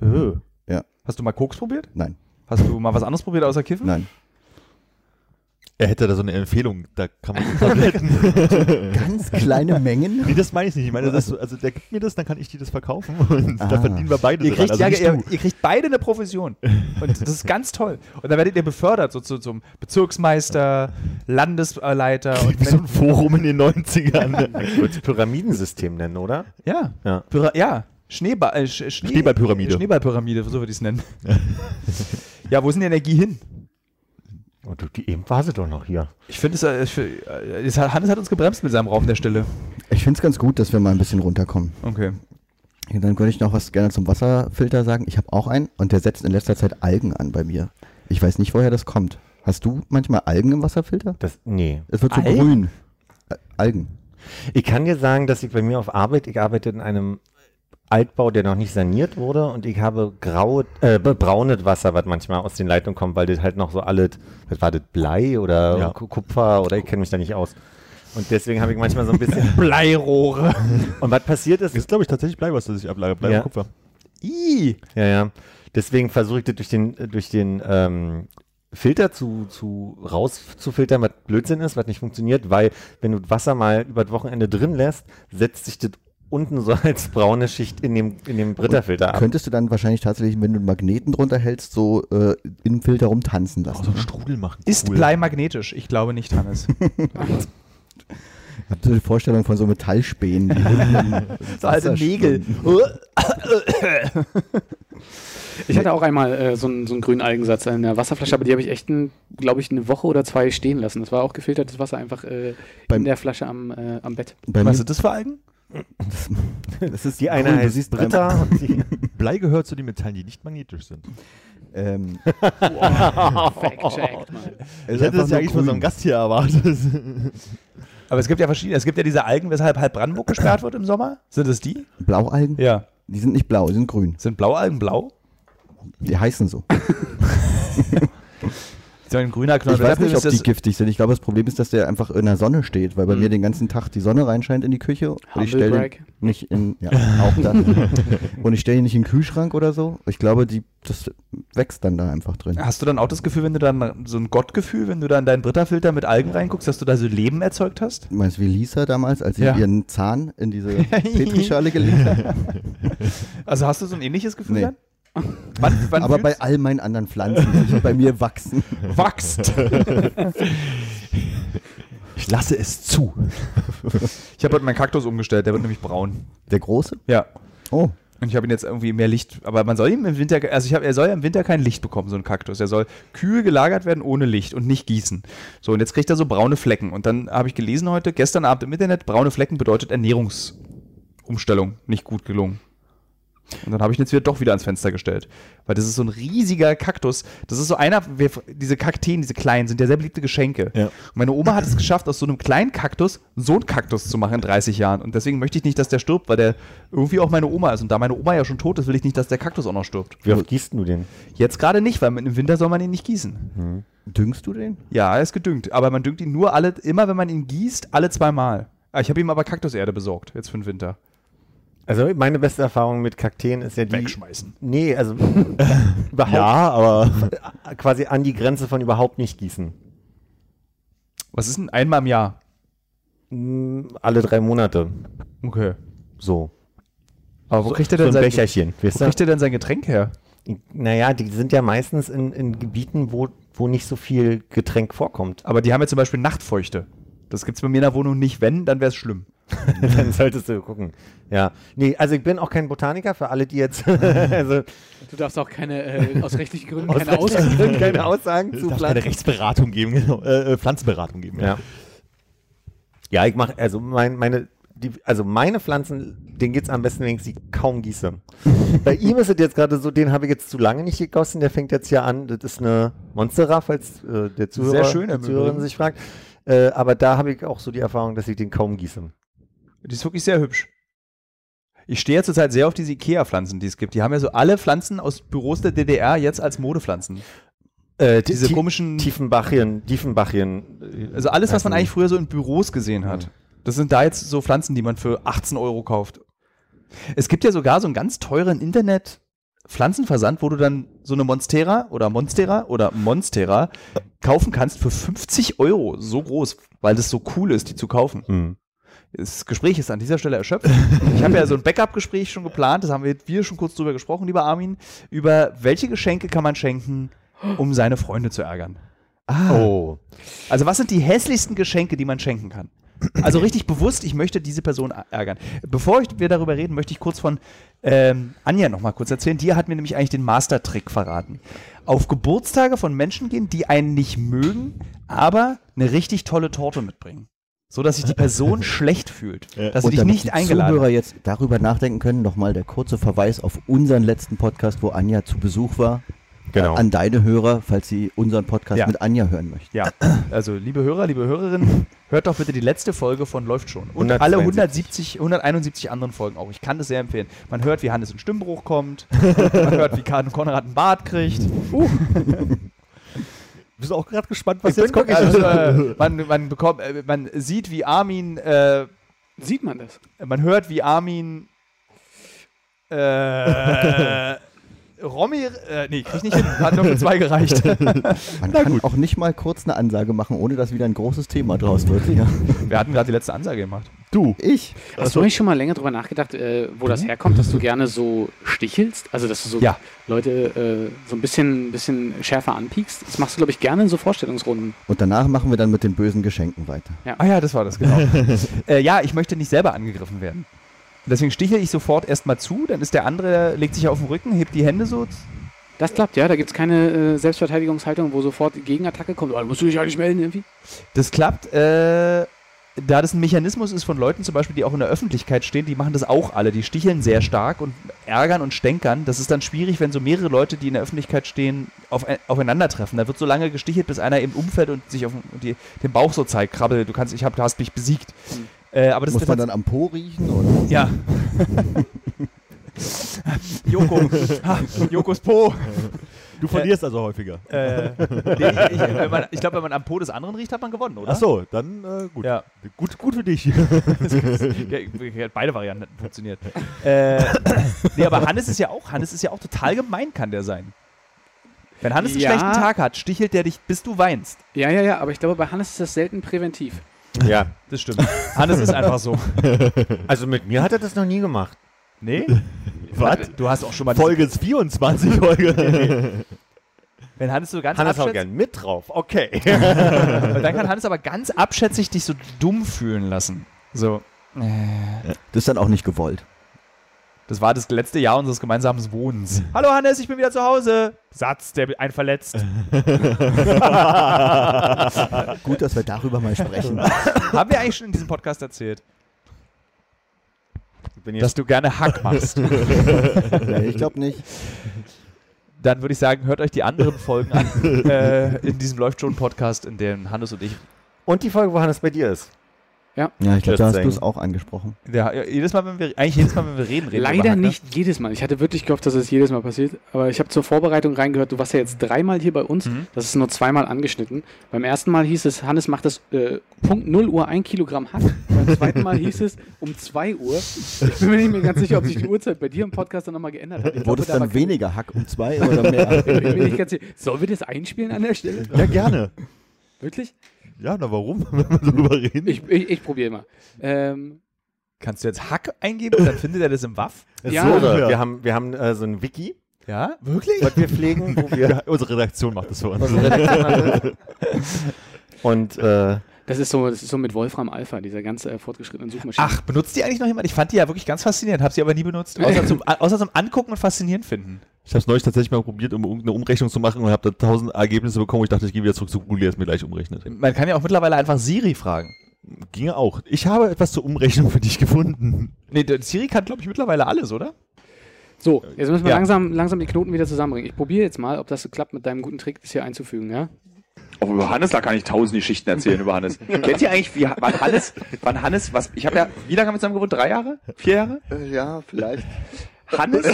A: Hast du mal Koks probiert?
C: Nein,
A: Hast du mal was anderes probiert außer Kiffen?
C: nein.
D: (laughs)
C: (laughs)
D: Er hätte da so eine Empfehlung, da kann man Tabletten.
C: Ganz kleine Mengen.
D: (laughs) Nee, das meine ich nicht. Ich meine, das, also der gibt mir das, dann kann ich dir das verkaufen und
C: Ah.
D: da verdienen wir beide
A: Ihr kriegt,
D: dran. Also
A: ja,
D: nicht
A: ihr,
D: du.
A: ihr kriegt beide eine Provision. Und das ist ganz toll. Und dann werdet ihr befördert, so zu, zum Bezirksmeister, Landesleiter. Und
D: Wie so ein Forum in den (laughs) 90ern.
E: Ich würde es Pyramidensystem nennen, oder?
A: ja,
E: Ja.
A: Pyra ja. Schneeball, äh, Sch Schnee
D: Schneeballpyramide.
A: Schneeballpyramide, so würde ich es nennen. (laughs) ja, wo ist denn die Energie hin?
E: Und Oh, du, die eben war sie doch noch hier.
A: Ich finde, es, äh, ich fi- äh, es hat- Hannes hat uns gebremst mit seinem Raum der Stille.
C: Ich finde es ganz gut, dass wir mal ein bisschen runterkommen.
A: Okay.
C: Ja, dann könnte ich noch was gerne zum Wasserfilter sagen. Ich habe auch einen und der setzt in letzter Zeit Algen an bei mir. Ich weiß nicht, woher das kommt. Hast du manchmal Algen im Wasserfilter?
E: Das, nee.
C: Es wird so
A: Algen?
C: grün. Ä- Algen.
E: Ich kann dir sagen, dass ich bei mir auf Arbeit, ich arbeite in einem Altbau, der noch nicht saniert wurde und ich habe graue, äh, be- braunes Wasser, was manchmal aus den Leitungen kommt, weil das halt noch so alles, was war das, Blei oder
D: Ja.
E: Ku- Kupfer oder ich kenne mich da nicht aus. Und deswegen habe ich manchmal so ein bisschen (laughs) Bleirohre. Und was passiert ist,
D: Ist, glaube ich, tatsächlich Blei, was du sich ablagert. Blei
E: Ja.
D: und Kupfer.
A: Ih,
E: ja, ja, deswegen versuche ich das durch den, äh, durch den ähm, Filter zu, zu rauszufiltern, was Blödsinn ist, was nicht funktioniert, weil wenn du Wasser mal über das Wochenende drin lässt, setzt sich das unten so als braune Schicht in dem, in dem Britterfilter
A: Ah.
E: ab.
C: Könntest du dann wahrscheinlich tatsächlich, wenn du einen Magneten drunter hältst, so äh, im Filter rumtanzen
D: Oh,
C: lassen.
A: Also,
D: so einen Strudel machen.
A: ist Blei magnetisch? Ich glaube nicht, (laughs) Hannes.
C: Ich habe so die Vorstellung von so
A: (laughs)
C: Metallspänen. die unten im
A: So alte
C: Wasser
A: Nägel.
C: schwimmen.
B: Ich hatte auch einmal äh, so, einen, so einen grünen Algensatz in der Wasserflasche, aber die habe ich echt, glaube ich, eine Woche oder zwei stehen lassen. Das war auch gefiltertes Wasser einfach äh,
C: Beim-
B: in der Flasche am, äh, am Bett.
C: Bei
A: Was
C: mir,
A: ist das für Algen?
C: das ist
E: Die eine
C: grün, du
E: heißt
C: siehst
E: Britta und die
D: Blei gehört zu den Metallen, die nicht magnetisch sind.
C: beim- Ähm,
B: (laughs) Fact checked, Mann.
D: Ich hätte das ja eigentlich von so einem Gast hier (laughs) erwartet.
A: Aber es gibt ja verschiedene. Es gibt ja diese Algen, weshalb halb Brandenburg gesperrt wird im Sommer. Sind es die?
C: Blaualgen?
A: (laughs) Ja.
C: Die sind nicht blau, die sind grün.
A: Sind Blaualgen blau?
C: Die heißen so.
A: So ein grüner Knoll.
C: Ich weiß nicht, ob
A: ist
C: die
A: das,
C: giftig sind. Ich glaube, das Problem ist, dass der einfach in der Sonne steht, weil bei
A: Mhm.
C: mir den ganzen Tag die Sonne reinscheint in die Küche. Und ich
B: Humble
C: stelle
B: brag.
C: nicht in, ja, auch das.
B: (laughs)
C: und ich stelle ihn nicht in den Kühlschrank oder so. Ich glaube, die, das wächst dann da einfach drin.
A: hast du dann auch das Gefühl, wenn du dann so ein Gottgefühl, wenn du dann deinen Britterfilter mit Algen reinguckst, dass du da so Leben erzeugt hast?
C: Du meinst wie Lisa damals, als sie
A: Ja.
C: ihren Zahn
A: (laughs)
C: in diese Petrischale gelegt hat?
A: Also hast du so ein ähnliches Gefühl
C: Nee.
A: dann? Wann, wann
C: Aber bei
A: fühlst-
C: all meinen anderen Pflanzen, die bei
A: (laughs)
C: mir wachsen.
A: wachst.
D: (laughs) Ich lasse es zu.
A: Ich habe heute meinen Kaktus umgestellt, der wird nämlich braun.
C: Der große?
A: Ja.
C: Oh,
A: Und ich habe ihn jetzt irgendwie mehr Licht, aber man soll ihm im Winter, also ich habe, er soll ja im Winter kein Licht bekommen, so ein Kaktus. Er soll kühl gelagert werden ohne Licht und nicht gießen. So, und jetzt kriegt er so braune Flecken. Und dann habe ich gelesen heute, gestern Abend im Internet, braune Flecken bedeutet Ernährungsumstellung. Nicht gut gelungen. Und dann habe ich ihn jetzt wieder doch wieder ans Fenster gestellt. Weil das ist so ein riesiger Kaktus. Das ist so einer, wir, diese Kakteen, diese kleinen, sind ja sehr beliebte Geschenke.
D: Ja.
A: Und meine Oma hat es geschafft, aus so einem kleinen Kaktus so einen Kaktus zu machen in 30 Jahren. Und deswegen möchte ich nicht, dass der stirbt, weil der irgendwie auch meine Oma ist. Und da meine Oma ja schon tot ist, will ich nicht, dass der Kaktus auch noch stirbt.
E: Wie oft gießt du den?
A: Jetzt gerade nicht, weil im Winter soll man ihn nicht gießen.
C: Düngst du den?
A: Ja, er ist gedüngt. Aber man düngt ihn nur alle, immer wenn man ihn gießt, alle zweimal. Ah, Ich habe ihm aber Kaktuserde besorgt, jetzt für den Winter.
E: Also meine beste Erfahrung mit Kakteen ist ja die...
A: Wegschmeißen.
E: Nee,
A: (laughs)
E: also überhaupt
D: Ja, aber
E: (laughs) quasi an die Grenze von überhaupt nicht gießen.
A: Was ist denn einmal im Jahr?
E: Alle drei Monate.
A: Okay.
E: So.
A: Aber wo kriegt er
E: So
A: denn
E: ein
A: sein
E: Becherchen.
A: Wo kriegt er denn sein Getränk her?
E: Naja, die sind ja meistens in, in Gebieten, wo, wo nicht so viel Getränk vorkommt. (laughs)
A: Aber die haben ja zum Beispiel Nachtfeuchte. Das gibt es bei mir in der Wohnung nicht. Wenn, dann wäre es schlimm.
E: Dann solltest du gucken. Ja. Nee, also ich bin auch kein Botaniker, für alle, die jetzt (laughs) also
B: Du darfst auch keine, äh, aus rechtlichen Gründen
E: aus
B: keine Aussagen.
E: Gründen (laughs) keine Aussagen zu
D: darf keine
E: Pflanzen.
D: Rechtsberatung geben, genau. Äh, äh, Pflanzenberatung geben.
E: Ja. ja, ich mache, also mein, meine, die, also meine Pflanzen, denen geht's am besten, wenn ich sie kaum gieße.
A: (laughs)
E: Bei ihm ist es jetzt gerade so, den habe ich jetzt zu lange nicht gegossen, der fängt jetzt hier an, das ist eine Monstera, falls äh, der Zuhörer
A: Sehr schön,
E: die
A: im
E: Zuhörerin
A: Übrigen.
E: sich fragt. Äh, aber da habe ich auch so die Erfahrung, dass ich den kaum gieße.
A: Die ist wirklich sehr hübsch. Ich stehe ja zurzeit sehr auf diese Ikea-Pflanzen, die es gibt. Die haben ja so alle Pflanzen aus Büros der DDR jetzt als Modepflanzen.
E: Äh,
A: Diese komischen,
E: Tiefenbachien, Tiefenbachien. äh,
A: also alles, was man
E: heißen-
A: eigentlich früher so in Büros gesehen hat. Das sind da jetzt so Pflanzen, die man für 18 Euro kauft. Es gibt ja sogar so einen ganz teuren Internet Pflanzenversand, wo du dann so eine Monstera oder Monstera oder Monstera kaufen kannst für 50 Euro. So groß, weil das so cool ist, die zu kaufen.
E: Hm.
A: Das Gespräch ist an dieser Stelle erschöpft. Ich habe ja so ein Backup-Gespräch schon geplant, das haben wir, wir schon kurz drüber gesprochen, lieber Armin, über welche Geschenke kann man schenken, um seine Freunde zu ärgern. Ah.
E: Oh.
A: Also was sind die hässlichsten Geschenke, die man schenken kann? Also richtig bewusst, ich möchte diese Person ärgern. Bevor ich, wir darüber reden, möchte ich kurz von ähm, Anja nochmal kurz erzählen. Die hat mir nämlich eigentlich den Master-Trick verraten. Auf Geburtstage von Menschen gehen, die einen nicht mögen, aber eine richtig tolle Torte mitbringen. So dass sich die
C: (laughs)
A: Person schlecht fühlt. Dass sie
C: Und
A: dich
C: damit
A: nicht
C: die
A: eingeladen
C: Zuhörer jetzt darüber nachdenken können, nochmal der kurze Verweis auf unseren letzten Podcast, wo Anja zu Besuch war.
E: Genau.
C: An deine Hörer, falls sie unseren Podcast
A: Ja.
C: mit Anja hören möchten.
D: (clears throat)
A: Ja, also liebe Hörer, liebe Hörerinnen, hört doch bitte die letzte Folge von Läuft schon. Und
E: 172.
A: alle 170, 171 anderen Folgen auch. Ich kann das sehr empfehlen. Man hört, wie Hannes in Stimmbruch kommt.
D: (laughs)
A: man hört, wie Karten Konrad einen Bart kriegt.
D: Bist du auch gerade gespannt, Uh, was jetzt kommt?
A: guck, also,
D: (laughs)
A: äh, man, man, bekommt, äh, man sieht, wie Armin, äh,
B: Sieht man das?
A: man hört, wie Armin
D: (laughs)
A: äh, Romy, äh, nee, krieg ich nicht hin, hat nur für zwei
D: (laughs)
A: gereicht.
C: Man kann auch nicht mal kurz eine Ansage machen, ohne dass wieder ein großes Thema draus wird. Ja.
A: Wir hatten gerade die letzte Ansage gemacht.
D: du.
C: Ich?
B: Hast du eigentlich schon mal länger drüber nachgedacht, äh, wo das herkommt, dass du gerne so stichelst? Also, dass du so
A: Ja.
B: Leute äh, so ein bisschen, bisschen schärfer anpiekst? Das machst du, glaube ich, gerne in so Vorstellungsrunden.
C: Und danach machen wir dann mit den bösen Geschenken weiter.
A: Ah ja, das war das,
C: (laughs)
A: genau. äh, ja, ich möchte nicht selber angegriffen werden. Deswegen stichel ich sofort erstmal zu, dann ist der andere, legt sich auf den Rücken, hebt die Hände so.
B: Das klappt, ja. Da gibt es keine äh, Selbstverteidigungshaltung, wo sofort die Gegenattacke kommt. Oh, musst du dich ja nicht melden, irgendwie.
A: Das klappt. Äh, da das ein Mechanismus ist von Leuten zum Beispiel, die auch in der Öffentlichkeit stehen, die machen das auch alle. Die sticheln sehr stark und ärgern und stänkern. Das ist dann schwierig, wenn so mehrere Leute, die in der Öffentlichkeit stehen, auf, aufeinandertreffen. Da wird so lange gestichelt, bis einer eben umfällt und sich auf den, und die, den Bauch so zeigt, krabbel, du kannst, ich hab, du hast mich besiegt. Äh, aber das
C: Hm. Muss
A: das
C: man
A: hat's-
C: dann am Po riechen? Oder?
A: Ja. (laughs) Joko. Ha, Jokos Po.
D: Du verlierst also häufiger.
A: Äh, nee, ich ich, wenn man- ich glaube, wenn man am Po des anderen riecht, hat man gewonnen, oder?
D: Ach so, dann äh, gut.
A: Ja.
D: gut. Gut für dich.
A: Ja, ich- hat beide Varianten hätten funktioniert. Äh, nee, aber Hannes ist ja auch, Hannes ist ja auch total gemein, kann der sein. Wenn Hannes einen
B: Ja.
A: schlechten Tag hat, stichelt der dich, bis du weinst.
B: Ja, ja, ja. Aber ich glaube, bei Hannes ist das selten präventiv.
E: Ja.
A: Das stimmt. Hannes ist einfach so.
E: Also mit mir hat er das noch nie gemacht.
A: Nee?
D: Was?
A: Du hast auch schon mal diese-
D: Folge ist 24, Folge.
A: Wenn Hannes so ganz
E: Hannes haut
A: abschätzt-
E: gern mit drauf. Okay.
A: (laughs) Weil dann kann Hannes aber ganz abschätzig dich so dumm fühlen lassen. So.
C: Das ist dann auch nicht gewollt.
A: Das war das letzte Jahr unseres gemeinsamen Wohnens. Hallo Hannes, ich bin wieder zu Hause. Satz, der einen verletzt.
C: Gut, dass wir darüber mal
A: (laughs)
C: sprechen.
A: Haben wir eigentlich schon in diesem Podcast erzählt,
E: Bin
A: dass du gerne Hack machst?
C: nee, ich glaube nicht.
A: Dann würde ich sagen, hört euch die anderen Folgen an äh, in diesem Läuft schon Podcast, in dem Hannes und ich.
E: Und die Folge, wo Hannes bei dir ist.
C: Ja, ich glaube,
E: Das
C: da hast
E: Ding.
C: du es auch angesprochen.
A: Ja, jedes Mal, wenn wir, eigentlich jedes Mal, wenn wir reden, reden wir über
B: Leider
A: Hack, ne?
B: nicht jedes Mal. Ich hatte wirklich gehofft, dass es jedes Mal passiert. Aber ich habe zur Vorbereitung reingehört, du warst ja jetzt dreimal hier bei uns.
C: Mhm.
B: Das ist nur zweimal angeschnitten. Beim ersten Mal hieß es, Hannes macht das äh, Punkt 0 Uhr 1 Kilogramm Hack. Beim zweiten Mal hieß es um 2 Uhr. Ich bin mir nicht mehr ganz sicher, ob sich die Uhrzeit bei dir im Podcast dann nochmal geändert hat. Ich
C: Wurde
B: glaube,
C: es
B: da war
C: dann weniger Hack um zwei oder mehr?
B: (laughs) Ich bin nicht ganz sicher. Sollen wir das einspielen an der Stelle?
D: (laughs) Ja, gerne.
B: Wirklich?
D: Ja, na warum, (laughs) wenn wir darüber reden?
B: Ich, ich, ich probiere mal. Ähm,
A: Kannst du jetzt Hack eingeben, dann findet er das im Waff?
B: Ja.
E: So,
D: Ja.
E: Wir haben, wir haben äh, so ein Wiki,
A: Ja?
D: Wirklich?
E: was wir pflegen, wo wir
D: Ja, unsere Redaktion macht das für uns.
E: unsere Redaktion Und äh,
B: das, ist so, das ist so mit Wolfram Alpha, dieser ganze äh, fortgeschrittenen Suchmaschine.
A: Ach, benutzt die eigentlich noch jemand? Ich fand die ja wirklich ganz faszinierend, habe sie aber nie benutzt, außer zum, außer zum Angucken und Faszinierend finden.
D: Ich habe es neulich tatsächlich mal probiert, um irgendeine Umrechnung zu machen und habe da tausend Ergebnisse bekommen. Ich dachte, ich gehe wieder zurück zu Google, der es mir gleich umrechnet.
A: Man kann ja auch mittlerweile einfach Siri fragen.
D: Ginge auch. Ich habe etwas zur Umrechnung für dich gefunden.
A: Nee, der Siri kann, glaube ich, mittlerweile alles, oder?
B: So, jetzt müssen wir
A: Ja.
B: langsam, langsam die Knoten wieder zusammenbringen. Ich probiere jetzt mal, ob das so klappt, mit deinem guten Trick, das hier einzufügen, ja?
H: Auch über Hannes, da kann ich tausend Geschichten erzählen
A: (laughs)
H: über Hannes. Kennt ihr eigentlich, wie, wann Hannes, wann Hannes, was, ich habe ja, wie lange haben wir zusammen gewohnt? Drei Jahre? Vier Jahre?
C: Äh, ja, vielleicht. (laughs)
H: Hannes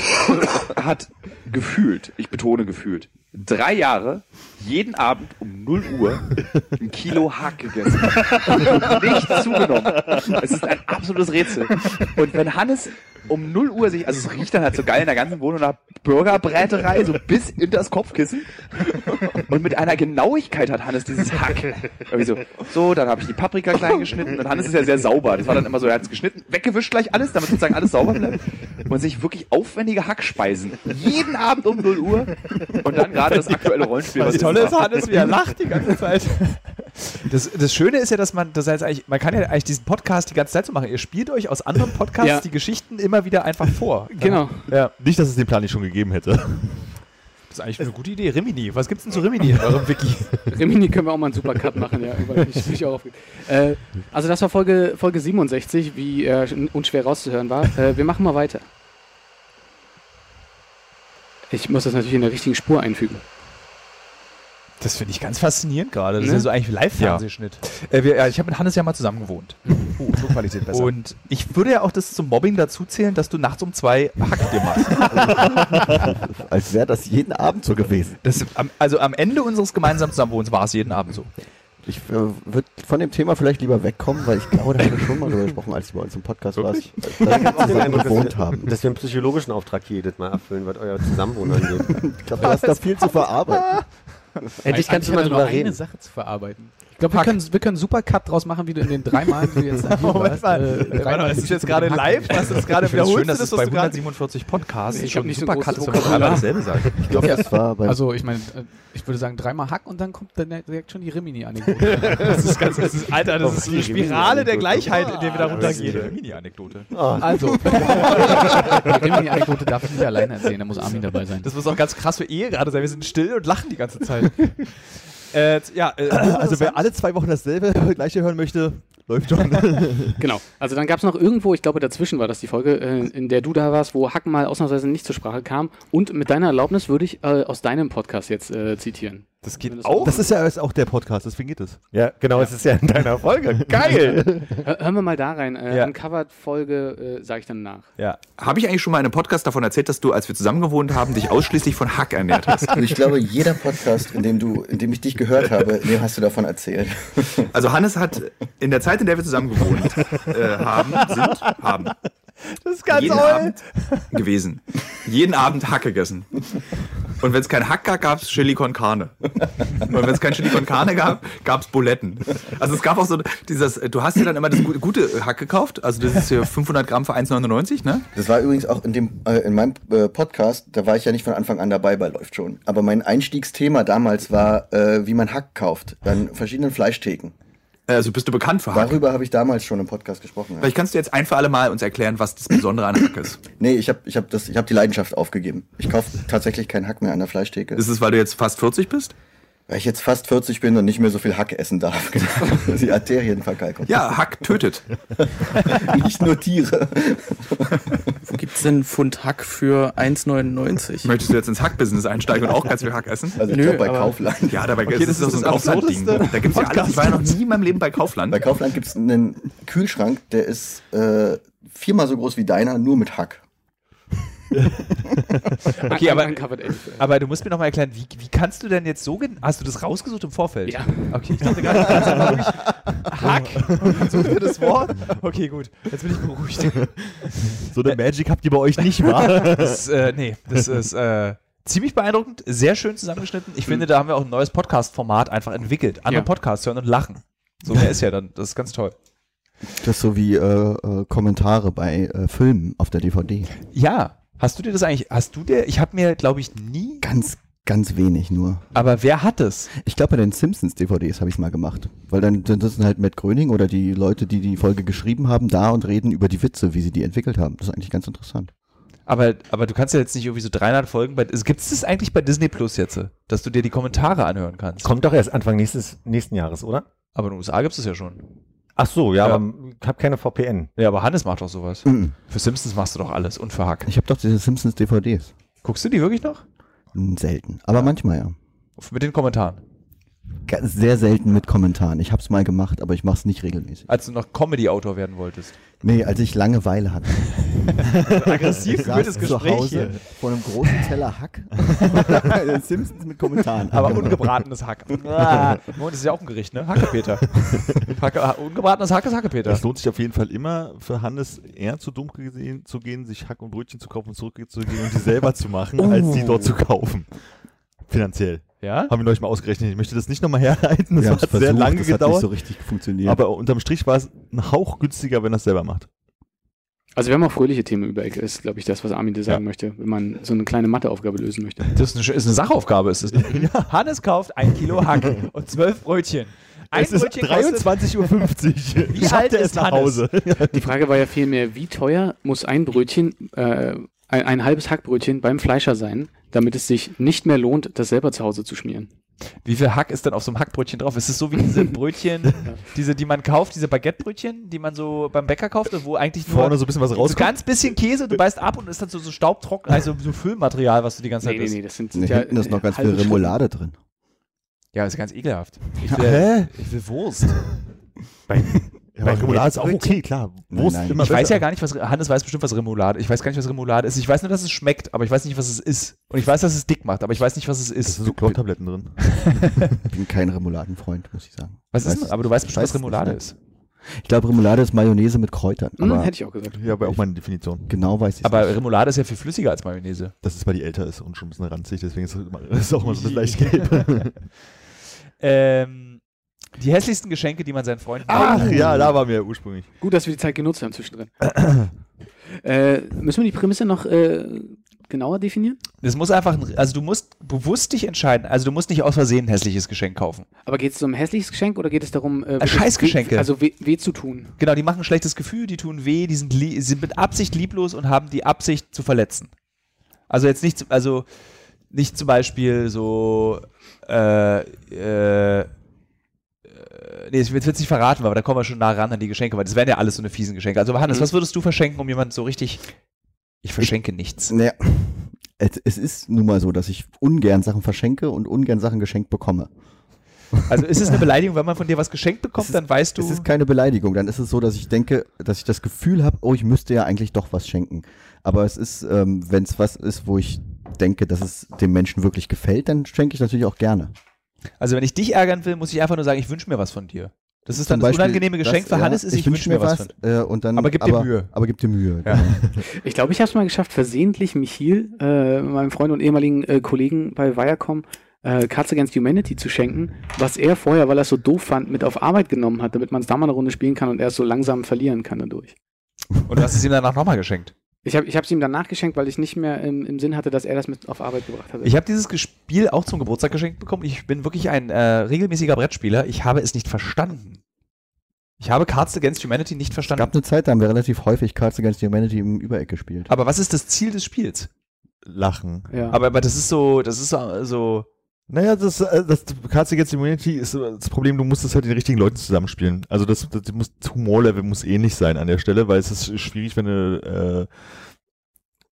H: hat gefühlt, ich betone gefühlt, drei Jahre jeden Abend um 0 Uhr ein Kilo Hack gegessen. Und nicht zugenommen. Es ist ein absolutes Rätsel. Und wenn Hannes um 0 Uhr sich, also es riecht dann halt so geil in der ganzen Wohnung nach Burgerbräterei, so bis in das Kopfkissen. Und mit einer Genauigkeit hat Hannes dieses Hack. Irgendwie so, so, dann habe ich die Paprika klein geschnitten und Hannes ist ja sehr sauber. Das war dann immer so, er hat es geschnitten, weggewischt gleich alles, damit sozusagen alles sauber bleibt. Und sich wirklich aufwendige Hackspeisen. Jeden Abend um 0 Uhr. Und dann gerade das aktuelle Rollenspiel.
A: Das
H: was
A: Tolle
H: wir
A: ist, Hannes, wie er lacht die ganze
H: (laughs)
A: Zeit. Das, das Schöne ist ja, dass man das heißt eigentlich, man kann ja eigentlich diesen Podcast die ganze Zeit so machen. Ihr spielt euch aus anderen Podcasts
B: Ja.
A: die Geschichten immer wieder einfach vor.
B: Genau.
A: Ja,
D: Nicht, dass es den Plan nicht schon gegeben hätte.
A: das ist eigentlich eine gute Idee. Rimini, was gibt's denn zu Rimini in eurem Wiki?
B: Remini können wir auch mal einen Supercut machen, ja. Über, ich, ich auch aufge- äh, also das war Folge, Folge 67, wie äh, schon unschwer rauszuhören war. Äh, wir machen mal weiter. Ich muss das natürlich in der richtigen Spur einfügen.
A: Das finde ich ganz faszinierend gerade. Das
B: Ne?
A: ist ja so eigentlich Live-Fernsehschnitt. Äh, wir- ja, ich habe mit Hannes ja mal zusammen (laughs) gewohnt.
G: Oh, Tonqualität besser.
A: Und ich würde ja auch das zum Mobbing dazu zählen, dass du nachts um zwei Hack dir machst.
C: Als wäre das jeden Abend so gewesen.
A: Das, am, also am Ende unseres gemeinsamen Zusammenwohnens war es jeden Abend so.
C: Ich äh, würde von dem Thema vielleicht lieber wegkommen, weil ich glaube, da haben wir schon mal drüber gesprochen, als du bei uns im Podcast warst. Da (laughs) wir zusammen gewohnt haben.
E: dass wir einen psychologischen Auftrag hier jedes Mal erfüllen, was euer Zusammenwohnen (laughs) angeht.
C: Ich glaube, du hast da viel zu verarbeiten.
E: Endlich kannst du mal drüber reden.
B: eine Sache zu verarbeiten. Ich glaube, wir können, wir können einen Supercut draus machen, wie du in den drei Malen, die du (laughs) jetzt da hier warst, äh, dreimal
A: ist das jetzt
B: mit
A: gerade
B: dem Hack-
A: live? Hast du das gerade
G: Ich find's
A: wiederholt?
G: schön, dass
A: Das,
G: es
A: was
G: bei
A: du gerade-
G: 147 Podcasts
B: Ich hab
G: schon
B: nicht so ein
G: super
B: großes
G: Katze-
B: Vokabular.
G: dasselbe sagen.
C: Ich glaube, das war bei
B: Also, ich meine, äh, ich würde sagen, dreimal Hack und dann kommt dann direkt schon die Rimini-Anekdote.
A: (laughs) Das ist ganz, das ist, Alter, das ist eine Spirale der Gleichheit, in der wir da runtergehen.
G: Mini-Anekdote.
A: (laughs)
B: Also, die Rimini-Anekdote darf ich nicht alleine erzählen, da muss Armin dabei sein.
A: Das muss auch ganz krass für Ehe gerade sein. Wir sind still und lachen die ganze (laughs) Zeit. äh, ja, äh,
D: Also wer alle zwei Wochen dasselbe gleiche hören möchte, läuft schon.
B: genau. Also dann gab es noch irgendwo, ich glaube dazwischen war das die Folge, äh, in der du da warst, wo Hack mal ausnahmsweise nicht zur Sprache kam. Und mit deiner Erlaubnis würde ich äh, aus deinem Podcast jetzt äh, zitieren.
A: das geht
B: Das-
A: auch.
D: Das ist ja ist auch der Podcast, deswegen geht es.
E: Ja, genau, es ist ja in deiner Folge. Geil!
B: Hör, hören wir mal da rein. Äh,
A: Ja.
B: Uncovered-Folge äh, sage ich dann nach.
A: Ja.
H: Habe ich eigentlich schon mal in einem Podcast davon erzählt, dass du, als wir zusammen gewohnt haben, dich ausschließlich von Hack ernährt hast?
C: Also ich glaube, jeder Podcast, in dem du, in dem ich dich gehört (laughs) habe, in dem hast du davon erzählt.
H: Also Hannes hat in der Zeit, in der wir zusammen gewohnt äh, haben, sind, haben,
A: Das ist ganz
H: jeden
A: toll.
H: Abend gewesen. Jeden Abend Hack gegessen. Und wenn es kein Hack gab, gab es Chili con Carne. Und wenn es kein Chili con Carne gab, gab es Buletten. Also es gab auch so dieses, äh, du hast dir dann immer das gu- gute Hack gekauft, also das ist hier 500 Gramm für 1,99, ne?
C: Das war übrigens auch in dem, äh, in meinem äh, Podcast, da war ich ja nicht von Anfang an dabei bei Läuft schon. Aber mein Einstiegsthema damals war, äh, wie man Hack kauft an verschiedenen Fleischtheken.
I: Also bist du bekannt für Hack.
C: Darüber habe ich damals schon im Podcast gesprochen. Ja.
I: Vielleicht kannst du jetzt ein für alle Mal uns erklären, was das Besondere an Hack ist.
C: Nee, ich habe ich hab das- ich hab die Leidenschaft aufgegeben. Ich kaufe tatsächlich keinen Hack mehr an der Fleischtheke.
I: Ist es, weil du jetzt fast 40 bist?
C: Weil ich jetzt fast 40 bin und nicht mehr so viel Hack essen darf. (laughs) Genau. Die Arterienverkalkung.
I: Ja, Hack tötet.
C: Nicht nur Tiere.
J: Wo gibt's denn einen Pfund Hack für 1,99?
I: Möchtest du jetzt ins Hack-Business einsteigen und auch ganz viel Hack essen?
C: Also ich
J: Nö,
C: glaube bei
J: aber-
C: Kaufland.
I: Ja, dabei
D: Okay,
I: ist es
D: das
I: doch so ein
D: ist das
I: Kaufland-Ding.
D: absurdeste
I: Da gibt's ja alles. Ich war ja noch nie in meinem Leben bei
C: Bei
I: Kaufland.
C: Kaufland gibt es einen Kühlschrank, der ist äh, viermal so groß wie deiner, nur mit Hack.
A: (laughs) Okay, aber-
B: Uncovered Elf.
A: Aber du musst mir noch mal erklären, wie, wie kannst du denn jetzt so... gen- Hast du das rausgesucht im Vorfeld?
B: Ja.
A: Okay, ich dachte gerade, du kannst einfach wirklich- Hack, und dann such dir das Wort. Okay, gut, jetzt bin ich beruhigt.
D: So eine Magic habt ihr bei euch nicht, (laughs) wahr?
A: Das, äh, nee, das ist äh, ziemlich beeindruckend, sehr schön zusammengeschnitten. Ich finde, da haben wir auch ein neues Podcast-Format einfach entwickelt. Andere
B: Ja.
A: Podcasts hören und lachen. So mehr ist ja dann, das ist ganz toll.
C: Das ist so wie äh, äh, Kommentare bei äh, Filmen auf der DVD.
A: Ja, hast du dir das eigentlich, hast du dir, ich habe mir, glaube ich, nie,
C: Ganz, ganz wenig nur.
A: aber wer hat es?
C: Ich glaube, bei den Simpsons-DVDs habe ich es mal gemacht. Weil dann, dann sitzen halt Matt Gröning oder die Leute, die die Folge geschrieben haben, da und reden über die Witze, wie sie die entwickelt haben. Das ist eigentlich ganz interessant.
A: Aber, aber du kannst ja jetzt nicht irgendwie so 300 Folgen bei, gibt es das eigentlich bei Disney Plus jetzt, dass du dir die Kommentare anhören kannst?
E: Kommt doch erst Anfang nächstes, nächsten Jahres, oder?
A: Aber in den USA gibt es das ja schon.
E: Ach so, ja,
A: Ja.
E: aber ich habe keine VPN.
A: Ja, aber Hannes macht doch sowas.
C: Mhm.
A: Für Simpsons machst du doch alles und für Hack.
C: Ich habe doch diese Simpsons-DVDs.
A: Guckst du die wirklich noch?
C: Hm, Selten. Aber manchmal ja.
A: Mit den Kommentaren.
C: Ganz sehr selten mit Kommentaren. Ich habe es mal gemacht, aber ich mache es nicht regelmäßig.
A: Als du noch Comedy-Autor werden wolltest.
C: Nee, als ich Langeweile (laughs) hatte.
A: Aggressiv
C: saß zu Hause vor einem großen Teller Hack. (laughs) Bei den Simpsons mit Kommentaren.
A: (laughs) Aber ungebratenes Hack. Ah, Moment, das ist ja auch ein Gericht, ne? (laughs) Hackepeter. Hacke, ah, ungebratenes Hack ist Hackepeter.
D: Es lohnt sich auf jeden Fall immer für Hannes eher zu dumm gesehen, zu gehen, sich Hack und Brötchen zu kaufen und zurückzugehen und die selber zu machen, als die dort zu kaufen. Finanziell.
A: Ja?
D: Haben wir neulich mal ausgerechnet. Ich möchte das nicht nochmal (laughs) herleiten. Das
C: Wir haben's
D: hat sehr
C: versucht,
D: lange
C: das Hat nicht
D: gedauert.
C: so richtig funktioniert.
D: aber unterm Strich war es ein Hauch günstiger, wenn er es selber (laughs) macht.
B: Also wir haben auch fröhliche Themen über Ecke, ist, glaube ich, das, was Armin dir sagen möchte, wenn man so eine kleine Matheaufgabe lösen möchte.
A: Das ist eine, schö- ist eine Sachaufgabe. Ist das (laughs) Hannes kauft ein Kilo (laughs) Hack und zwölf Brötchen. Ein
D: es ist
A: Brötchen kostet
D: 23.50 Uhr.
A: Wie alt ist
D: nach
A: Hannes?
D: Hause?
B: Die Frage war ja vielmehr, wie teuer muss ein Brötchen, äh, ein, ein halbes Hackbrötchen beim Fleischer sein, damit es sich nicht mehr lohnt, das selber zu Hause zu schmieren.
A: Wie viel Hack ist denn auf so einem Hackbrötchen drauf? Ist es so wie diese Brötchen, diese, die man kauft, diese Baguettebrötchen, die man so beim Bäcker kauft, wo eigentlich nur
D: Vorne so ein bisschen was
A: so
D: rauskommt.
A: ganz bisschen Käse, du beißt ab und ist dann so, so staubtrocken, also so Füllmaterial, was du die ganze Zeit
B: Nee, nee,
A: isst.
B: nee, das sind,
C: nee,
B: sind ja äh,
C: hinten ist noch
D: äh,
C: ganz viel
D: halt
B: halbe
C: Remoulade drin.
A: Ja, ist ganz ekelhaft. Ich
D: Hä?
A: ich will Wurst.
D: Ja, aber Remoulade ist auch okay, klar. Wurst
C: nein.
D: immer
A: Ich
D: besser.
A: weiß ja gar nicht, was Hannes weiß bestimmt, was Remoulade. Ich weiß gar nicht, was Remoulade ist. Ich weiß nur, dass es schmeckt, aber ich weiß nicht, was es ist. Und ich weiß, dass es dick macht, aber ich weiß nicht, was es
D: Das
A: ist.
D: sind so Klautabletten drin.
C: Ich bin kein Remouladenfreund, muss ich sagen.
A: Was ist
C: Weiß-
A: denn? Aber du weißt bestimmt,
C: weiß
A: was Remoulade
C: nicht.
A: ist.
C: Ich glaube, Remoulade ist Mayonnaise mit Kräutern.
B: Schüssel. Hm,
C: Aber
B: hätte ich auch gesagt.
D: Ja, aber auch meine Definition.
C: genau weiß ich
A: Aber
C: nicht.
A: Remoulade ist ja viel flüssiger als Mayonnaise.
D: Das ist, weil die älter ist und schon ein bisschen ranzig, deswegen ist es immer- (laughs) ist auch mal so ein bisschen leicht gelb.
A: (laughs) Ähm, die hässlichsten Geschenke, die man seinen Freunden
D: Ach ja, da waren wir ja ursprünglich.
B: Gut, dass wir die Zeit genutzt haben
C: (clears throat)
B: zwischendrin. äh, müssen wir die Prämisse noch äh, genauer definieren?
A: Das muss einfach, ein- also du musst bewusst dich entscheiden. Also du musst nicht aus Versehen ein hässliches Geschenk kaufen.
B: Aber geht es um ein hässliches Geschenk oder geht es darum, äh,
A: Scheißgeschenke.
B: Weh, also weh, weh zu tun?
A: Genau, die machen ein schlechtes Gefühl, die tun weh, die sind, lie- sind mit Absicht lieblos und haben die Absicht zu verletzen. Also jetzt nicht, zu- also nicht zum Beispiel so, äh, äh, äh, nee, ich will es nicht verraten, aber da kommen wir schon nah ran an die Geschenke, weil das wären ja alles so eine fiesen Geschenke. Also Hannes,
C: Mhm.
A: was würdest du verschenken, um jemanden so richtig, ich verschenke nichts.
C: Naja, es, es ist nun mal so, dass ich ungern Sachen verschenke und ungern Sachen geschenkt bekomme.
A: Also ist es
C: (laughs)
A: eine Beleidigung, wenn man von dir was geschenkt bekommt,
C: Es ist-
A: dann weißt
C: Es
A: du,
C: ist keine Beleidigung. Dann ist es so, dass ich denke, dass ich das Gefühl habe, oh, ich müsste ja eigentlich doch was schenken. Aber es ist, ähm, wenn es was ist, wo ich denke, dass es dem Menschen wirklich gefällt, dann schenke ich natürlich auch gerne.
A: also wenn ich dich ärgern will, muss ich einfach nur sagen, ich wünsche mir was von dir. Das ist dann
C: Zum
A: das
C: Beispiel
A: unangenehme Geschenk
C: das,
A: für
C: ja,
A: Hannes, ist, ich, wünsche mir was von dir.
C: äh, und dann,
A: Aber gib dir Mühe.
C: Aber gib dir Mühe.
A: Ja.
C: genau.
B: Ich glaube, ich habe es mal geschafft, versehentlich Michiel, äh, meinem Freund und ehemaligen äh, Kollegen bei Viacom, äh, Cards Against Humanity zu schenken, was er vorher, weil er es so doof fand, mit auf Arbeit genommen hat, damit man es da mal eine Runde spielen kann und er es so langsam verlieren kann dadurch.
A: Und du hast es ihm danach nochmal geschenkt.
B: Ich habe es ihm danach geschenkt, weil ich nicht mehr im, im Sinn hatte, dass er das mit auf Arbeit gebracht hatte.
A: Ich habe dieses Ges- Spiel auch zum Geburtstag geschenkt bekommen. Ich bin wirklich ein äh, regelmäßiger Brettspieler. Ich habe es nicht verstanden. Ich habe Cards Against Humanity nicht
C: Es gab
A: verstanden.
C: eine Zeit, da haben wir relativ häufig Cards Against Humanity im Übereck gespielt.
A: Aber was ist das Ziel des Spiels?
D: Lachen.
B: Ja.
A: Aber, aber das ist so, das ist so, so
D: Naja, das, äh, das Cards Against Humanity ist äh, das Problem, du musst es halt den richtigen Leuten zusammenspielen. Also das, das, muss, das Humorlevel muss ähnlich sein an der Stelle, weil es ist schwierig, wenn du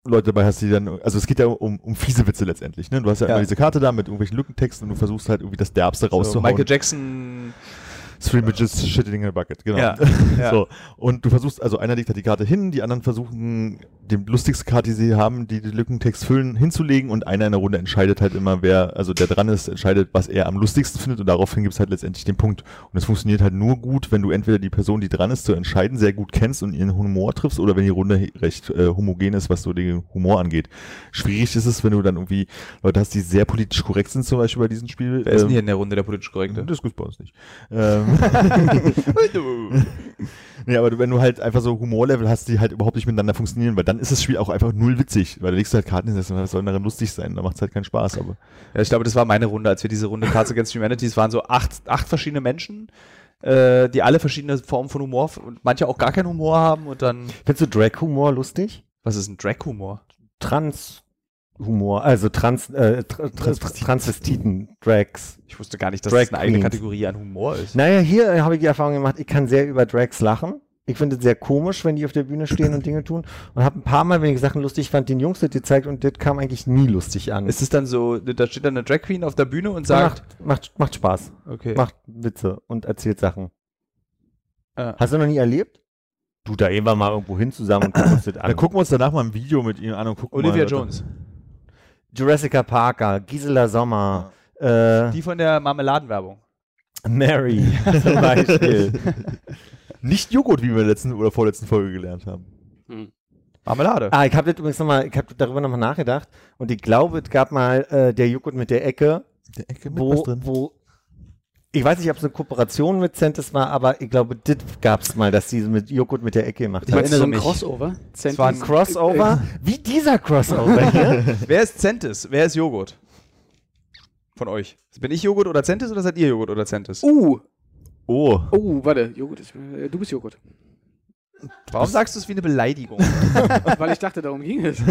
D: äh, Leute dabei hast, die dann, also es geht ja um, um fiese Witze letztendlich, ne? Du hast ja,
A: Ja.
D: immer diese Karte da mit irgendwelchen Lückentexten und du versuchst halt irgendwie das Derbste
A: so
D: rauszuhauen.
A: Michael Jackson.
D: Three Midgets Shitting in a Bucket, genau. (laughs)
A: Ja, ja.
D: So. Und du versuchst, also einer legt halt die Karte hin, die anderen versuchen, die lustigste Karte, die sie haben, die den Lückentext füllen, hinzulegen und einer in der Runde entscheidet halt immer, wer, also der dran ist, entscheidet, was er am lustigsten findet und daraufhin gibt es halt letztendlich den Punkt. Und es funktioniert halt nur gut, wenn du entweder die Person, die dran ist, zu entscheiden, sehr gut kennst und ihren Humor triffst oder wenn die Runde he- recht äh, homogen ist, was so den Humor angeht. Schwierig ist es, wenn du dann irgendwie Leute hast, die sehr politisch korrekt sind, zum Beispiel bei diesem Spiel.
A: Wer ist denn
D: Ähm,
A: hier in der Runde der politisch Korrekte?
D: das gibt's bei uns nicht. Ähm. nee, aber du- wenn du halt einfach so Humorlevel hast, die halt überhaupt nicht miteinander funktionieren, weil dann ist das Spiel auch einfach null witzig, weil da legst du halt Karten hin, das soll darin lustig sein, da macht's halt keinen Spaß, aber
A: Ja, ich glaube, das war meine Runde, als wir diese Runde Cards Against Humanity, es waren so acht, acht verschiedene Menschen, äh, die alle verschiedene Formen von Humor f- und manche auch gar keinen Humor haben und dann,
E: Findest du Drag-Humor lustig?
A: was ist ein Drag-Humor?
E: Trans-Humor, also Trans, äh, Tra- Tra- Tra- Transvestiten, Drags.
A: Ich wusste gar nicht, dass
E: Drag
A: das eine eigene
E: Queens.
A: Kategorie an Humor ist.
E: Naja, hier äh, habe ich die Erfahrung gemacht, ich kann sehr über Drags lachen. Ich finde es sehr komisch, wenn die auf der Bühne stehen und Dinge tun. Und habe ein paar Mal, wenn ich Sachen lustig fand, den Jungs das gezeigt und das kam eigentlich nie lustig an.
A: Ist es dann so, da steht dann eine Drag Queen auf der Bühne und sagt,
E: macht, macht, macht Spaß,
A: okay,
E: macht Witze und erzählt Sachen.
A: Ah.
E: Hast du noch nie erlebt? Du, da gehen wir mal irgendwo hin zusammen und gucken uns
A: (coughs)
E: das
D: dann
E: an.
D: gucken wir uns danach mal ein Video mit ihnen an und gucken
A: Olivia
D: mal,
A: Jones,
E: Jurassic Parker, Gisela Sommer, äh,
A: die von der Marmeladenwerbung.
E: Mary (laughs) zum Beispiel.
D: Nicht Joghurt, wie wir in der letzten oder vorletzten Folge gelernt haben.
A: Marmelade.
E: Ah, ich habe das übrigens nochmal, ich habe darüber nochmal nachgedacht und ich glaube, es gab mal äh, der Joghurt mit der Ecke,
D: Der Ecke
E: wo, wo ich weiß nicht, ob es eine Kooperation mit Centis war, aber ich glaube, das gab es mal, dass die mit Joghurt mit der Ecke gemacht
B: Ich
E: haben.
B: meine,
A: Kurz
B: so ein
A: für mich.
B: Crossover.
A: Es war ein Äh,
B: Sentence.
E: Crossover? Wie
A: (laughs)
E: dieser Crossover hier?
A: Wer ist Centis? Wer ist Joghurt? Von euch. Bin ich Joghurt oder Centis oder seid ihr Joghurt oder Centis?
B: Uh,
D: Oh.
B: oh, warte, Joghurt ist, äh, du bist Joghurt.
A: Warum sagst du es wie eine Beleidigung?
B: Weil ich dachte, darum ging es.
A: (laughs)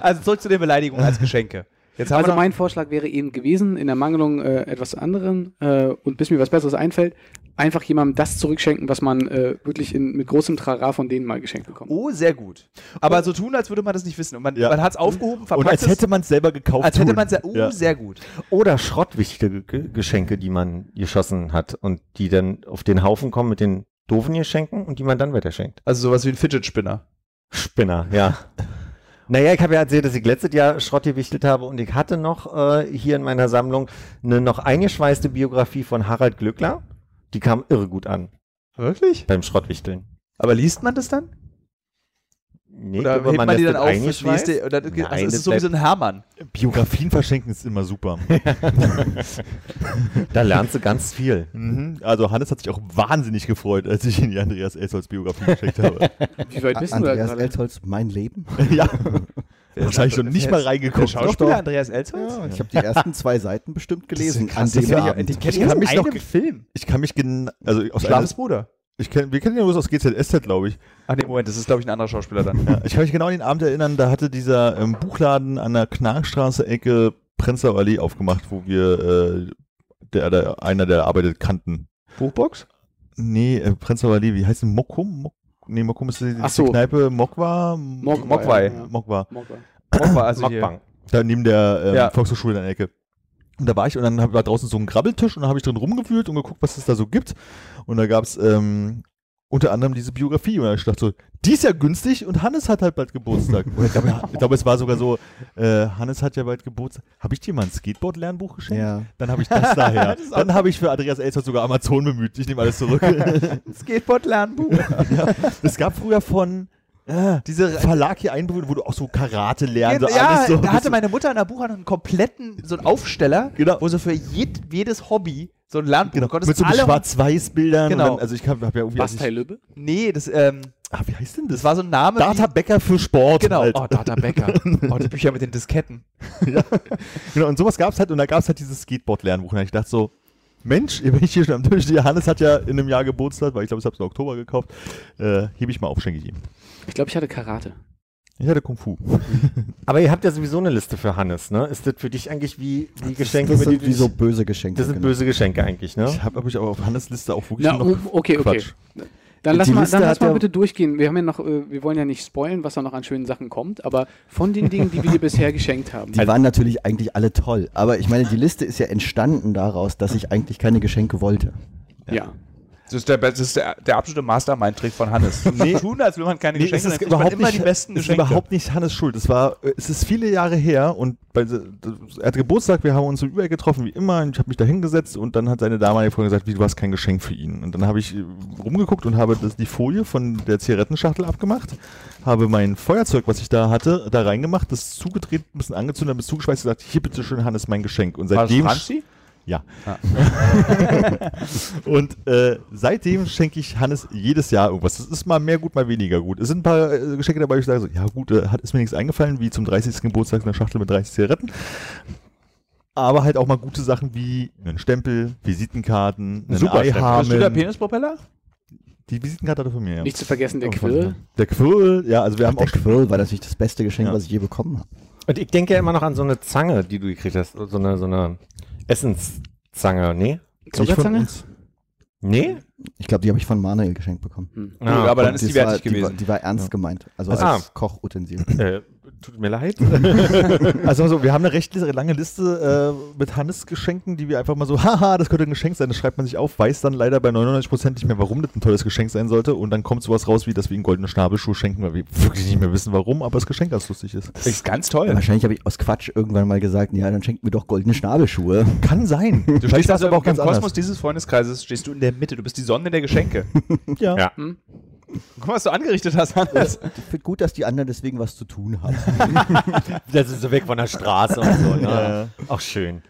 A: also zurück zu den Beleidigungen als Geschenke. Jetzt haben
B: Also
A: wir noch-
B: mein Vorschlag wäre eben gewesen, in der Mangelung äh, etwas anderem äh, und bis mir was Besseres einfällt, einfach jemandem das zurückschenken, was man äh, wirklich in, mit großem Trara von denen mal geschenkt bekommt.
A: Oh, sehr gut. Aber so tun, als würde man das nicht wissen. Und man,
D: Ja.
A: man hat es aufgehoben,
D: Und
A: verpackt
D: als hätte man es selber gekauft.
A: es, als hätte
D: tun.
A: man es. Oh,
D: ja.
A: sehr gut.
E: Oder schrottwichtige Ge- Geschenke, die man geschossen hat und die dann auf den Haufen kommen mit den doofen Geschenken und die man dann weiterschenkt.
A: Also sowas wie ein Fidget-Spinner.
E: Spinner, ja.
A: (laughs)
E: Naja, ich habe ja erzählt, dass ich letztes Jahr Schrott gewichtelt habe und ich hatte noch äh, hier in meiner Sammlung eine noch eingeschweißte Biografie von Harald Glückler. Die kam irre gut an
A: Wirklich?
E: beim Schrottwichteln.
A: Aber liest man das dann?
E: Nee,
A: Oder
E: ich glaube,
A: hebt man die
E: lässt
A: dann
E: das
A: auf,
E: eingeschweißt.
A: verschließt die, oder,
E: Nein,
A: also es
E: das
A: ist so wie so ein Hermann.
D: Biografien verschenken ist
A: (laughs)
D: immer super. (laughs)
E: Da lernst du ganz viel.
D: mhm. Also Hannes hat sich auch wahnsinnig gefreut, als ich ihm die Andreas Elsholz Biografie geschenkt habe.
B: Wie weit bist du da
C: Andreas
B: gerade?
C: Elsholz, mein Leben?
D: ja. Wahrscheinlich schon nicht mal
A: Der
D: reingeguckt.
A: Schauspieler Andreas Elsholz?
C: Ja, ich habe die ersten zwei Seiten bestimmt gelesen an
D: das
C: dem
D: finde ich-
C: Abend.
D: Ich
A: Aus
D: kann mich noch,
A: einem Film.
D: ich kann mich gen, also aus
A: Schlafes Bruder.
D: ich kenn, wir kennen ja bloß aus GZSZ, glaube ich.
A: Ach nee, Moment, das ist glaube ich ein anderer Schauspieler dann.
D: (laughs) Ja, ich kann mich genau an den Abend erinnern, da hatte dieser ähm, Buchladen an der Knarkstraße Ecke Prenzlauer Allee aufgemacht, wo wir äh, der, der, einer, der arbeitet, kannten.
A: Buchbox?
D: Nee, äh, Prenzlauer Allee, wie heißt denn Mokum? Mok nee, Mokum ist die, die
B: Ach so.
D: Kneipe Mokwa.
B: Mok-
A: Mokwai.
B: Ja.
D: Mokwa.
B: Mogwai.
A: Mockbar, also hier.
E: Mockbang.
D: Da neben der ähm,
A: Ja.
D: Volkshochschule in der Ecke. Und da war ich und dann hab, war draußen so ein Grabbeltisch und da habe ich drin rumgewühlt und geguckt, was es da so gibt. Und da gab es ähm, unter anderem diese Biografie. Und da hab ich dachte so, die ist ja günstig und Hannes hat halt
A: (laughs)
D: bald Geburtstag. Und ich glaube, ich glaub, es war sogar so, äh, Hannes hat ja bald Geburtstag. Habe ich dir mal ein Skateboard-Lernbuch geschenkt?
C: Ja.
D: Dann habe ich
A: (laughs)
D: das daher. dann habe ich für Andreas Elsholz sogar Amazon bemüht. Ich nehme alles zurück. (laughs)
A: Skateboard-Lernbuch.
D: Es gab früher von äh, diese Verlag hier einberufen, wo du auch so Karate lernst. so
A: ja,
D: alles so,
A: da hatte meine Mutter in der Buchhandlung einen kompletten, so einen Aufsteller,
D: Genau.
A: wo sie für jed, jedes Hobby so ein Lernbuch
D: genau,
A: du konntest
D: mit so
A: alle-
D: Schwarz-Weiß-Bildern. und
A: Genau.
D: dann- Also ich habe hab ja irgendwie. als ich-
B: Bastei Lübbe?
A: Nee, das, ähm,
D: ah, wie heißt denn das?
A: das war so ein Name.
D: Data
A: wie-
D: Becker für Sport.
A: Genau.
D: Halt.
A: Oh, Data Becker. (laughs) Oh, die Bücher mit den Disketten.
D: genau. Und sowas gab es halt. Und da gab es halt dieses Skateboard-Lernbuch. Und ich dachte so, Mensch, (laughs) hier bin ich hier schon am Tisch. Der Hannes hat ja in einem Jahr Geburtstag, weil ich glaube, ich habe es im Oktober gekauft. Äh, hebe ich mal auf, schenke ich ihm.
B: Ich glaube, ich hatte Karate.
D: Ich hatte Kung Fu.
E: Aber ihr habt ja sowieso eine Liste für Hannes, ne? Ist das für dich eigentlich wie die Geschenke?
C: das
E: über
C: sind
E: die
C: wie
E: du
C: so
E: dich-
C: böse Geschenke.
E: Das sind
C: genau.
E: böse Geschenke eigentlich, ne?
D: Ich habe mich aber auf Hannes Liste auch wirklich
B: Na,
D: nur
B: oh,
D: noch
B: okay, okay.
D: Quatsch.
B: Dann lass
E: Die
B: mal,
E: Liste
B: dann lass
E: hat
B: mal
E: ja-
B: bitte durchgehen. Wir haben ja noch, äh, wir wollen ja nicht spoilen, was da noch an schönen Sachen kommt, aber von den Dingen, die wir dir bisher geschenkt haben.
C: Die waren natürlich eigentlich alle toll. Aber ich meine, die Liste ist ja entstanden daraus, dass ich eigentlich keine Geschenke wollte.
B: ja.
A: Das ist der, be- das ist der, der absolute Mastermind-Trick von
D: (laughs)
A: Hannes. Nee. Tun, als will man keine
D: Nee, es
A: Geschenke
D: ist
A: dann kriegt man
D: überhaupt
A: immer
D: nicht,
A: die besten
D: es ist
A: Geschenke.
D: überhaupt nicht Hannes Schuld. Es war, äh, es ist viele Jahre her und bei, se- er hatte Geburtstag, wir haben uns im Übereck getroffen, wie immer, und ich habe mich da hingesetzt und dann hat seine damalige Freundin gesagt, wie, du hast kein Geschenk für ihn. Und dann habe ich äh, rumgeguckt und habe das, die Folie von der Zigarettenschachtel abgemacht, habe mein Feuerzeug, was ich da hatte, da reingemacht, das zugedreht, ein bisschen angezündet, bis zugeschweißt und gesagt, hier bitte schön, Hannes, mein Geschenk. Und
A: War das
D: seitdem...
A: Franzi?
D: Ja.
A: Ah.
D: (laughs) und äh, seitdem schenke ich Hannes jedes Jahr irgendwas. Das ist mal mehr gut, mal weniger gut. Es sind ein paar äh, Geschenke dabei, wo ich sage so, ja gut, äh, hat, ist mir nichts eingefallen, wie zum 30. Geburtstag eine Schachtel mit 30 Zigaretten. Aber halt auch mal gute Sachen wie einen Stempel, Visitenkarten, einen
A: Super. Bist du der
D: Eiharmen.
A: Penispropeller?
D: Die Visitenkarte hat er von mir, ja. Oh,
B: Nicht zu vergessen, der Quill.
D: Der Quirl, ja, also wir haben
C: Der
D: auch schon
C: Quirl war natürlich das beste Geschenk,
D: Ja.
C: was ich je bekommen habe.
E: Und ich denke ja immer noch an so eine Zange, die du gekriegt hast. So eine, so eine Essenszange, ne?
B: Zuckerzange?
E: Nee?
C: Ich glaube, die habe ich von Manuel geschenkt bekommen.
E: Ah,
A: aber dann
C: Und
A: ist die
C: das
A: wertig
C: war,
A: gewesen.
C: Die war, die war ernst gemeint. Also
E: Also-
C: als Kochutensil.
E: äh, tut mir leid.
D: Also, also wir haben eine recht lange Liste äh, mit Hannes Geschenken, die wir einfach mal so, haha, das könnte ein Geschenk sein, das schreibt man sich auf, weiß dann leider bei 99% nicht mehr, warum das ein tolles Geschenk sein sollte und dann kommt sowas raus, wie dass wir ihm goldene Schnabelschuhe schenken, weil wir wirklich nicht mehr wissen, warum, aber das Geschenk ganz lustig ist.
A: Das ist ganz toll.
C: Wahrscheinlich habe ich aus Quatsch irgendwann mal gesagt, ja, dann schenkt mir doch goldene Schnabelschuhe.
D: Kann (laughs) sein.
A: Du stehst also im Kosmos dieses Freundeskreises, stehst du in der Mitte. Du bist die Sonne der Geschenke.
C: (laughs)
A: Hm?
D: Ja.
E: Ja.
A: Guck mal, was du angerichtet hast, Hannes.
C: Ich finde gut, dass die anderen deswegen was zu tun haben.
E: das ist so weg von der Straße und so,
A: (laughs)
E: ne? Auch schön.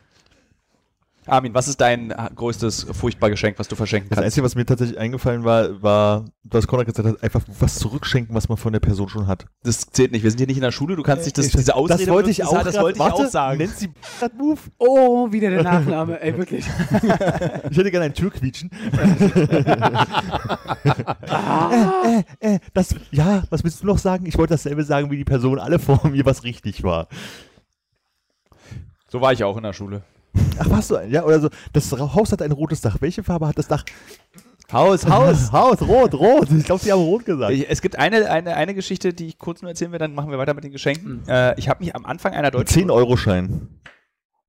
A: Armin, was ist dein äh, größtes furchtbar Geschenk, was du verschenken
D: Das
A: kannst?
D: Einzige, was mir tatsächlich eingefallen war, war, was Konrad gesagt hat, einfach was zurückschenken, was man von der Person schon hat.
A: Das zählt nicht. Wir sind hier nicht in der Schule. Du kannst nicht das, diese Ausrede benutzen, das wollte ich auch sagen.
D: Nancy Move.
B: Oh, wieder der Nachname. Ey, wirklich.
D: Ich hätte gerne ein Türquietschen. äh, äh, äh, das, ja, was willst du noch sagen? Ich wollte dasselbe sagen wie die Person alle vor mir, was richtig war.
A: So war ich auch in der Schule.
D: Ach, warst du ein, ja, oder so. Das Ra- Haus hat ein rotes Dach. Welche Farbe hat das Dach? Haus, Haus, (laughs) Haus, rot, rot. Ich glaube, sie haben rot gesagt.
A: Ich, es gibt eine, eine, eine Geschichte, die ich kurz nur erzählen will, dann machen wir weiter mit den Geschenken.
D: Hm.
A: Äh, ich habe mich am Anfang einer deutschen
D: 10-Euro-Schein.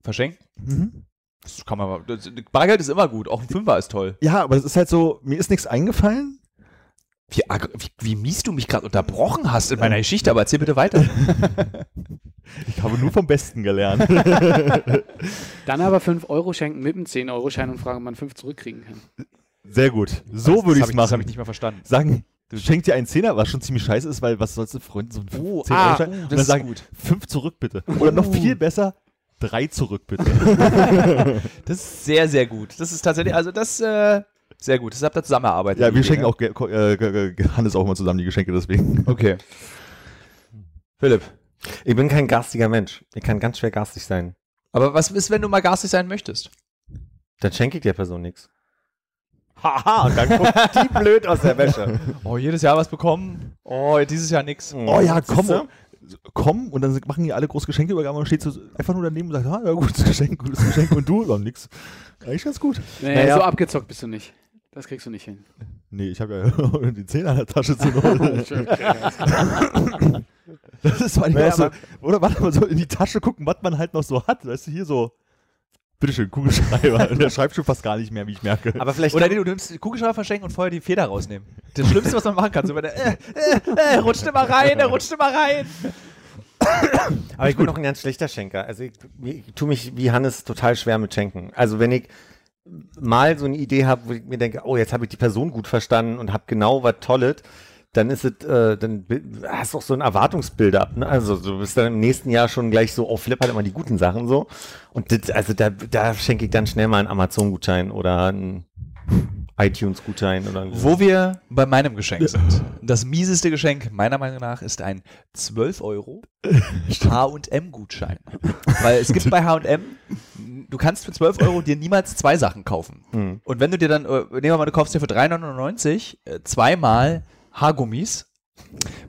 A: verschenken.
D: Mhm.
A: Das kann man aber. Das, Bargeld ist immer gut. Auch ein Fünfer ist toll.
D: Ja, aber das ist halt so, mir ist nichts eingefallen.
A: Wie, aggr- wie, wie mies du mich gerade unterbrochen hast in meiner Geschichte, aber erzähl bitte weiter.
D: Ich habe nur vom Besten gelernt.
B: Dann aber 5 Euro schenken mit einem 10-Euro-Schein und fragen, ob man 5 zurückkriegen kann.
D: (laughs) Sehr gut. (laughs) So
A: Das
D: würde ich
A: hab
D: es
A: Das habe
D: machen.
A: ich nicht mehr verstanden.
D: sagen, du schenkst dir einen Zehner, was schon ziemlich scheiße ist, weil was sollst du Freunden so einen
A: Oh,
D: 10
A: ah,
D: Euro Schein?
A: oh,
D: Und
A: das
D: dann
A: ist
D: sagen,
A: gut.
D: fünf zurück bitte. Oder noch viel besser, drei zurück bitte.
A: Das ist sehr, sehr gut. Das ist tatsächlich, also das, äh, sehr gut. Das habt ihr zusammengearbeitet.
D: (laughs) ja, wir
A: Idee,
D: schenken
A: ne?
D: auch ge- ko- äh, ge- ge- Hannes auch immer zusammen die Geschenke deswegen.
A: Okay. Philipp.
E: (laughs) Ich bin kein garstiger Mensch. Ich kann ganz schwer garstig sein.
A: Aber was ist, wenn du mal garstig sein möchtest?
E: Dann schenke ich der Person nichts. Haha, und dann guckt die blöd aus der Wäsche.
A: (laughs) Oh, jedes Jahr was bekommen. Oh, dieses Jahr nix.
D: Oh ja, komm.
E: Siehste?
D: Komm und dann machen die alle große Geschenkeübergabe und steht so einfach nur daneben und sagt, ah, ja, gutes Geschenk, gutes Geschenk und du, oh, nix. Eigentlich ganz gut.
B: Naja,
E: Naja.
B: so abgezockt bist du nicht. Das kriegst du nicht hin.
D: Nee, ich habe ja (laughs) die Zehner in der Tasche zu Hause. (laughs) Das ist vor allem
E: Naja,
D: auch so, oder warte mal, so in die Tasche gucken, was man halt noch so hat. Weißt du, hier so, bitteschön, (laughs) Kugelschreiber. Der schreibt schon fast gar nicht mehr, wie ich merke.
E: Aber vielleicht
A: Oder nee, du nimmst den Kugelschreiber verschenken und vorher die Feder rausnehmen. Das Schlimmste, was man machen kann. So, wenn der, äh, äh, äh, rutscht immer rein, er rutscht immer rein.
E: Aber ich bin auch ein ganz schlechter Schenker. Also ich, ich tue mich wie Hannes total schwer mit Schenken. Also wenn ich mal so eine Idee habe, wo ich mir denke, oh, jetzt habe ich die Person gut verstanden und habe genau was Tolles, dann ist es, äh, dann bi- hast du auch so ein Erwartungsbilder. Ne? Also du bist dann im nächsten Jahr schon gleich so, oh, Flip hat immer die guten Sachen so. Und das, also da, da schenke ich dann schnell mal einen Amazon-Gutschein oder einen iTunes-Gutschein oder
A: Wo wir bei meinem Geschenk sind. Das mieseste Geschenk meiner Meinung nach ist ein 12 (laughs) Euro H&M-Gutschein. Weil es gibt bei H&M, du kannst für 12 Euro dir niemals zwei Sachen kaufen.
E: Mhm.
A: Und wenn du dir dann, äh, nehmen wir mal, du kaufst dir für 3,99 äh, zweimal Haargummis,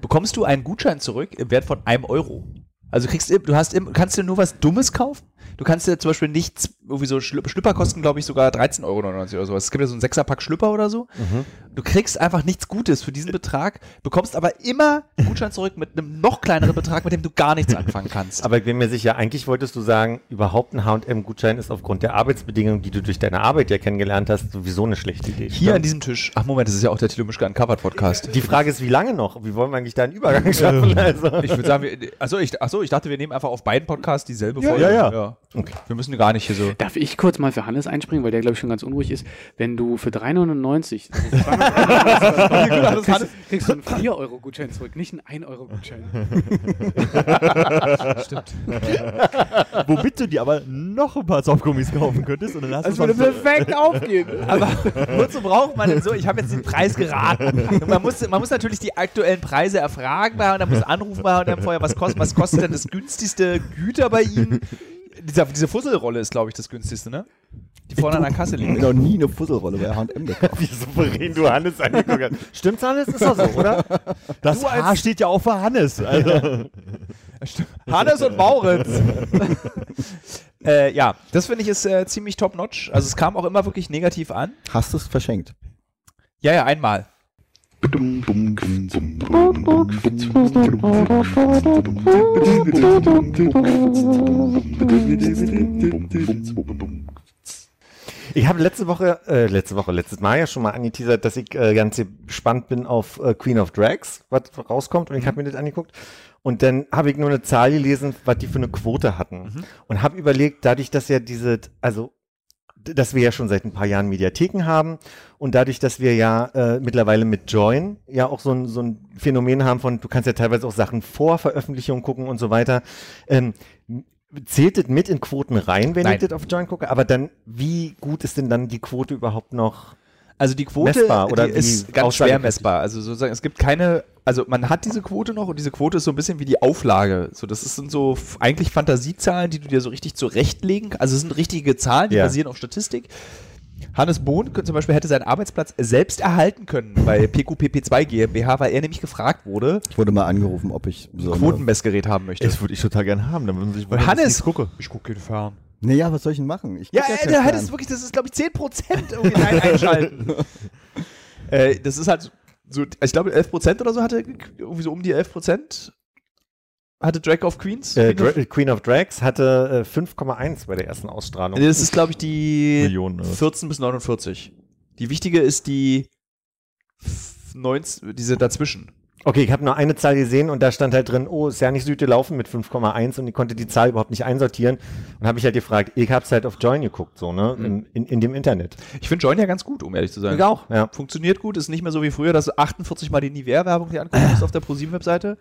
A: bekommst du einen Gutschein zurück im Wert von einem Euro. Also du kriegst, im- du hast, im- kannst dir nur was Dummes kaufen. Du kannst dir zum Beispiel nichts, irgendwie so Schlü- Schlüpper kosten, glaube ich, sogar 13,99 Euro oder sowas. Es gibt ja so einen Sechserpack Schlüpper oder so. Du kriegst einfach nichts Gutes für diesen Betrag, bekommst aber immer einen Gutschein zurück mit einem noch kleineren Betrag, mit dem du gar nichts anfangen (laughs) kannst.
E: Aber ich bin mir sicher, eigentlich wolltest du sagen, überhaupt ein HM-Gutschein ist aufgrund der Arbeitsbedingungen, die du durch deine Arbeit ja kennengelernt hast, sowieso eine schlechte Idee.
A: Hier an diesem Tisch, ach Moment, das ist ja auch der Thilo Mischke Uncovered Podcast.
E: Die Frage ist, wie lange noch? Wie wollen wir eigentlich da einen Übergang schaffen? Also.
A: Ich würde sagen, wir, also ich, achso, ich dachte, wir nehmen einfach auf beiden Podcasts dieselbe Folge.
D: ja, ja.
A: Okay. Wir müssen gar nicht hier so.
B: Darf ich kurz mal für Hannes einspringen, weil der, glaube ich, schon ganz unruhig ist. Wenn du für 3,99 kriegst, kriegst du einen 4-Euro-Gutschein zurück, nicht einen 1-Euro-Gutschein.
D: (laughs) Womit du dir aber noch ein paar Softgummis kaufen könntest und dann hast
B: Das
D: du
E: Also
B: würde
D: (laughs)
B: perfekt aufgehen.
A: (laughs) Wozu braucht man denn so? Ich habe jetzt den Preis geraten. Und Man muss, man muss natürlich die aktuellen Preise erfragen, da, und dann muss anrufen bei und vorher, was kostet, was kostet denn das günstigste Güter bei Ihnen? Dieser, diese Fusselrolle ist, glaube ich, das günstigste, ne? Die vorne an der Kasse
C: Ich
A: liegt.
C: habe noch nie eine Fusselrolle bei H&M gekauft.
E: Wie souverän du Hannes angeguckt hast. Stimmt's, Hannes? Ist doch so, oder?
D: Das Haar steht ja auch für Hannes. Also,
A: Hannes und Mauritz. (laughs) äh, ja, das finde ich ist äh, ziemlich top-notch. Also es kam auch immer wirklich negativ an.
C: Hast du es verschenkt?
A: Ja, ja, einmal.
E: Ich habe letzte Woche, äh, letzte Woche, letztes Mal ja schon mal angeteasert, dass ich äh, ganz gespannt bin auf äh, Queen of Drags, was rauskommt. Und ich habe mir das angeguckt. Und dann habe ich nur eine Zahl gelesen, was die für eine Quote hatten. Und habe überlegt, dadurch, dass ja diese, also, d- dass wir ja schon seit ein paar Jahren Mediatheken haben und dadurch, dass wir ja äh, mittlerweile mit Join ja auch so ein, so ein Phänomen haben von, du kannst ja teilweise auch Sachen vor Veröffentlichung gucken und so weiter. Ähm, Zählt das mit in Quoten rein, wenn
A: Nein.
E: ich das auf Join gucke? Aber dann, wie gut ist denn dann die Quote überhaupt noch?
A: (laughs) Also die Quote
E: Messbar oder
A: die
E: wie
A: ist ganz schwer
E: aussagekräftig?
A: messbar. Also sozusagen, es gibt keine, also man hat diese Quote noch und diese Quote ist so ein bisschen wie die Auflage. So, das sind so f- eigentlich Fantasiezahlen, die du dir so richtig zurechtlegen. Also es sind richtige Zahlen, die
E: Ja.
A: basieren auf Statistik. Hannes Bohn zum Beispiel hätte seinen Arbeitsplatz selbst erhalten können bei PQPP2 GmbH, weil er nämlich gefragt wurde,
C: Ich wurde mal angerufen, ob ich so eine...
A: Quotenmessgerät haben möchte.
D: das würde ich total gerne haben. Dann würden sich
A: und Hannes,
D: gucke.
A: ich gucke den fern.
C: Naja, was soll ich denn machen? Ich
A: Ja,
C: guck
A: äh,
C: keinen
A: da hat
C: Fern.
A: es wirklich, das ist glaube ich 10% irgendwie rein einschalten. (laughs) äh, das ist halt so, ich glaube 11% oder so hatte, irgendwie so um die 11% hatte Drag of Queens.
E: Äh, Dra Queen of Drags hatte äh, 5,1 bei der ersten Ausstrahlung.
A: das ist glaube ich die
D: Millionen. ne? Oder?
A: 14 bis 49. Die wichtige ist die 19, diese dazwischen.
E: Okay, ich habe nur eine Zahl gesehen und da stand halt drin, oh, ist ja nicht Süd laufen mit 5,1 und ich konnte die Zahl überhaupt nicht einsortieren. Und habe ich halt gefragt, ich habe es halt auf Join geguckt, so, ne? In, in, in dem Internet.
A: Ich finde Join ja ganz gut, um ehrlich zu sein.
E: auch. Ja.
A: Funktioniert gut, ist nicht mehr so wie früher, dass du 48 Mal die Nivea-Werbung dir angucken musst auf der ProSieben-Webseite.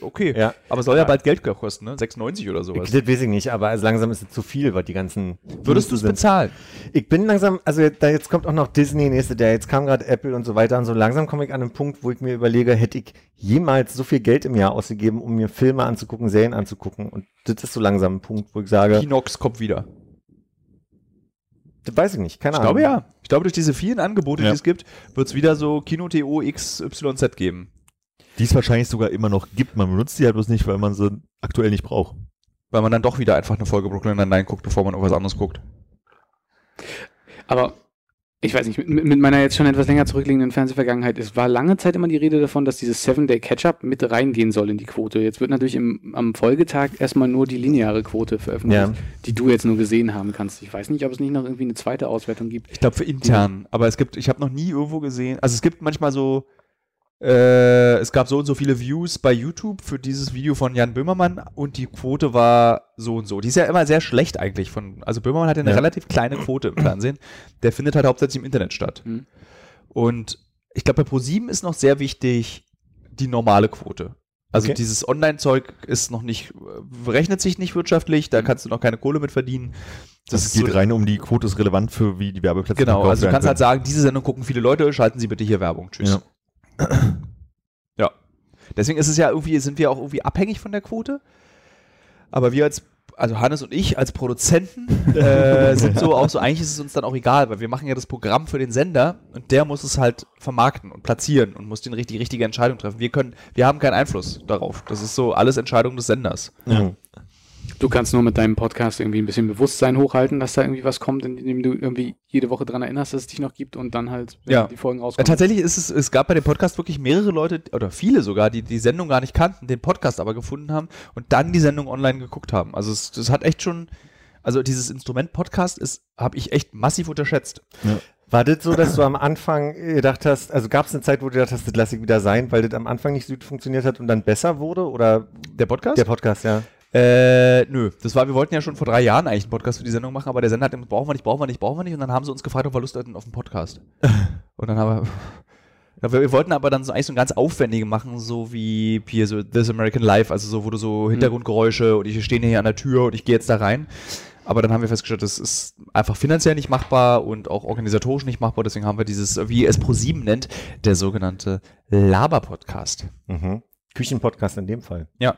A: Okay,
E: Ja.
A: aber soll ja bald Geld kosten, ne? 96 oder sowas.
E: Ich, das weiß ich nicht, aber also langsam ist es zu viel, weil die ganzen.
A: Würdest du es
E: sind.
A: bezahlen?
E: Ich bin langsam, also da jetzt kommt auch noch Disney, nächste, der jetzt kam gerade Apple und so weiter und so langsam komme ich an einen Punkt, wo ich mir überlege, hätte ich jemals so viel Geld im Jahr ausgegeben, um mir Filme anzugucken, Serien anzugucken und das ist so langsam ein Punkt, wo ich sage,
A: Kinox kommt wieder.
E: das weiß ich nicht, keine
A: Ich
E: Ahnung.
A: glaube ja. Ich glaube, durch diese vielen Angebote,
D: Ja.
A: die es gibt, wird es wieder so Kino.to XYZ geben.
D: Die es wahrscheinlich sogar immer noch gibt. Man benutzt die halt bloß nicht, weil man sie aktuell nicht braucht.
A: Weil man dann doch wieder einfach eine Folge Brooklyn Nine-Nine guckt, bevor man irgendwas anderes guckt.
B: Aber ich weiß nicht, mit, mit meiner jetzt schon etwas länger zurückliegenden Fernsehvergangenheit, es war lange Zeit immer die Rede davon, dass dieses Seven-Day-Catch-Up mit reingehen soll in die Quote. Jetzt wird natürlich im, am Folgetag erstmal nur die lineare Quote veröffentlicht,
E: Ja.
B: die du jetzt nur gesehen haben kannst. Ich weiß nicht, ob es nicht noch irgendwie eine zweite Auswertung gibt.
A: Ich glaube für intern. Aber es gibt, ich habe noch nie irgendwo gesehen, also es gibt manchmal so, äh, es gab so und so viele Views bei YouTube für dieses Video von Jan Böhmermann und die Quote war so und so. Die ist ja immer sehr schlecht eigentlich von, also Böhmermann hat ja eine
E: Ja.
A: relativ kleine Quote im Fernsehen. Der findet halt hauptsächlich im Internet statt.
B: Mhm.
A: Und ich glaube, bei ProSieben ist noch sehr wichtig die normale Quote. Also
E: Okay.
A: dieses Online-Zeug ist noch nicht, äh, rechnet sich nicht wirtschaftlich, da kannst du noch keine Kohle mit verdienen.
D: Das,
A: Das ist so-
D: geht rein um die Quote ist relevant für wie die Werbeplätze
A: Genau,
D: verkauft
A: also du
D: werden
A: kannst halt
D: können.
A: sagen, diese Sendung gucken viele Leute, schalten Sie bitte hier Werbung. Tschüss. Ja. Deswegen ist es ja irgendwie, sind wir auch irgendwie abhängig von der Quote. Aber wir als, also Hannes und ich als Produzenten
D: (laughs)
A: äh, sind so auch so, eigentlich ist es uns dann auch egal, weil wir machen ja das Programm für den Sender und der muss es halt vermarkten und platzieren und muss den richtig, richtige Entscheidung treffen. Wir können, wir haben keinen Einfluss darauf. Das ist so alles Entscheidung des Senders.
B: Du kannst nur mit deinem Podcast irgendwie ein bisschen Bewusstsein hochhalten, dass da irgendwie was kommt, indem du irgendwie jede Woche dran erinnerst, dass es dich noch gibt und dann halt, wenn
A: Ja.
B: die Folgen
A: Ja,
B: rauskommen.
A: Äh, tatsächlich ist es, es gab bei dem Podcast wirklich mehrere Leute oder viele sogar, die die Sendung gar nicht kannten, den Podcast aber gefunden haben und dann die Sendung online geguckt haben. Also es das hat echt schon, also dieses Instrument Podcast ist, habe ich echt massiv unterschätzt.
E: War das so, dass du am Anfang gedacht hast, also gab es eine Zeit, wo du gedacht hast, das lasse ich wieder sein, weil das am Anfang nicht so gut funktioniert hat und dann besser wurde? Oder
A: Der Podcast?
E: der Podcast, ja.
A: Äh, nö. Das war, wir wollten ja schon vor drei Jahren eigentlich einen Podcast für die Sendung machen, aber der Sender hat immer, brauchen wir nicht, brauchen wir nicht, brauchen wir nicht. Und dann haben sie uns gefragt, ob wir Lust hatten auf einen Podcast. Und dann haben wir. Wir wir wollten aber dann so eigentlich so ein ganz aufwendige machen, so wie hier so This American Life, also so, wo du so Hintergrundgeräusche und ich stehe hier an der Tür und ich gehe jetzt da rein. Aber dann haben wir festgestellt, das ist einfach finanziell nicht machbar und auch organisatorisch nicht machbar. Deswegen haben wir dieses, wie es ProSieben nennt, der sogenannte Laber-Podcast.
E: Mhm. Küchenpodcast in dem Fall.
A: Ja.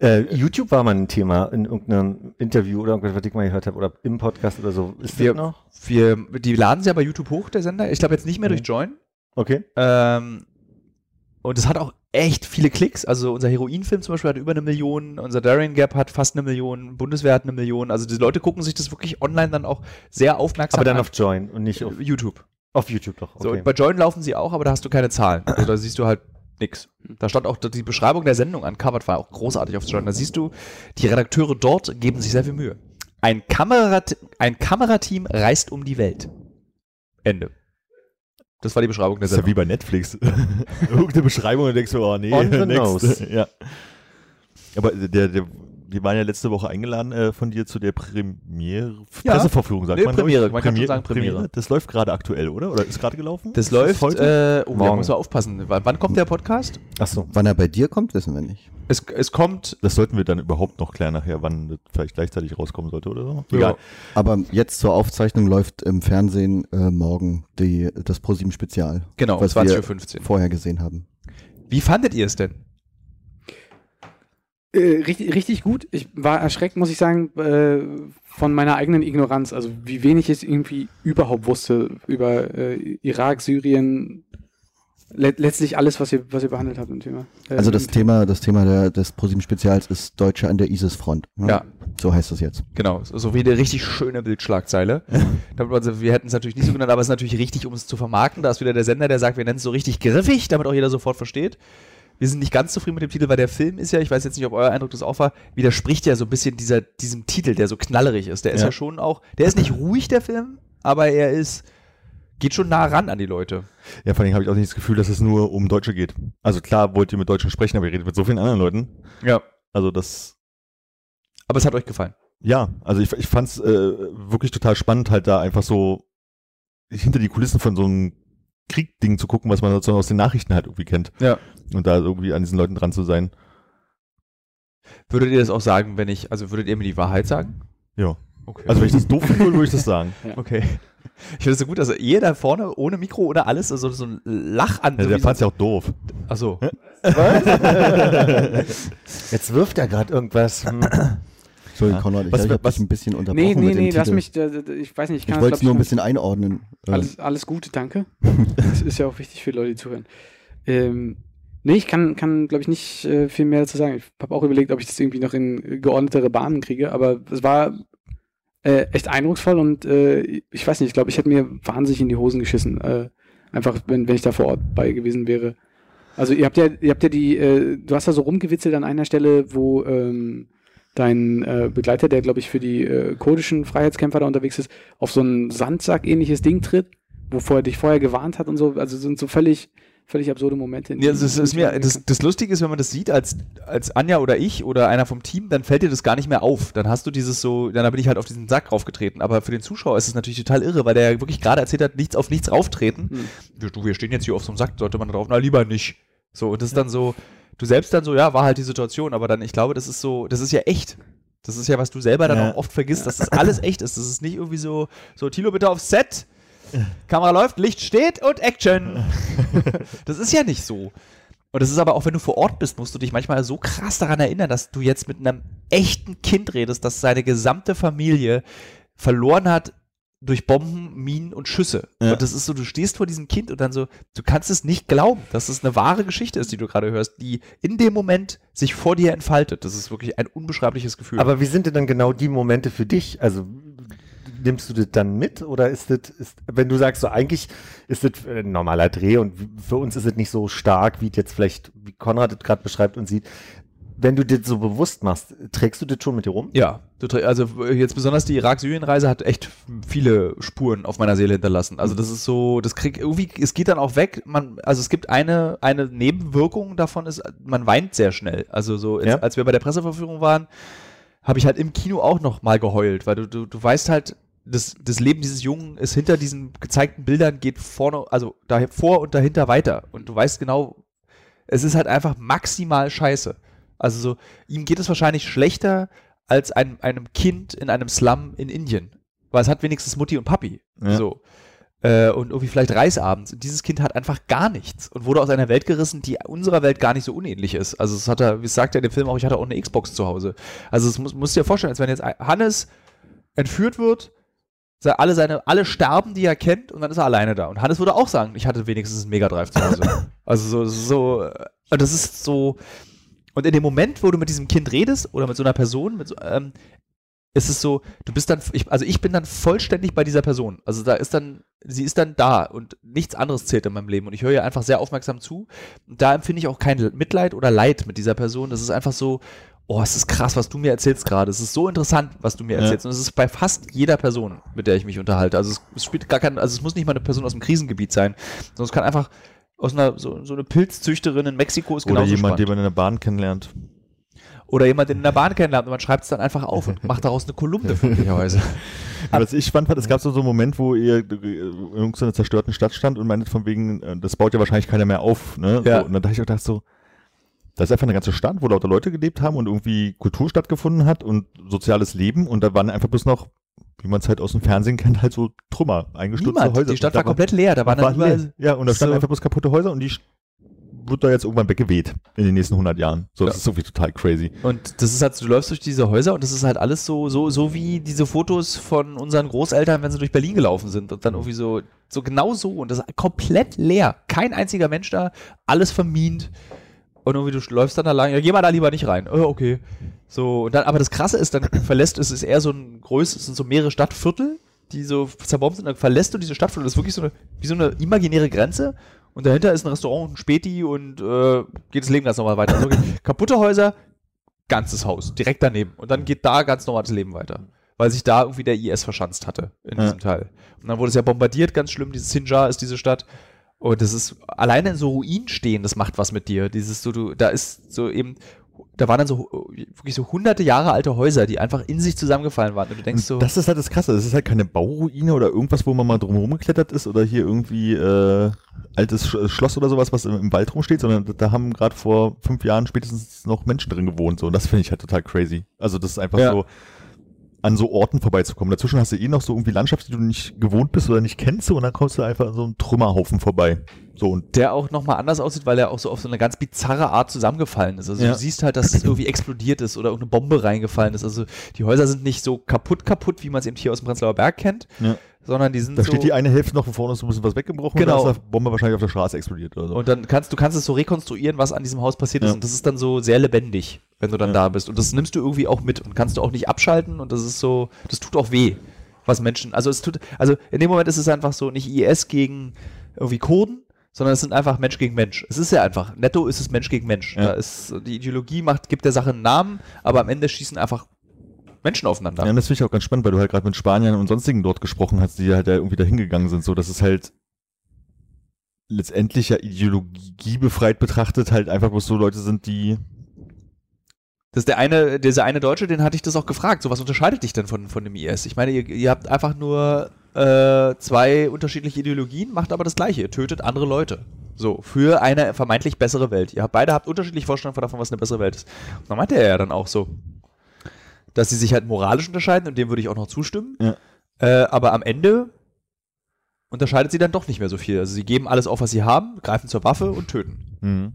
E: Äh, YouTube war mal ein Thema in irgendeinem Interview oder irgendwas, was ich mal gehört habe, oder im Podcast oder so. Ist
A: Wir-
E: das noch?
A: Wir, die laden sie ja bei YouTube hoch, der Sender. Ich glaube jetzt nicht mehr durch Join.
E: Okay.
A: Ähm, und es hat auch echt viele Klicks. Also unser Heroinfilm zum Beispiel hat über eine Million, unser Darien Gap hat fast eine Million, Bundeswehr hat eine Million. Also die Leute gucken sich das wirklich online dann auch sehr aufmerksam
E: Aber dann
A: an.
E: auf Join und nicht auf,
A: YouTube.
E: auf YouTube doch.
A: So,
E: Okay.
A: und bei Join laufen sie auch, aber da hast du keine Zahlen. Also da siehst du halt nix.
D: Mhm.
A: Da stand auch die Beschreibung der Sendung uncovered, war auch großartig auf Join. Da siehst du, die Redakteure dort geben sich sehr viel Mühe. Ein, Kamerat ein Kamerateam reist um die Welt. Ende. Das war die Beschreibung der
D: Das ist ja
A: Sendung.
D: wie bei Netflix. (laughs) Irgendeine Beschreibung und du denkst du, oh nee,
E: On the
D: next.
E: nose.
D: (laughs) ja. Aber der, der, wir waren ja letzte Woche eingeladen äh, von dir zu der Premiere,
A: Ja.
D: Presseverführung, sagt
A: Nee,
D: man. glaub ich.
A: Premiere, man kann schon sagen Premiere.
D: Das läuft gerade aktuell, oder? Oder ist gerade gelaufen?
A: Das
D: Ist
A: läuft.
D: heute?
A: Äh, oh, da
E: Morgen.
A: muss man aufpassen. W- Wann kommt der Podcast?
E: Ach so.
C: Wann er bei dir kommt, wissen wir nicht.
A: Es, es kommt.
D: das sollten wir dann überhaupt noch klären nachher, wann das vielleicht gleichzeitig rauskommen sollte oder so.
A: Ja.
C: Aber jetzt zur Aufzeichnung läuft im Fernsehen äh, morgen die, das ProSieben-Spezial,
A: Genau,
C: Was wir-
A: 20.15 Uhr.
C: vorher gesehen haben.
A: Wie fandet ihr es denn?
B: Äh, richtig, richtig gut. Ich war erschreckt, muss ich sagen, äh, von meiner eigenen Ignoranz. Also wie wenig ich irgendwie überhaupt wusste über äh, Irak, Syrien, le letztlich alles, was ihr, was ihr behandelt habt im Thema. Äh,
C: Also das
B: im-
C: Thema, das Thema der, des ProSieben-Spezials ist Deutsche an der ISIS-Front. ne?
A: Ja.
C: So heißt das jetzt.
A: Genau, so wie eine richtig schöne Bildschlagzeile. damit man, so- wir hätten es natürlich nicht so genannt, aber es ist natürlich richtig, um es zu vermarkten. Da ist wieder der Sender, der sagt, wir nennen es so richtig griffig, damit auch jeder sofort versteht. Wir sind nicht ganz zufrieden mit dem Titel, weil der Film ist ja, ich weiß jetzt nicht, ob euer Eindruck das auch war, widerspricht ja so ein bisschen dieser, diesem Titel, der so knallerig ist. Der ist
D: Ja.
A: ja schon auch, der ist nicht ruhig, der Film, aber er ist, geht schon nah ran an die Leute.
D: Ja, vor allem habe ich auch nicht das Gefühl, dass es nur um Deutsche geht. Also klar wollt ihr mit Deutschen sprechen, aber ihr redet mit so vielen anderen Leuten.
A: Ja.
D: Also das
A: Aber es hat euch gefallen.
D: Ja, also ich, ich fand's äh, wirklich total spannend, halt da einfach so hinter die Kulissen von so einem Kriegding zu gucken, was man sozusagen aus den Nachrichten halt irgendwie kennt.
A: Ja.
D: Und da irgendwie an diesen Leuten dran zu sein.
A: Würdet ihr das auch sagen, wenn ich, also würdet ihr mir die Wahrheit sagen?
D: Ja.
A: Okay.
D: Also wenn ich das doof finde, würde ich das sagen.
A: okay. Ich finde es so gut, dass ihr da vorne ohne Mikro, ohne alles, also (laughs) so ein Lachan.
D: Ja, der fand's ja auch doof.
A: Achso.
E: (laughs) Jetzt wirft er gerade irgendwas. Hm.
C: Entschuldigung, Konrad, ich,
D: Was-
C: glaub, ich habe
D: was-
C: dich ein bisschen unterbrochen
B: Nee, nee,
C: mit dem
B: nee,
C: Titel.
B: lass mich, da, da, da- ich weiß nicht, ich
C: ich
B: kann
C: wollte
B: das,
C: es nur ein
B: glaub ich,
C: bisschen einordnen. ähm,
B: noch- Alles, alles Gute, danke. (laughs) das ist ja auch wichtig für Leute, die zuhören. Ähm, nee, ich kann, kann glaube ich, nicht äh, viel mehr dazu sagen. Ich habe auch überlegt, ob ich das irgendwie noch in äh, geordnetere Bahnen kriege, aber es war äh, echt eindrucksvoll und äh, ich weiß nicht, ich glaube, ich hätte mir wahnsinnig in die Hosen geschissen. Äh, einfach, wenn, wenn ich da vor Ort bei gewesen wäre. Also ihr habt ja, ihr habt ja die, äh, du hast ja so rumgewitzelt an einer Stelle, wo ähm, dein äh, Begleiter, der glaube ich für die äh, kurdischen Freiheitskämpfer da unterwegs ist, auf so ein Sandsack-ähnliches Ding tritt, wovor er dich vorher gewarnt hat und so. Also sind so völlig, völlig absurde Momente. in
A: Ja,
B: die-
A: das, ist, ist mir,
B: die-
A: das, das Lustige ist, wenn man das sieht als, als Anja oder ich oder einer vom Team, dann fällt dir das gar nicht mehr auf. Dann hast du dieses so, dann bin ich halt auf diesen Sack raufgetreten. Aber für den Zuschauer ist es natürlich total irre, weil der ja wirklich gerade erzählt hat, nichts auf nichts rauftreten.
B: Hm.
A: Wir- Du, wir stehen jetzt hier auf so einem Sack, sollte man drauf, na lieber nicht. So, und das ist dann so, du selbst dann so, ja, war halt die Situation, aber dann, ich glaube, das ist so, das ist ja echt. Das ist ja, was du selber dann
D: Ja.
A: auch oft vergisst, dass das alles echt ist. Das ist nicht irgendwie so, so Tilo, bitte aufs Set. Kamera läuft, Licht steht und Action. das ist ja nicht so. Und das ist aber auch, wenn du vor Ort bist, musst du dich manchmal so krass daran erinnern, dass du jetzt mit einem echten Kind redest, das seine gesamte Familie verloren hat durch Bomben, Minen und Schüsse.
D: Ja.
A: Und das ist so, du stehst vor diesem Kind und dann so, du kannst es nicht glauben, dass es eine wahre Geschichte ist, die du gerade hörst, die in dem Moment sich vor dir entfaltet. Das ist wirklich ein unbeschreibliches Gefühl.
E: Aber wie sind denn dann genau die Momente für dich? Also nimmst du das dann mit oder ist das, ist, wenn du sagst, so eigentlich ist das ein normaler Dreh und für uns ist es nicht so stark, wie es jetzt vielleicht, wie Konrad das gerade beschreibt und sieht. Wenn du das so bewusst machst, trägst du das schon mit dir rum?
A: Ja, du trä- also äh, jetzt besonders die Irak-Syrien-Reise hat echt viele Spuren auf meiner Seele hinterlassen. Also das ist so, das krieg irgendwie, es geht dann auch weg. Man, also es gibt eine, eine Nebenwirkung davon ist, man weint sehr schnell. Also so, jetzt,
E: Ja.
A: als wir bei der Presseverführung waren, habe ich halt im Kino auch noch mal geheult, weil du, du, du weißt halt, das, das Leben dieses Jungen ist hinter diesen gezeigten Bildern geht vorne, also da vor und dahinter weiter. Und du weißt genau, es ist halt einfach maximal scheiße. Also so, ihm geht es wahrscheinlich schlechter als einem, einem Kind in einem Slum in Indien. Weil es hat wenigstens Mutti und Papi.
D: Ja.
A: So. Äh, und irgendwie vielleicht Reis abends. Und dieses Kind hat einfach gar nichts und wurde aus einer Welt gerissen, die unserer Welt gar nicht so unähnlich ist. Also es hat er, wie es sagt er in dem Film auch, ich hatte auch eine Xbox zu Hause. Also es muss, musst du dir vorstellen, als wenn jetzt ein- Hannes entführt wird, se- alle seine, alle sterben, die er kennt, und dann ist er alleine da. Und Hannes würde auch sagen, ich hatte wenigstens einen Mega Drive zu Hause. also so, so, äh, und das ist so. Und in dem Moment, wo du mit diesem Kind redest oder mit so einer Person, mit so, ähm, ist es so, du bist dann, ich, also ich bin dann vollständig bei dieser Person. Also da ist dann, sie ist dann da und nichts anderes zählt in meinem Leben. Und ich höre ihr einfach sehr aufmerksam zu. Und da empfinde ich auch kein Mitleid oder Leid mit dieser Person. Das ist einfach so, oh, es ist krass, was du mir erzählst gerade. Es ist so interessant, was du mir
D: Ja.
A: erzählst. Und es ist bei fast jeder Person, mit der ich mich unterhalte. Also es, es spielt gar kein, also es muss nicht mal eine Person aus dem Krisengebiet sein, sondern es kann einfach aus einer, so, so eine Pilzzüchterin in Mexiko ist
D: Oder
A: genauso
D: jemand,
A: spannend
D: den man in der Bahn kennenlernt.
A: oder jemand in der Bahn kennenlernt und man schreibt es dann einfach auf und macht daraus eine Kolumne (laughs) möglicherweise.
D: Ja, was ich spannend fand, es gab so, so einen Moment, wo ihr äh, in irgendeiner zerstörten Stadt stand und meintet von wegen, äh, das baut ja wahrscheinlich keiner mehr auf. Ne?
A: Ja.
D: So, und dann dachte ich auch, gedacht so, das ist einfach eine ganze Stadt, wo lauter Leute gelebt haben und irgendwie Kultur stattgefunden hat und soziales Leben und da waren einfach bloß noch, wie man es halt aus dem Fernsehen kennt, halt so Trümmer, eingestürzte
A: Niemand,
D: Häuser.
A: die Stadt
D: Und da
A: war komplett leer, da waren dann
D: waren
A: überall,
D: leer. Ja, und da standen
A: so-
D: einfach bloß kaputte Häuser und die sch- wird da jetzt irgendwann weggeweht in den nächsten 100 Jahren. So, das ist irgendwie total crazy.
A: und das ist halt, so, du läufst durch diese Häuser und das ist halt alles so, so, so wie diese Fotos von unseren Großeltern, wenn sie durch Berlin gelaufen sind und dann irgendwie so, so genau so und das ist komplett leer, kein einziger Mensch da, alles vermint und irgendwie du sch- läufst dann da lang, ja, geh mal da lieber nicht rein, oh, okay, so und dann, aber das Krasse ist, dann verlässt es, ist eher so ein größeres, es sind so mehrere Stadtviertel, die so zerbombt sind, dann verlässt du diese Stadtviertel, das ist wirklich so eine, wie so eine imaginäre Grenze und dahinter ist ein Restaurant, ein Späti und äh, geht das Leben ganz normal weiter. Also wirklich kaputte Häuser, ganzes Haus, direkt daneben. Und dann geht da ganz normal das Leben weiter. Weil sich da irgendwie der IS verschanzt hatte in diesem Teil. Und dann wurde es ja bombardiert, ganz schlimm. Dieses Sinjar ist diese Stadt. Und das ist alleine in so Ruinen stehen, das macht was mit dir. Dieses so, du, da ist so eben, da waren dann so wirklich so hunderte Jahre alte Häuser, die einfach in sich zusammengefallen waren. Und du denkst so,
D: Das ist halt das Krasse. Das ist halt keine Bauruine oder irgendwas, wo man mal drumherum geklettert ist oder hier irgendwie äh, altes Sch Schloss oder sowas, was im, im Wald rumsteht, sondern da- da haben gerade vor fünf Jahren spätestens noch Menschen drin gewohnt. So. Und das finde ich halt total crazy. Also das ist einfach
A: Ja.
D: so an so Orten vorbeizukommen. Dazwischen hast du eh noch so irgendwie Landschaft, die du nicht gewohnt bist oder nicht kennst, so, und dann kommst du einfach an so einem Trümmerhaufen vorbei. So und
A: der auch nochmal anders aussieht, weil er auch so auf so eine ganz bizarre Art zusammengefallen ist. Also
D: Ja.
A: du siehst halt, dass es irgendwie explodiert ist oder irgendeine Bombe reingefallen ist. Also die Häuser sind nicht so kaputt kaputt, wie man es eben hier aus dem Prenzlauer Berg kennt,
D: Ja.
A: sondern die sind
D: da
A: so
D: steht die eine Hälfte noch, von vorne ist so ein bisschen was weggebrochen
A: Genau.
D: und da ist eine Bombe wahrscheinlich auf der Straße explodiert oder so.
A: Und dann kannst du kannst es so rekonstruieren, was an diesem Haus passiert ist.
D: Ja.
A: Und das ist dann so sehr lebendig, wenn du dann da bist. Und das nimmst du irgendwie auch mit und kannst du auch nicht abschalten. Und das ist so, das tut auch weh, was Menschen. Also es tut, also in dem Moment ist es einfach so nicht IS gegen irgendwie Kurden, sondern es sind einfach Mensch gegen Mensch. Es ist ja einfach. Netto ist es Mensch gegen Mensch.
D: Ja.
A: Da ist die Ideologie macht, gibt der Sache einen Namen, aber am Ende schießen einfach Menschen aufeinander.
D: Ja, und das finde ich auch ganz spannend, weil du halt gerade mit Spaniern und sonstigen dort gesprochen hast, die halt da irgendwie da hingegangen sind. So, dass es halt letztendlich ja Ideologie befreit betrachtet, halt einfach bloß so Leute sind, die.
A: Das ist der eine, dieser eine Deutsche, den hatte ich das auch gefragt. So, was unterscheidet dich denn von, von dem IS? Ich meine, ihr, ihr habt einfach nur äh, zwei unterschiedliche Ideologien, macht aber das Gleiche. Ihr tötet andere Leute. So, für eine vermeintlich bessere Welt. Ihr habt beide habt unterschiedliche Vorstellungen davon, was eine bessere Welt ist. Und dann meinte er ja dann auch so, dass sie sich halt moralisch unterscheiden und dem würde ich auch noch zustimmen.
D: Ja.
A: Äh, aber am Ende unterscheidet sie dann doch nicht mehr so viel. Also sie geben alles auf, was sie haben, greifen zur Waffe und töten.
D: hm.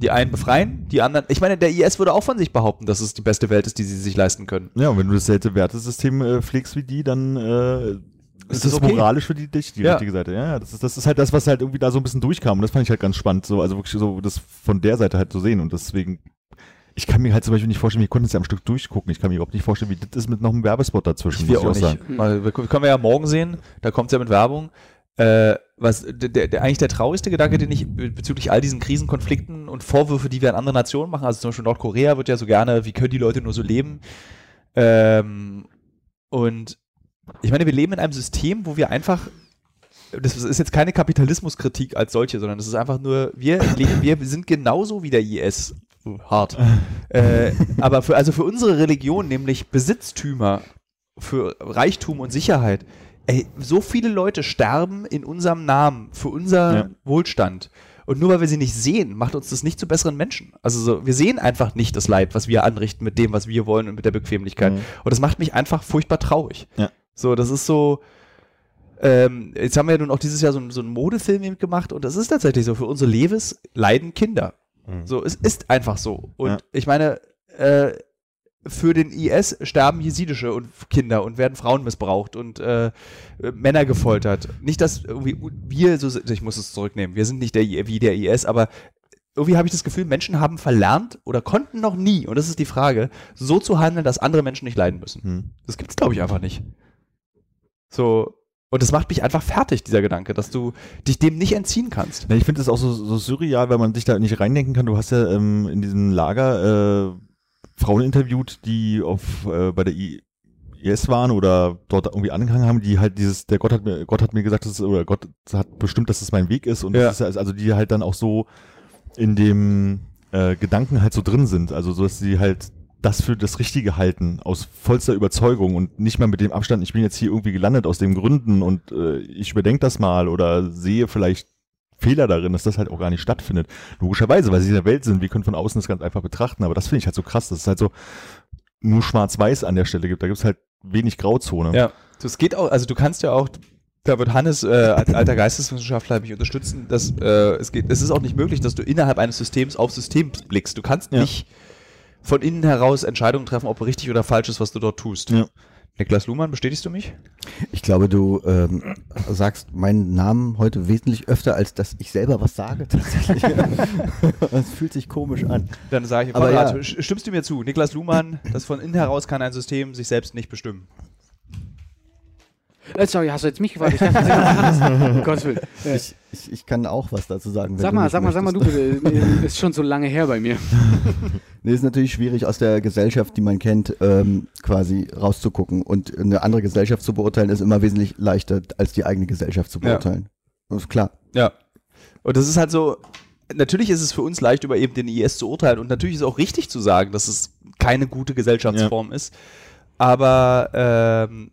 A: Die einen befreien, die anderen. Ich meine, der IS würde auch von sich behaupten, dass es die beste Welt ist, die sie sich leisten können.
D: Ja, und wenn du dasselbe Wertesystem äh, pflegst wie die, dann äh,
A: Ist
D: ist
A: das
D: das
A: okay?
D: moralisch für die dich, die
A: Ja.
D: richtige Seite. Ja, ja, das ist, das ist halt das, was halt irgendwie da so ein bisschen durchkam. Und das fand ich halt ganz spannend, so, also wirklich so das von der Seite halt zu sehen. Und deswegen, ich kann mir halt zum Beispiel nicht vorstellen, wir konnten es ja am Stück durchgucken. Ich kann mir überhaupt nicht vorstellen, wie das ist mit noch einem Werbespot dazwischen,
A: Wir auch nicht. Mal, wir, können wir ja morgen sehen, da kommt es ja mit Werbung. Äh, was der, der, der- eigentlich der traurigste Gedanke, den ich be- bezüglich all diesen Krisenkonflikten und Vorwürfe, die wir an andere Nationen machen, also zum Beispiel Nordkorea wird ja so gerne, wie können die Leute nur so leben? Ähm, und ich meine, wir leben in einem System, wo wir einfach, das ist jetzt keine Kapitalismuskritik als solche, sondern das ist einfach nur, wir, leben, wir sind genauso wie der IS. Hart. äh, aber für, also für unsere Religion, nämlich Besitztümer, für Reichtum und Sicherheit. Ey, so viele Leute sterben in unserem Namen, für unser
D: Ja.
A: Wohlstand. Und nur weil wir sie nicht sehen, macht uns das nicht zu besseren Menschen. Also so, wir sehen einfach nicht das Leid, was wir anrichten mit dem, was wir wollen und mit der Bequemlichkeit.
D: Mhm.
A: Und das macht mich einfach furchtbar traurig.
D: Ja.
A: So, das ist so. Ähm, jetzt haben wir ja nun auch dieses Jahr so, einen- so einen Modefilm eben gemacht und das ist tatsächlich so. Für unsere Leves leiden Kinder. So, es ist einfach so. Und
D: Ja.
A: ich meine, äh, für den IS sterben jesidische und Kinder und werden Frauen missbraucht und äh, äh, Männer gefoltert. Nicht, dass irgendwie u- wir so sind, ich muss es zurücknehmen, wir sind nicht der, I- wie der IS, aber irgendwie habe ich das Gefühl, Menschen haben verlernt oder konnten noch nie, und das ist die Frage, so zu handeln, dass andere Menschen nicht leiden müssen.
D: Hm.
A: Das gibt es, glaube ich, einfach nicht. So, und das macht mich einfach fertig, dieser Gedanke, dass du dich dem nicht entziehen kannst.
D: Na, ich finde es auch so, so surreal, weil man sich da nicht reindenken kann. Du hast ja ähm, in diesem Lager äh, Frauen interviewt, die auf, äh, bei der I IS waren oder dort irgendwie angehangen haben, die halt dieses, der Gott hat mir, Gott hat mir gesagt, das ist, oder Gott hat bestimmt, dass das mein Weg ist und
A: Ja.
D: das ist ja, also die halt dann auch so in dem äh, Gedanken halt so drin sind. Also so, dass sie halt das für das Richtige halten, aus vollster Überzeugung und nicht mal mit dem Abstand, ich bin jetzt hier irgendwie gelandet aus den Gründen und äh, ich überdenke das mal oder sehe vielleicht Fehler darin, dass das halt auch gar nicht stattfindet. Logischerweise, weil sie in der Welt sind, wir können von außen das ganz einfach betrachten, aber das finde ich halt so krass, dass es halt so nur schwarz-weiß an der Stelle gibt. Da gibt es halt wenig Grauzone.
A: Ja, das geht auch, also du kannst ja auch, da wird Hannes äh, als alter Geisteswissenschaftler mich unterstützen, dass äh, es geht, es ist auch nicht möglich, dass du innerhalb eines Systems auf System blickst. Du kannst
D: Ja.
A: nicht von innen heraus Entscheidungen treffen, ob richtig oder falsch ist, was du dort tust.
D: Ja.
A: Niklas Luhmann, bestätigst du mich?
C: Ich glaube, du ähm, sagst meinen Namen heute wesentlich öfter, als dass ich selber was sage
B: (laughs)
C: tatsächlich. Es fühlt sich komisch an.
A: Dann sage ich,
C: Aber
A: Konrad,
C: ja.
A: sch- stimmst du mir zu? Niklas Luhmann, das von innen heraus kann ein System sich selbst nicht bestimmen.
B: Äh, Sorry, hast du jetzt mich gefragt? Ich dachte, das wäre was anderes. um Gottes Willen. Äh,
C: Ich, ich, ich kann auch was dazu sagen. wenn
B: Sag
C: du
B: mal,
C: nicht
B: sag mal, sag mal du
C: möchtest.
B: bitte. Äh, Ist schon so lange her bei mir.
C: Nee, ist natürlich schwierig, aus der Gesellschaft, die man kennt, ähm, quasi rauszugucken. Und eine andere Gesellschaft zu beurteilen, ist immer wesentlich leichter, als die eigene Gesellschaft zu
A: Ja.
C: beurteilen. Das ist klar.
A: Ja. Und das ist halt so, natürlich ist es für uns leicht, über eben den IS zu urteilen. Und natürlich ist es auch richtig zu sagen, dass es keine gute Gesellschaftsform ist. Aber ähm,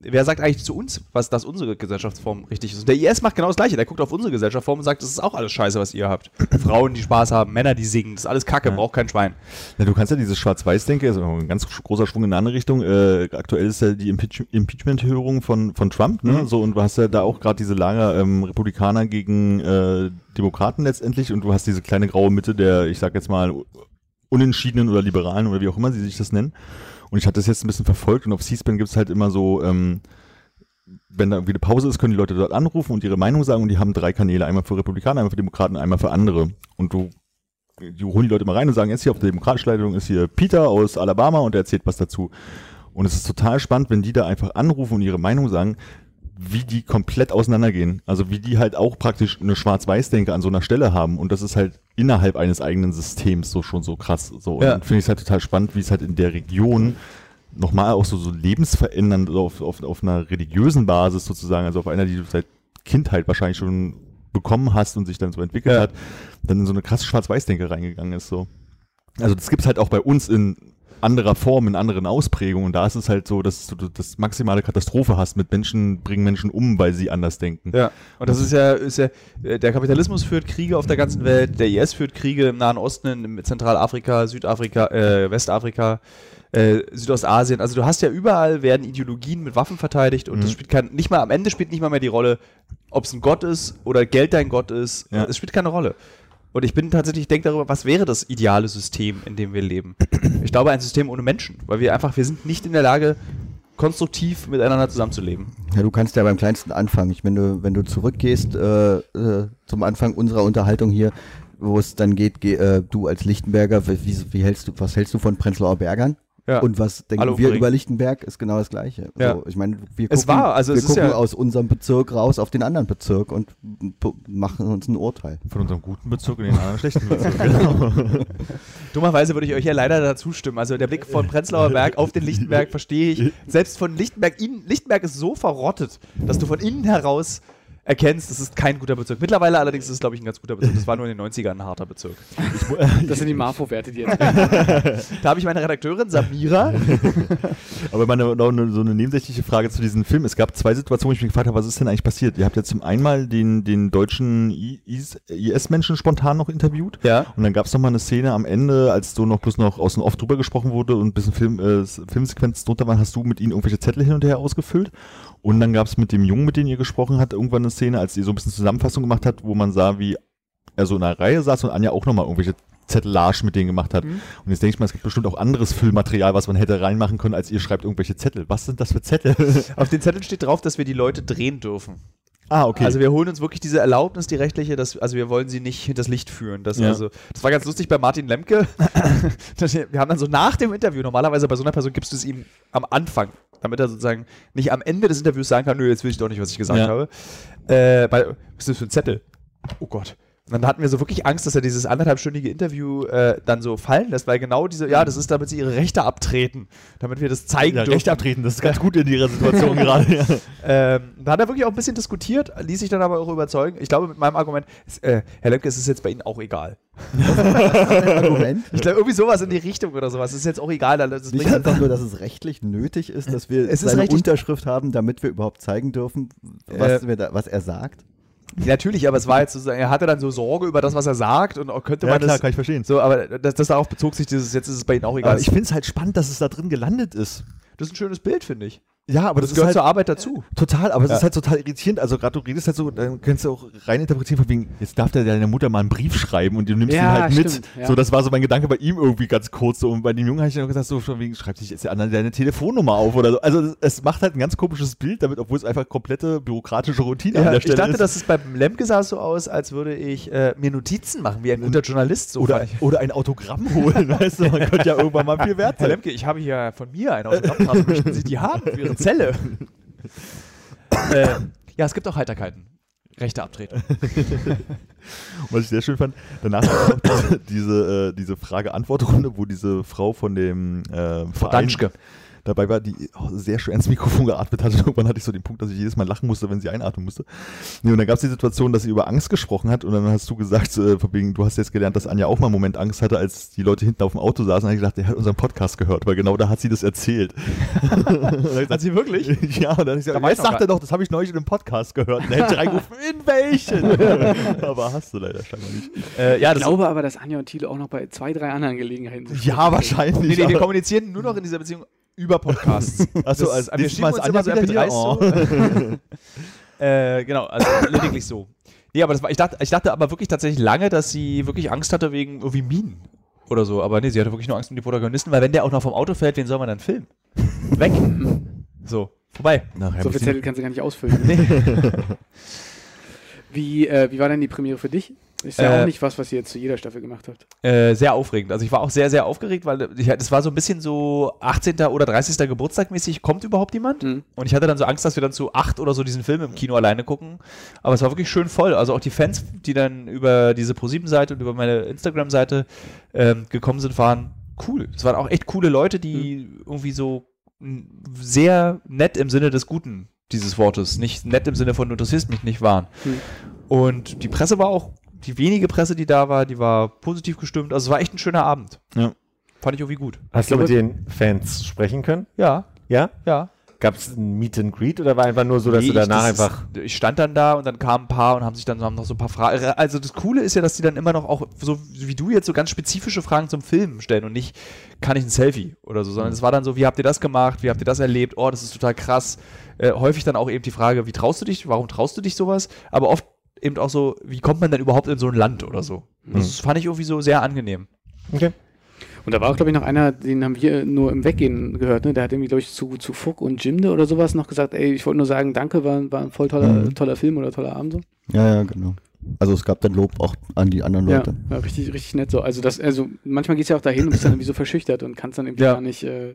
A: wer sagt eigentlich zu uns, was das unsere Gesellschaftsform richtig ist? Und der IS macht genau das Gleiche. Der guckt auf unsere Gesellschaftsform und sagt, das ist auch alles scheiße, was ihr habt. Frauen, die Spaß haben, Männer, die singen, das ist alles Kacke,
D: Ja.
A: braucht kein Schwein.
D: Na, du kannst ja dieses Schwarz-Weiß-Denke, also ein ganz großer Schwung in eine andere Richtung. Äh, aktuell ist ja die Impeach Impeachment-Hörung von, von Trump, ne? So, und du hast ja da auch gerade diese Lager ähm, Republikaner gegen äh, Demokraten letztendlich und du hast diese kleine graue Mitte der, ich sag jetzt mal, Unentschiedenen oder Liberalen oder wie auch immer sie sich das nennen. Und ich hatte das jetzt ein bisschen verfolgt und auf C-SPAN gibt es halt immer so, ähm, wenn da irgendwie eine Pause ist, können die Leute dort anrufen und ihre Meinung sagen und die haben drei Kanäle, einmal für Republikaner, einmal für Demokraten, einmal für andere. Und du die holen die Leute mal rein und sagen, jetzt hier auf der demokratischen Leitung ist hier Peter aus Alabama und er erzählt was dazu. Und es ist total spannend, wenn die da einfach anrufen und ihre Meinung sagen, wie die komplett auseinandergehen. Also wie die halt auch praktisch eine Schwarz-Weiß-Denke an so einer Stelle haben. Und das ist halt innerhalb eines eigenen Systems so schon so krass. So. Und
A: Ja.
D: dann finde ich es halt total spannend, wie es halt in der Region nochmal auch so, so lebensverändernd so auf, auf, auf einer religiösen Basis sozusagen, also auf einer, die du seit Kindheit wahrscheinlich schon bekommen hast und sich dann so entwickelt hat, dann in so eine krasse Schwarz-Weiß-Denke reingegangen ist. So. Also das gibt's halt auch bei uns in anderer Form, in anderen Ausprägungen. Und da ist es halt so, dass du das maximale Katastrophe hast mit Menschen, bringen Menschen um, weil sie anders denken.
A: Ja, und das ist ja, ist ja, äh, der Kapitalismus führt Kriege auf der ganzen Welt, der IS führt Kriege im Nahen Osten, in Zentralafrika, Südafrika, äh, Westafrika, äh, Südostasien. Also du hast ja überall werden Ideologien mit Waffen verteidigt und das spielt kein, nicht mal am Ende spielt nicht mal mehr die Rolle, ob es ein Gott ist oder Geld dein Gott ist.
D: Ja.
A: Es spielt keine Rolle. Und ich bin tatsächlich, ich denke darüber, was wäre das ideale System, in dem wir leben? Ich glaube, ein System ohne Menschen, weil wir einfach, wir sind nicht in der Lage, konstruktiv miteinander zusammenzuleben.
C: Ja, du kannst ja beim kleinsten anfangen. Ich meine, wenn du zurückgehst äh, äh, zum Anfang unserer Unterhaltung hier, wo es dann geht, geh, äh, du als Lichtenberger, wie, wie- wie hältst du, was hältst du von Prenzlauer Bergern?
A: Ja.
C: Und was denken
A: Alle
C: wir
A: umbringen.
C: über Lichtenberg? Ist genau das Gleiche.
A: Ja.
C: So, ich meine, wir gucken,
A: Es war, also
C: wir
A: es ist
C: gucken
A: ja-
C: aus unserem Bezirk raus auf den anderen Bezirk und p- machen uns
A: (laughs)
C: ein Urteil.
D: Von unserem guten Bezirk in den anderen schlechten Bezirk. genau.
A: Dummerweise würde ich euch ja leider dazu stimmen. Also der Blick von Prenzlauer Berg auf den Lichtenberg verstehe ich. Selbst von Lichtenberg, innen, Lichtenberg ist so verrottet, dass du von innen heraus erkennst, das ist kein guter Bezirk. Mittlerweile allerdings ist es, glaube ich, ein ganz guter Bezirk. Das war nur in den 90ern ein harter Bezirk. (laughs)
B: Das sind die Marfo-Werte, die jetzt.
A: Da habe ich meine Redakteurin Samira.
D: Aber meine, noch eine, so eine nebensächliche Frage zu diesem Film. Es gab zwei Situationen, wo ich mich gefragt habe, was ist denn eigentlich passiert? Ihr habt ja zum einen mal den, den deutschen I- Is- IS-Menschen spontan noch interviewt.
A: Ja.
D: Und dann gab es mal eine Szene am Ende, als so noch bloß noch aus dem Off drüber gesprochen wurde und ein bisschen Film, äh, Filmsequenzen drunter waren, hast du mit ihnen irgendwelche Zettel hin und her ausgefüllt. Und dann gab es mit dem Jungen, mit dem ihr gesprochen habt, irgendwann eine Szene, als ihr so ein bisschen Zusammenfassung gemacht habt, wo man sah, wie er so in einer Reihe saß und Anja auch nochmal irgendwelche Zettelage mit denen gemacht hat.
A: Mhm.
D: Und jetzt denke ich mal, es gibt bestimmt auch anderes Füllmaterial, was man hätte reinmachen können, als ihr schreibt irgendwelche Zettel. Was sind das
A: (laughs)
D: für Zettel?
A: Auf den Zetteln steht drauf, dass wir die Leute drehen dürfen.
D: ah, okay.
A: Also wir holen uns wirklich diese Erlaubnis, die rechtliche, dass, also wir wollen sie nicht hinters Licht führen. Das,
D: Ja.
A: also, das war ganz lustig bei Martin
D: (laughs)
A: Lemke. Das- wir haben dann so nach dem Interview, normalerweise bei so einer Person gibst du es ihm am Anfang, damit er sozusagen nicht am Ende des Interviews sagen kann, nö, jetzt will ich doch nicht, was ich gesagt
D: Ja.
A: habe. Äh, bei, was ist das für ein Zettel? Oh Gott. Und dann hatten wir so wirklich Angst, dass er dieses anderthalbstündige Interview äh, dann so fallen lässt, weil genau diese, ja, das ist, damit sie ihre Rechte abtreten, damit wir das zeigen
D: ja,
A: dürfen.
D: Recht abtreten, das ist ganz gut in
A: (laughs)
D: ihrer Situation gerade. Ja.
A: Ähm, da hat er wirklich auch ein bisschen diskutiert, ließ sich dann aber auch überzeugen. Ich glaube, mit meinem Argument, es- äh, Herr Lemke, es ist jetzt bei Ihnen auch egal.
C: Argument?
A: Ich glaube, irgendwie sowas in die Richtung oder sowas. Es ist jetzt auch egal. Das
C: Nicht
A: bringt
C: einfach nur, dass es rechtlich nötig ist, dass wir
A: Es ist
C: seine
A: rechtlich-
C: Unterschrift haben, damit wir überhaupt zeigen dürfen, was,
A: Äh,
C: wir da, was er sagt.
A: Natürlich, aber es war jetzt sozusagen, er hatte dann so Sorge über das, was er sagt und auch könnte
D: Ja,
A: man
D: klar,
A: das.
D: kann ich verstehen.
A: So, aber das, das darauf bezog sich dieses, jetzt ist es bei Ihnen auch egal.
D: Aber ich finde es halt spannend, dass es da drin gelandet ist.
A: das ist ein schönes Bild, finde ich.
D: Ja, aber halt
A: Das, gehört zur Arbeit dazu.
D: Total, aber es ist halt total irritierend. Also gerade du redest halt so, dann kannst du auch reininterpretieren von wegen, jetzt darf der deiner Mutter mal einen Brief schreiben und du nimmst
B: Ja,
D: ihn halt
B: stimmt,
D: mit.
B: ja.
D: So, das war so mein Gedanke bei ihm irgendwie ganz kurz. So. Und bei dem Jungen habe ich dann auch gesagt, so von wegen, schreib dich jetzt der andere deine Telefonnummer auf oder so. Also es- es macht halt ein ganz komisches Bild damit, obwohl es einfach komplette bürokratische Routine an der
A: ich
D: Stelle
A: dachte,
D: ist.
A: dass es beim Lemke sah es so aus, als würde ich äh, mir Notizen machen, wie ein guter Journalist. So
D: oder,
A: fand ich.
D: oder ein Autogramm holen, (laughs) weißt du, man könnte ja irgendwann mal viel wert
A: Herr
D: sein.
A: Lemke, ich habe hier von mir eine Autogrammkarte. Möchten Sie die haben für Ihre
D: (laughs)
A: Zelle? äh, ja, es gibt auch Heiterkeiten. Rechte Abtretung.
D: Was ich sehr schön fand, danach war auch (coughs) diese, diese, äh, diese Frage-Antwort-Runde, wo diese Frau von dem äh, Verein
A: Danschke.
D: dabei war, die auch sehr schwer ins Mikrofon geatmet hat. Und irgendwann hatte ich so den Punkt, dass ich jedes Mal lachen musste, wenn sie einatmen musste. Nee, und dann gab es die Situation, dass sie über Angst gesprochen hat und dann hast du gesagt, äh, von wegen, du hast jetzt gelernt, dass Anja auch mal einen Moment Angst hatte, als die Leute hinten auf dem Auto saßen. Und ich gedacht, der hat unseren Podcast gehört, weil genau da hat sie das erzählt. hat sie wirklich? (laughs) ja, und dann hab ich gesagt,
A: war ich
D: jetzt
A: noch
D: sagt er doch, das habe ich neulich in einem Podcast gehört. Und dann hätte ich reingerufen, in (laughs) welchen? Aber hast du leider scheinbar nicht.
A: Äh, ja,
B: Ich
A: das
B: glaube aber, dass Anja und Thilo auch noch bei zwei, drei anderen Gelegenheiten sind.
D: Ja, wahrscheinlich.
A: nee, nee, wir
D: aber-
A: kommunizieren nur noch in dieser Beziehung über
D: (laughs)
A: Podcasts.
D: Achso,
A: Das-
D: als
A: wir
D: nächstes Mal
A: schieben
D: also ist
A: uns
D: Anja
A: immer so
D: wieder
A: MP3s
D: hier. Oh.
A: so. (laughs) äh, genau, also lediglich so. Nee, aber das war, ich, dachte, ich dachte aber wirklich tatsächlich lange, dass sie wirklich Angst hatte wegen irgendwie Minen oder so. Aber nee, sie hatte wirklich nur Angst um die Protagonisten, weil wenn der auch noch vom Auto fällt, wen soll man dann filmen?
D: (laughs)
A: Weg. So, vorbei.
D: Nachher
B: So
D: muss
B: viel
D: ich-
B: Zettel kannst du gar nicht ausfüllen. wie, äh, wie war denn die Premiere für dich? Ist ja
A: Äh,
B: auch nicht was, was ihr jetzt zu jeder Staffel gemacht habt.
A: Äh, sehr aufregend. Also ich war auch sehr, sehr aufgeregt, weil ich, das war so ein bisschen so 18. oder 30. Geburtstag mäßig, kommt überhaupt jemand?
B: Mhm.
A: Und ich hatte dann so Angst, dass wir dann zu acht oder so diesen Film im Kino alleine gucken. Aber es war wirklich schön voll. Also auch die Fans, die dann über diese ProSieben-Seite und über meine Instagram-Seite ähm, gekommen sind, waren cool. Es waren auch echt coole Leute, die irgendwie so n- sehr nett im Sinne des Guten dieses Wortes, nicht nett im Sinne von du interessierst mich nicht waren.
B: Mhm.
A: Und die Presse war auch, die wenige Presse, die da war, die war positiv gestimmt. Also es war echt ein schöner Abend.
D: Ja.
A: Fand ich irgendwie gut.
E: Hast du mit den Fans sprechen können?
A: Ja,
E: Ja?
A: ja.
E: Gab es ein Meet and Greet oder war einfach nur so, dass
A: Nee,
E: du danach
A: ich, das
E: einfach.
A: Ist, ich stand dann da und dann kamen ein paar und haben sich dann haben noch so ein paar Fragen. Also das Coole ist ja, dass die dann immer noch auch, so wie du jetzt, so ganz spezifische Fragen zum Film stellen und nicht, kann ich ein Selfie oder so,
E: Mhm.
A: sondern es war dann so, wie habt ihr das gemacht, wie habt ihr das erlebt, oh, das ist total krass. Äh, häufig dann auch eben die Frage, wie traust du dich, warum traust du dich sowas, aber oft eben auch so, wie kommt man denn überhaupt in so ein Land oder so.
E: Mhm.
A: Das fand ich irgendwie so sehr angenehm.
B: Und da war auch, glaube ich, noch einer, den haben wir nur im Weggehen gehört, ne? Der hat irgendwie, glaube ich, zu, zu Fuck und Jimde oder sowas noch gesagt, ey, ich wollte nur sagen, danke, war, war ein voll toller,
C: Mhm.
B: toller Film oder toller Abend so.
C: Ja, ja, genau. Also es gab dann Lob auch an die anderen Leute.
B: Ja, war richtig, richtig nett so. Also das, also manchmal gehst du ja auch dahin und bist dann irgendwie so verschüchtert und kannst dann irgendwie
A: Ja.
B: gar nicht, äh,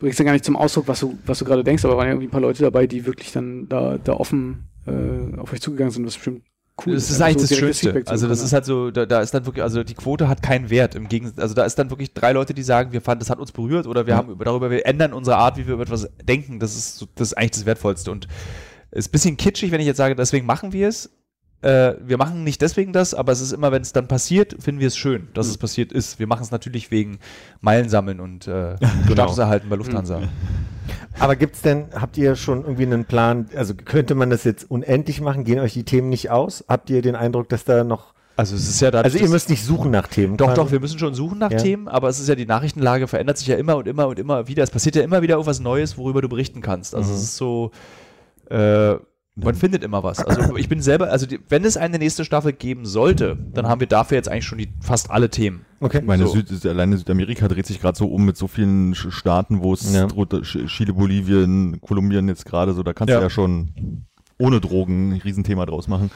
B: bringst dann gar nicht zum Ausdruck, was du, was du gerade denkst, aber waren ja irgendwie ein paar Leute dabei, die wirklich dann da, da offen äh, auf euch zugegangen sind, was bestimmt cool
A: Das ist
B: einfach
A: eigentlich
B: so
A: das
B: direktes
A: Schönste.
B: Feedback zu
A: Also das
B: bekommen. ne?
A: ist halt so, da, da ist dann wirklich, also die Quote hat keinen Wert im Gegensatz. Also da ist dann wirklich drei Leute, die sagen, wir fanden, das hat uns berührt oder wir haben über- darüber, wir ändern unsere Art, wie wir über etwas denken. Das ist, so- das ist eigentlich das Wertvollste. Und ist ein bisschen kitschig, wenn ich jetzt sage, deswegen machen wir es. Äh, wir machen nicht deswegen das, aber es ist immer, wenn es dann passiert, finden wir es schön, dass es passiert ist. Wir machen es natürlich wegen Meilen sammeln und äh, Status erhalten bei Lufthansa.
E: Aber gibt's denn, habt ihr schon irgendwie einen Plan? Also könnte man das jetzt unendlich machen? Gehen euch die Themen nicht aus? Habt ihr den Eindruck, dass da noch.
A: Also es ist ja da.
E: Also ihr müsst nicht suchen nach Themen.
A: Doch,
E: quasi?
A: doch, wir müssen schon suchen nach
E: Ja.
A: Themen, aber es ist ja die Nachrichtenlage verändert sich ja immer und immer und immer wieder. Es passiert ja immer wieder irgendwas Neues, worüber du berichten kannst. Also
E: Mhm.
A: es ist so, äh, man findet immer was. Also ich bin selber, also die, wenn es eine nächste Staffel geben sollte, dann haben wir dafür jetzt eigentlich schon die, fast alle Themen.
E: Okay.
D: Ich meine,
A: So.
D: Süd, ist- alleine Südamerika dreht sich gerade so um mit so vielen Sch- Staaten, wo es
E: Ja.
D: droht, Sch- Chile, Bolivien, Kolumbien jetzt gerade so, da kannst
A: Ja.
D: du ja schon ohne Drogen ein Riesenthema draus machen.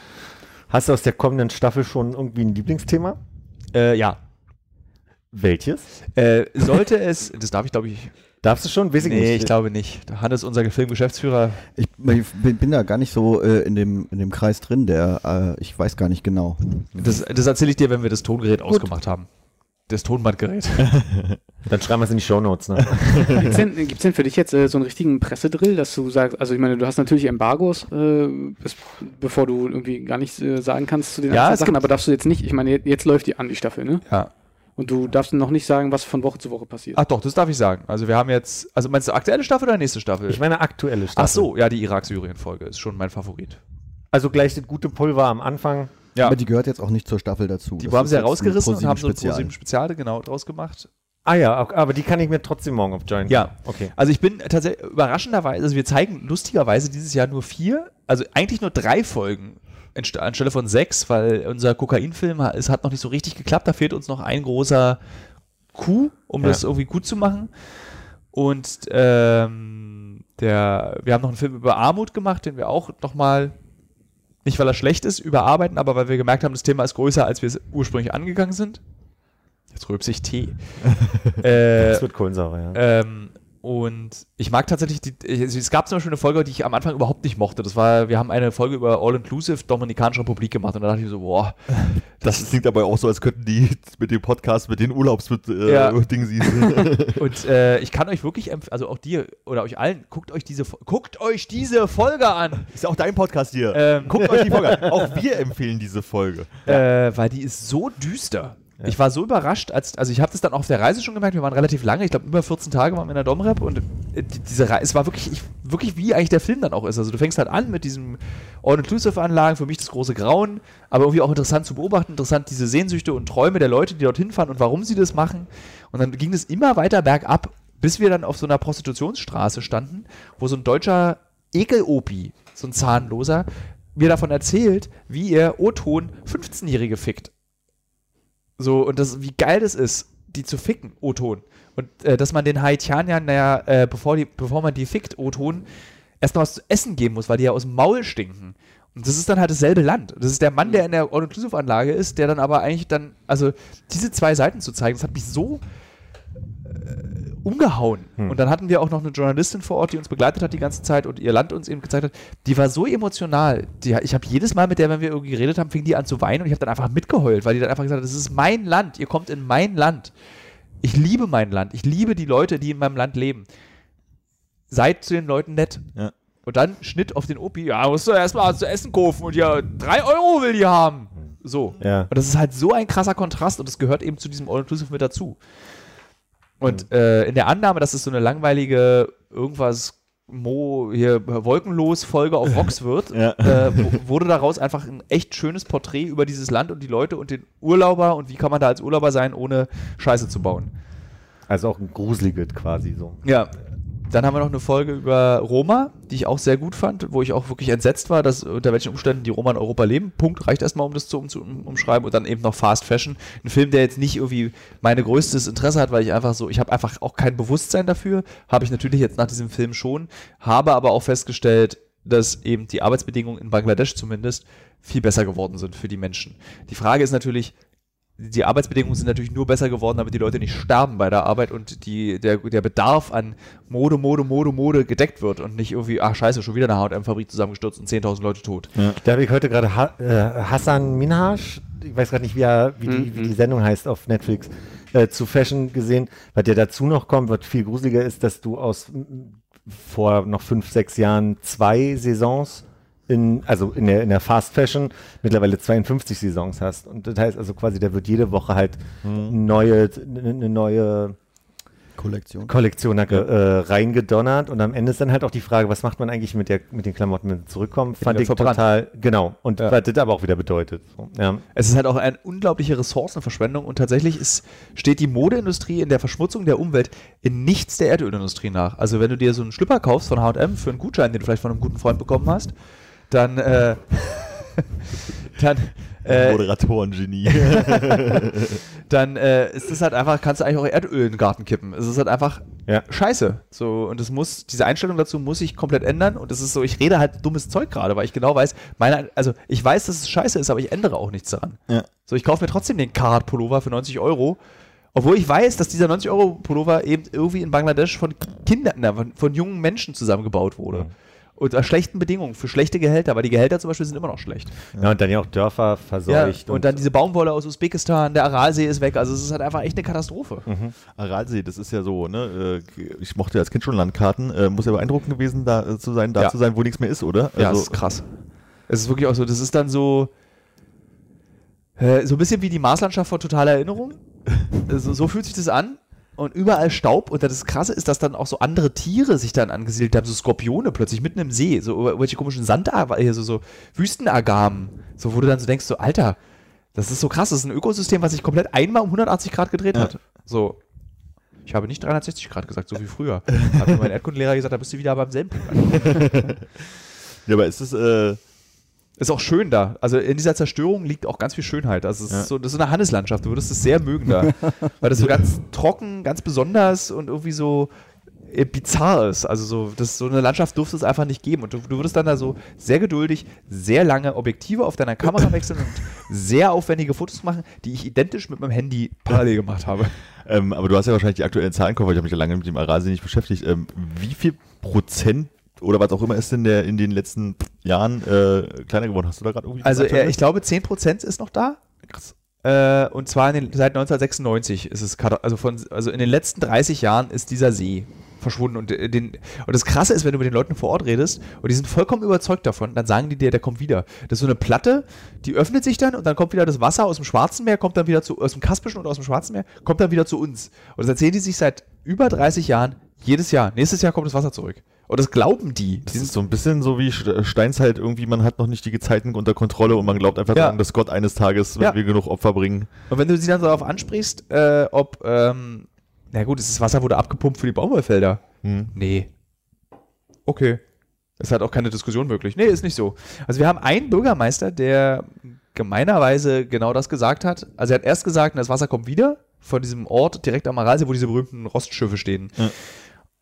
E: Hast du aus der kommenden Staffel schon irgendwie ein Lieblingsthema?
A: Äh, ja.
E: Welches?
A: Äh, sollte es, das darf ich glaube ich,
E: Darfst du schon? Weiß ich
A: nee,
E: nicht.
A: ich glaube nicht. Hannes, unser Filmgeschäftsführer,
C: Ich bin, bin da gar nicht so äh, in, dem, in dem Kreis drin, der äh, ich weiß gar nicht genau.
A: das, das erzähle ich dir, wenn wir das Tongerät ausgemacht haben. Das
E: (laughs)
A: Tonbandgerät.
E: Dann schreiben wir es in die Shownotes. Ne?
B: Gibt's denn, gibt's denn für dich jetzt äh, so einen richtigen Pressedrill, dass du sagst, also ich meine, du hast natürlich Embargos, äh, bis, bevor du irgendwie gar nichts äh, sagen kannst zu den
A: Ja,
B: einzelnen
A: es
B: Sachen,
A: gibt-
B: aber darfst du jetzt nicht, ich meine, jetzt, jetzt läuft die an, die Staffel, ne?
A: Ja.
B: Und du darfst noch nicht sagen, was von Woche zu Woche passiert.
A: Ach Ah, doch, das darf ich sagen. Also wir haben jetzt, also meinst du aktuelle Staffel oder nächste Staffel?
E: Ich meine aktuelle Staffel.
A: Ach so, ja, die Irak-Syrien-Folge ist schon mein Favorit.
E: Also gleich das gute Pulver am Anfang.
A: Ja.
C: Aber die gehört jetzt auch nicht zur Staffel dazu.
A: Die
C: Das
A: haben
C: ist
A: sie ja
C: jetzt ein
A: rausgerissen und haben so ein
C: ProSieben-Spezial.
A: ProSieben Speziale genau draus gemacht.
E: Ah ja, ok- aber die kann ich mir trotzdem morgen aufjoinen.
A: Ja.
E: Okay.
A: Also ich bin tatsächlich überraschenderweise, also wir zeigen lustigerweise dieses Jahr nur vier, also eigentlich nur drei Folgen anst- anstelle von sechs, weil unser Kokainfilm, ha- es hat noch nicht so richtig geklappt, da fehlt uns noch ein großer Coup, um
E: Ja.
A: das irgendwie gut zu machen. Und ähm, der, wir haben noch einen Film über Armut gemacht, den wir auch nochmal, nicht weil er schlecht ist, überarbeiten, aber weil wir gemerkt haben, das Thema ist größer, als wir es ursprünglich angegangen sind. Jetzt rülpse ich
E: (laughs)
A: Tee. äh,
E: Das wird Kohlensäure, ja.
A: ähm, und ich mag tatsächlich, die, also es gab zum Beispiel eine Folge, die ich am Anfang überhaupt nicht mochte. Das war, wir haben eine Folge über All-Inclusive Dominikanische Republik gemacht und da dachte ich so, boah,
D: Das klingt dabei auch so, als könnten die (laughs) mit dem Podcast, mit den Urlaubs, mit äh,
A: Ja.
D: Dingen
A: (laughs)
D: sie.
A: Und äh, ich kann euch wirklich empfehlen, also auch dir oder euch allen, guckt euch diese, Fo- guckt euch diese Folge an,
D: Ist ja auch dein Podcast hier.
A: Ähm.
D: Guckt euch die
A: (laughs)
D: Folge an. Auch wir empfehlen diese Folge.
A: äh, weil die ist so düster. Ich war so überrascht, als, also ich habe das dann auch auf der Reise schon gemerkt, wir waren relativ lange, ich glaube über 14 Tage waren wir in der Domrep und äh, die- diese Reise, es war wirklich, ich, wirklich wie eigentlich der Film dann auch ist. Also du fängst halt an mit diesem All-Inclusive-Anlagen, für mich das große Grauen, aber irgendwie auch interessant zu beobachten, interessant diese Sehnsüchte und Träume der Leute, die dorthin fahren und warum sie das machen. Und dann ging es immer weiter bergab, bis wir dann auf so einer Prostitutionsstraße standen, wo so ein deutscher Ekelopi, so ein Zahnloser, mir davon erzählt, wie er O-Ton 15-Jährige fickt. So, und das, wie geil das ist, die zu ficken, O-Ton. Und äh, dass man den Haitianern, naja, äh, bevor, die, bevor man die fickt, O-Ton, erst noch was zu essen geben muss, weil die ja aus dem Maul stinken. Und das ist dann halt dasselbe Land. Das ist der Mann, der in der All-Inclusive-Anlage ist, der dann aber eigentlich dann, also diese zwei Seiten zu zeigen, das hat mich so äh, umgehauen. Und dann hatten wir auch noch eine Journalistin vor Ort, die uns begleitet hat die ganze Zeit und ihr Land uns eben gezeigt hat. Die war so emotional. Die, ich habe jedes Mal mit der, wenn wir irgendwie geredet haben, fing die an zu weinen und ich habe dann einfach mitgeheult, weil die dann einfach gesagt hat, das ist mein Land, ihr kommt in mein Land. Ich liebe mein Land. Ich liebe die Leute, die in meinem Land leben. Seid zu den Leuten nett.
D: Ja.
A: Und dann Schnitt auf den Opi. Ja, musst du erstmal zu essen kaufen und ja, drei Euro will die haben. So.
E: Ja.
A: Und das ist halt so ein krasser Kontrast und das gehört eben zu diesem All-Inclusive mit dazu. Und äh, in der Annahme, dass es so eine langweilige, irgendwas Mo hier wolkenlos Folge auf Vox wird, äh, wo- wurde daraus einfach ein echt schönes Porträt über dieses Land und die Leute und den Urlauber und wie kann man da als Urlauber sein, ohne Scheiße zu bauen.
E: Also auch ein gruseliges quasi so.
A: Ja. Dann haben wir noch eine Folge über Roma, die ich auch sehr gut fand, wo ich auch wirklich entsetzt war, dass unter welchen Umständen die Roma in Europa leben. Punkt, reicht erstmal, um das zu, um, zu um, umschreiben. Und dann eben noch Fast Fashion. Ein Film, der jetzt nicht irgendwie meine größtes Interesse hat, weil ich einfach so, ich habe einfach auch kein Bewusstsein dafür. Habe ich natürlich jetzt nach diesem Film schon, habe aber auch festgestellt, dass eben die Arbeitsbedingungen in Bangladesch zumindest viel besser geworden sind für die Menschen. Die Frage ist natürlich, die Arbeitsbedingungen sind natürlich nur besser geworden, damit die Leute nicht sterben bei der Arbeit und die, der, der Bedarf an Mode, Mode, Mode, Mode gedeckt wird und nicht irgendwie, ach scheiße, schon wieder eine H&M-Fabrik zusammengestürzt und 10.000 Leute tot.
E: Da habe ich heute gerade ha äh, Hassan Minhaj, ich weiß gerade nicht, wie, er, wie, die, wie die Sendung heißt auf Netflix, äh, zu Fashion gesehen. Was dir dazu noch kommt, was viel gruseliger ist, dass du aus m, vor noch fünf, sechs Jahren zwei Saisons in, also in der, in der Fast Fashion mittlerweile 52 Saisons hast. Und das heißt also quasi, da wird jede Woche halt neue, eine neue
C: Kollektion.
E: Kollektion da, ge- äh, reingedonnert und am Ende ist dann halt auch die Frage, was macht man eigentlich mit, der, mit den Klamotten, wenn sie zurückkommen? Fand
A: wir
E: ich
A: verbrannt.
E: total, genau. Und was das aber auch wieder bedeutet. So, ja.
A: Es ist halt auch eine unglaubliche Ressourcenverschwendung und tatsächlich ist, steht die Modeindustrie in der Verschmutzung der Umwelt in nichts der Erdölindustrie nach. Also wenn du dir so einen Schlüpper kaufst von H&M für einen Gutschein, den du vielleicht von einem guten Freund bekommen hast, dann, äh, (laughs) dann, äh,
D: Moderatoren-Genie.
A: (laughs) dann äh, ist es halt einfach, kannst du eigentlich auch Erdöl in den Garten kippen. Es ist halt einfach
E: Ja.
A: scheiße. So, und es muss, diese Einstellung dazu muss sich komplett ändern. Und es ist so, ich rede halt dummes Zeug gerade, weil ich genau weiß, meine, also ich weiß, dass es scheiße ist, aber ich ändere auch nichts daran.
D: Ja.
A: So, ich kaufe mir trotzdem den Carhartt-Pullover für 90 Euro. Obwohl ich weiß, dass dieser 90-Euro-Pullover eben irgendwie in Bangladesch von Kindern, na, von, von jungen Menschen zusammengebaut wurde. Unter schlechten Bedingungen, für schlechte Gehälter, weil die Gehälter zum Beispiel sind immer noch schlecht.
E: ja, und dann ja auch Dörfer
A: Ja,
E: verseucht.
A: und dann diese Baumwolle aus Usbekistan, der Aralsee ist weg. Also es ist halt einfach echt eine Katastrophe.
D: Aralsee, das ist ja so, ne? äh, Ich mochte als Kind schon Landkarten. äh, Muss ja beeindruckend gewesen da äh, zu sein, da
A: Ja.
D: zu sein, wo nichts mehr ist,
A: Ja,
D: oder?
A: das
D: Also-
A: ist krass. Es ist wirklich auch so, das ist dann so äh, so ein bisschen wie die Marslandschaft von totaler Erinnerung. (laughs) so, so fühlt sich das an. Und überall Staub. Und das Krasse ist, dass dann auch so andere Tiere sich dann angesiedelt haben, so Skorpione plötzlich mitten im See, so irgendwelche komischen Sandagamen, so, so Wüstenagamen. So, wo du dann so denkst, so, Alter, das ist so krass, das ist ein Ökosystem, was sich komplett einmal um 180 Grad gedreht hat. So. Ich habe nicht 360 Grad gesagt, so wie früher. Hat mir (laughs) mein Erdkundelehrer gesagt, da bist du wieder beim selben Punkt.
D: Ja, aber ist es, äh,
A: Ist auch schön da. Also in dieser Zerstörung liegt auch ganz viel Schönheit. Also es
D: Ja.
A: ist so, das ist so eine Hanneslandschaft. Du würdest es sehr mögen da. weil das so ganz trocken, ganz besonders und irgendwie so äh, bizarr ist. Also so, das, so eine Landschaft dürfte es einfach nicht geben. Und du, du würdest dann da so sehr geduldig, sehr lange Objektive auf deiner Kamera wechseln und sehr aufwendige Fotos machen, die ich identisch mit meinem Handy parallel gemacht habe.
D: ähm, aber du hast ja wahrscheinlich die aktuellen Zahlen gehört, weil ich habe mich ja lange mit dem Aralsee nicht beschäftigt. Ähm, wie viel Prozent oder was auch immer ist denn der in den letzten Jahren äh, kleiner geworden? Hast du da gerade irgendwie
A: Also
D: aktuell
A: äh, ich glaube, 10% ist noch da.
D: ne? Krass.
A: Äh, und zwar in den, seit 1996 ist es kata- also von also in den letzten 30 Jahren ist dieser See verschwunden und äh, den und das krasse ist, wenn du mit den Leuten vor Ort redest und die sind vollkommen überzeugt davon, dann sagen die dir, der kommt wieder. Das ist so eine Platte, die öffnet sich dann und dann kommt wieder das Wasser aus dem Schwarzen Meer, kommt dann wieder zu aus dem Kaspischen und aus dem Schwarzen Meer, kommt dann wieder zu uns. Und das erzählen die sich seit über 30 Jahren jedes Jahr. Nächstes Jahr kommt das Wasser zurück. Und das glauben die.
D: Das ist so ein bisschen so wie Sch- Steinzeit irgendwie, man hat noch nicht die Gezeiten unter Kontrolle und man glaubt einfach
A: Ja.
D: daran, dass Gott eines Tages, wenn
A: Ja.
D: wir genug Opfer bringen.
A: Und wenn du sie dann so darauf ansprichst, äh, ob, ähm, na gut, das Wasser wurde abgepumpt für die Baumwollfelder. Nee. Okay. Es hat auch keine Diskussion möglich. Nee, ist nicht so. Also wir haben einen Bürgermeister, der gemeinerweise genau das gesagt hat. Also er hat erst gesagt, das Wasser kommt wieder von diesem Ort direkt am Aralsee, wo diese berühmten Rostschiffe stehen.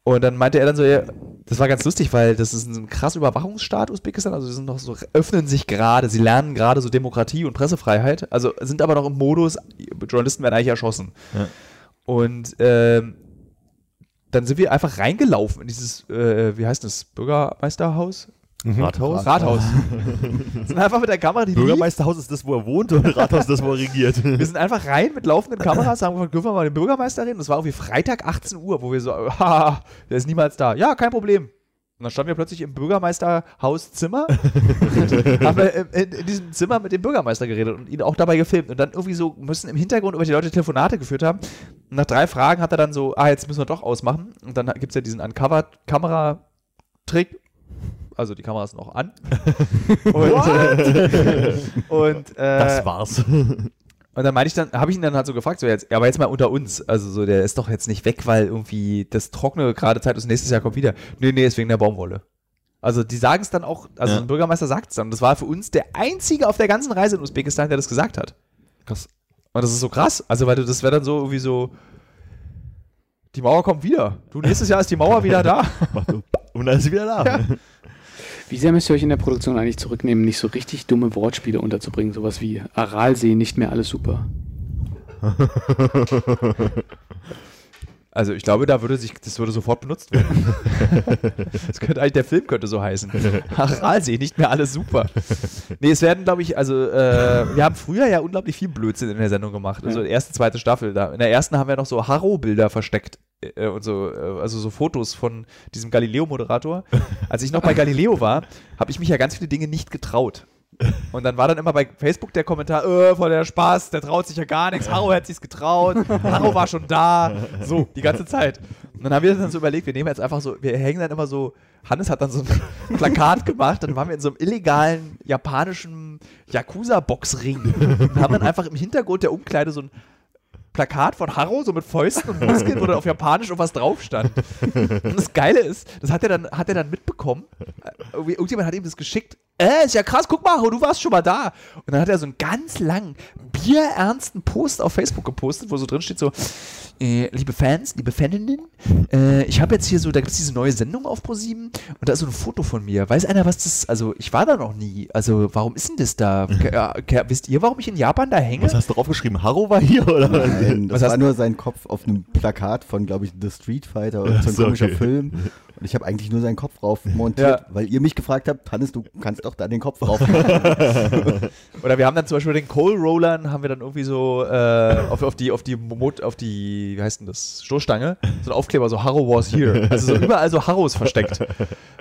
A: Und dann meinte er dann so, ja, das war ganz lustig, weil das ist ein krass Überwachungsstaat Usbekistan, also sie sind noch so, öffnen sich gerade, sie lernen gerade so Demokratie und Pressefreiheit, also sind aber noch im Modus, Journalisten werden eigentlich erschossen. Und ähm, dann sind wir einfach reingelaufen in dieses, äh, wie heißt das, Bürgermeisterhaus?
D: Rathaus?
A: Mhm. Rathaus. (laughs) sind einfach mit der Kamera, die lief,
D: Bürgermeisterhaus ist das, wo er wohnt und Rathaus das, wo er regiert.
A: wir
D: (laughs)
A: sind einfach rein mit laufenden Kameras, haben gefragt, dürfen wir mal den Bürgermeister reden? Und es war irgendwie Freitag 18 Uhr, wo wir so, (laughs) haha, der ist niemals da. Ja, kein Problem. Und dann standen wir plötzlich im Bürgermeisterhauszimmer, haben wir in, in, in diesem Zimmer mit dem Bürgermeister geredet und ihn auch dabei gefilmt. Und dann irgendwie so müssen im Hintergrund über die Leute Telefonate geführt haben. Und nach drei Fragen hat er dann so, ah, jetzt müssen wir doch ausmachen. Und dann gibt es ja diesen Uncovered-Kamera- Trick, also die Kamera ist noch an.
D: What?
A: und äh,
D: Das war's.
A: Und dann meinte ich dann, habe ich ihn dann halt so gefragt, so jetzt, ja, aber jetzt mal unter uns. Also so, der ist doch jetzt nicht weg, weil irgendwie das trockene gerade Zeit ist, nächstes Jahr kommt wieder. Nee, nee, ist wegen der Baumwolle. Also die sagen es dann auch, also
D: Ja.
A: ein Bürgermeister sagt es dann. Das war für uns der einzige auf der ganzen Reise in Usbekistan, der das gesagt hat.
D: Krass.
A: Und das ist so krass. Also, weil du, das wäre dann so irgendwie so, die Mauer kommt wieder. Du, nächstes Jahr ist die Mauer wieder da.
D: Und dann ist sie wieder da.
B: Wie sehr müsst ihr euch in der Produktion eigentlich zurücknehmen, nicht so richtig dumme Wortspiele unterzubringen? Sowas wie Aralsee, nicht mehr alles super.
A: Also ich glaube, da würde sich, das würde sofort benutzt werden. das könnte eigentlich, der Film könnte so heißen. Haralsee, nicht mehr alles super. Nee, es werden, glaube ich, also äh, wir haben früher ja unglaublich viel Blödsinn in der Sendung gemacht. Also erste, zweite Staffel. Da. In der ersten haben wir noch so Harro-Bilder versteckt. Äh, und so, äh, also so Fotos von diesem Galileo-Moderator. Als ich noch bei Galileo war, habe ich mich ja ganz viele Dinge nicht getraut. Und dann war dann immer bei Facebook der Kommentar, äh, voll der Spaß, der traut sich ja gar nichts, Harro hat sich's getraut, Harro war schon da, so, die ganze Zeit. Und dann haben wir dann so überlegt, wir nehmen jetzt einfach so, wir hängen dann immer so, Hannes hat dann so ein (laughs) Plakat gemacht, dann waren wir in so einem illegalen japanischen Yakuza-Boxring und haben dann einfach im Hintergrund der Umkleide so ein Plakat von Harro, so mit Fäusten und Muskeln, wo dann auf Japanisch irgendwas drauf stand. Und das Geile ist, das hat er dann, hat er dann mitbekommen. Irgendwie- Irgendjemand hat ihm das geschickt. Äh, ist ja krass, guck mal, Harro, du warst schon mal da. Und dann hat er so einen ganz langen, bierernsten Post auf Facebook gepostet, wo so drin steht so, äh, liebe Fans, liebe Faninnen, äh, ich habe jetzt hier so, da gibt es diese neue Sendung auf ProSieben und da ist so ein Foto von mir. Weiß einer, was das, also ich war da noch nie. Also warum ist denn das da? Ke- äh, ke- wisst ihr, warum ich in Japan da hänge?
D: Was hast du draufgeschrieben? Harro war hier, oder?
C: Nein, das
A: Was
C: war
A: hast-
C: nur sein Kopf auf einem Plakat von, glaube ich, The Street Fighter oder so ein
D: so,
C: komischer
D: okay.
C: Film. Und ich habe eigentlich nur seinen Kopf drauf montiert, weil ihr mich gefragt habt, Hannes, du kannst doch da den Kopf drauf
A: Oder wir haben dann zum Beispiel den Coal Rollern, haben wir dann irgendwie so äh, auf, auf die, auf die, Mot, auf die, wie heißt denn das, Stoßstange, so ein Aufkleber, so Harrow was here. Also so überall so Harrows versteckt.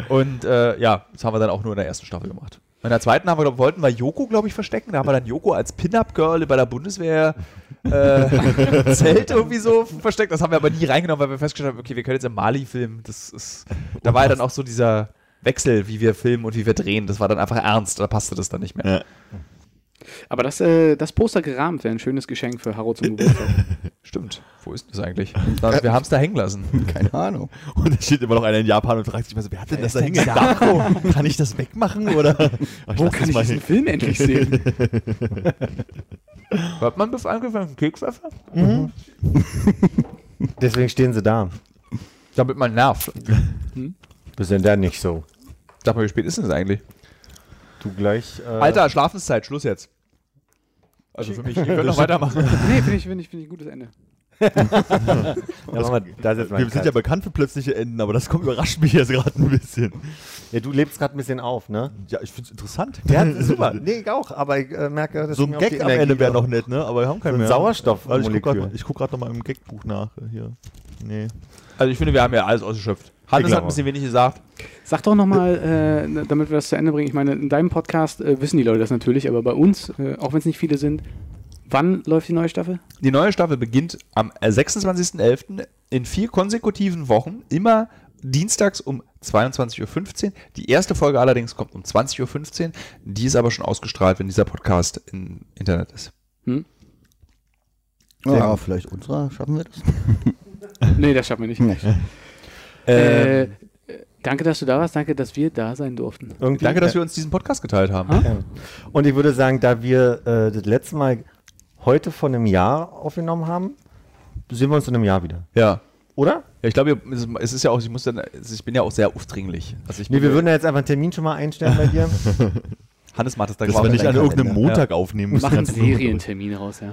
A: Und äh, ja, das haben wir dann auch nur in der ersten Staffel gemacht. In der zweiten haben wir, glaub, wollten wir Joko, glaube ich, verstecken. Da haben wir dann Joko als Pin-Up-Girl bei der Bundeswehr äh, (laughs) Zelt irgendwie so versteckt. Das haben wir aber nie reingenommen, weil wir festgestellt haben, okay, wir können jetzt im Mali filmen. Das ist, da war ja dann auch so dieser Wechsel, wie wir filmen und wie wir drehen. Das war dann einfach ernst. Da passte das dann nicht mehr.
B: Aber das, äh, das Poster gerahmt wäre ein schönes Geschenk für Harro (laughs) zum Geburtstag.
A: Stimmt. Wo ist das
D: (laughs)
A: eigentlich? wir haben es da hängen lassen.
C: Keine Ahnung.
D: Und da steht immer noch einer in Japan und fragt sich immer so, wer hat denn das da
A: ist denn
D: hingedacht? (laughs) Kann ich das wegmachen,
A: (laughs)
D: oder? Ach,
B: Wo
D: lass
B: kann
D: das
B: ich
D: mal
B: diesen
D: hin.
B: Film endlich (laughs) sehen?
A: Hört man angefangenen Kekswerfer?
E: Deswegen stehen sie da.
A: Damit man nervt.
E: Bist denn da nicht so?
A: Sag mal, wie spät ist denn das eigentlich?
E: Du gleich. Äh,
A: Alter, Schlafenszeit, Schluss jetzt. Also für mich, ihr könnt noch weitermachen.
B: Nee, finde ich, finde ich, finde ich ein gutes Ende.
E: ja, mach mal, da setzt man
D: Wir sind ja bekannt für plötzliche Enden, aber das kommt, überrascht mich jetzt gerade ein bisschen.
E: ja, du lebst gerade ein bisschen auf, ne?
D: Ja, ich find's interessant.
A: (laughs)
E: Ja, super. Nee, ich auch. Aber ich äh, merke, dass
D: so
E: mir
D: ein
E: auch die
D: Gag am
E: Energie
D: Ende wäre
E: drauf-
D: noch nett, ne? Aber wir haben keinen
E: So ein
D: mehr.
E: Sauerstoff-
D: Also ich guck grad-
E: Molekül.
D: ich guck gerade noch mal im Gagbuch nach. äh, Hier. Nee.
A: Also ich finde, wir haben ja alles ausgeschöpft. Hannes hat
E: glaube
A: ein bisschen wenig gesagt.
B: Sag doch nochmal, äh, damit wir das zu Ende bringen. Ich meine, in deinem Podcast äh, wissen die Leute das natürlich, aber bei uns, äh, auch wenn es nicht viele sind, wann läuft die neue Staffel?
A: Die neue Staffel beginnt am äh, 26.11. in vier konsekutiven Wochen, immer dienstags um 22.15 Uhr. Die erste Folge allerdings kommt um 20.15 Uhr. Die ist aber schon ausgestrahlt, wenn dieser Podcast im Internet ist.
C: Ja, vielleicht unserer, schaffen wir das?
B: Nee, das schaffen wir nicht.
C: Nicht.
B: Äh, äh, danke, dass du da warst. Danke, dass wir da sein durften.
E: Irgendwie,
A: Danke, dass wir uns diesen Podcast geteilt haben.
E: Ja. Und ich würde sagen, da wir äh, das letzte Mal heute von einem Jahr aufgenommen haben, sehen wir uns in einem Jahr wieder.
A: Ja.
E: Oder?
A: Ja, ich glaube, es- es ist ja auch, ich muss dann, es- ich bin ja auch sehr aufdringlich. Also ich
E: Nee,
A: bin,
E: wir würden ja jetzt einfach einen Termin schon mal einstellen bei
K: (laughs)
E: dir.
A: Hannes macht es dann
D: Dass wir
A: quasi
D: nicht an
A: rein.
D: irgendeinem Montag aufnehmen müssen.
B: Machen
D: ganz
B: Serientermin raus, ja.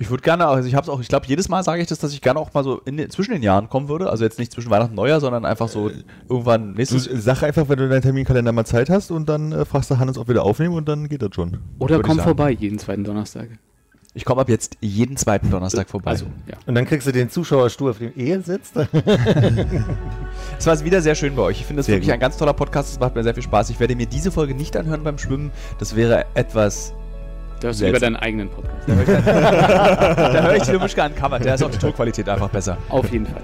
A: Ich würde gerne, also ich habe es auch, ich glaube, jedes Mal sage ich das, dass ich gerne auch mal so in, den- zwischen den Jahren kommen würde. Also jetzt nicht zwischen Weihnachten und Neujahr, sondern einfach so irgendwann
D: Du
A: nächstes
D: sag einfach, wenn du deinen Terminkalender mal Zeit hast und dann äh, fragst du Hannes, ob wir da aufnehmen und dann geht das schon.
B: Oder
A: Würde ich
B: komm
A: sagen.
B: vorbei jeden zweiten Donnerstag.
A: Ich komme ab jetzt jeden zweiten Donnerstag vorbei.
B: Also, ja.
E: Und dann kriegst du den Zuschauerstuhl, auf dem Ehe sitzt.
A: Es war wieder sehr schön bei euch. Ich finde es
D: Sehr
A: wirklich
D: gut.
A: ein ganz toller Podcast. Es macht mir sehr viel Spaß. Ich werde mir diese Folge nicht anhören beim Schwimmen. Das wäre
D: (laughs)
A: etwas.
B: Du hast
A: Selbst-
B: über deinen eigenen Podcast.
A: Da höre ich Tilo Mischke an Cover. Der ist auch die Tonqualität einfach besser.
B: Auf jeden Fall.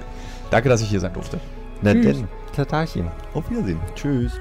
A: Danke, dass ich hier sein durfte.
K: Na
E: Tschüss.
K: denn, Tatarchen.
E: Auf Wiedersehen. Tschüss.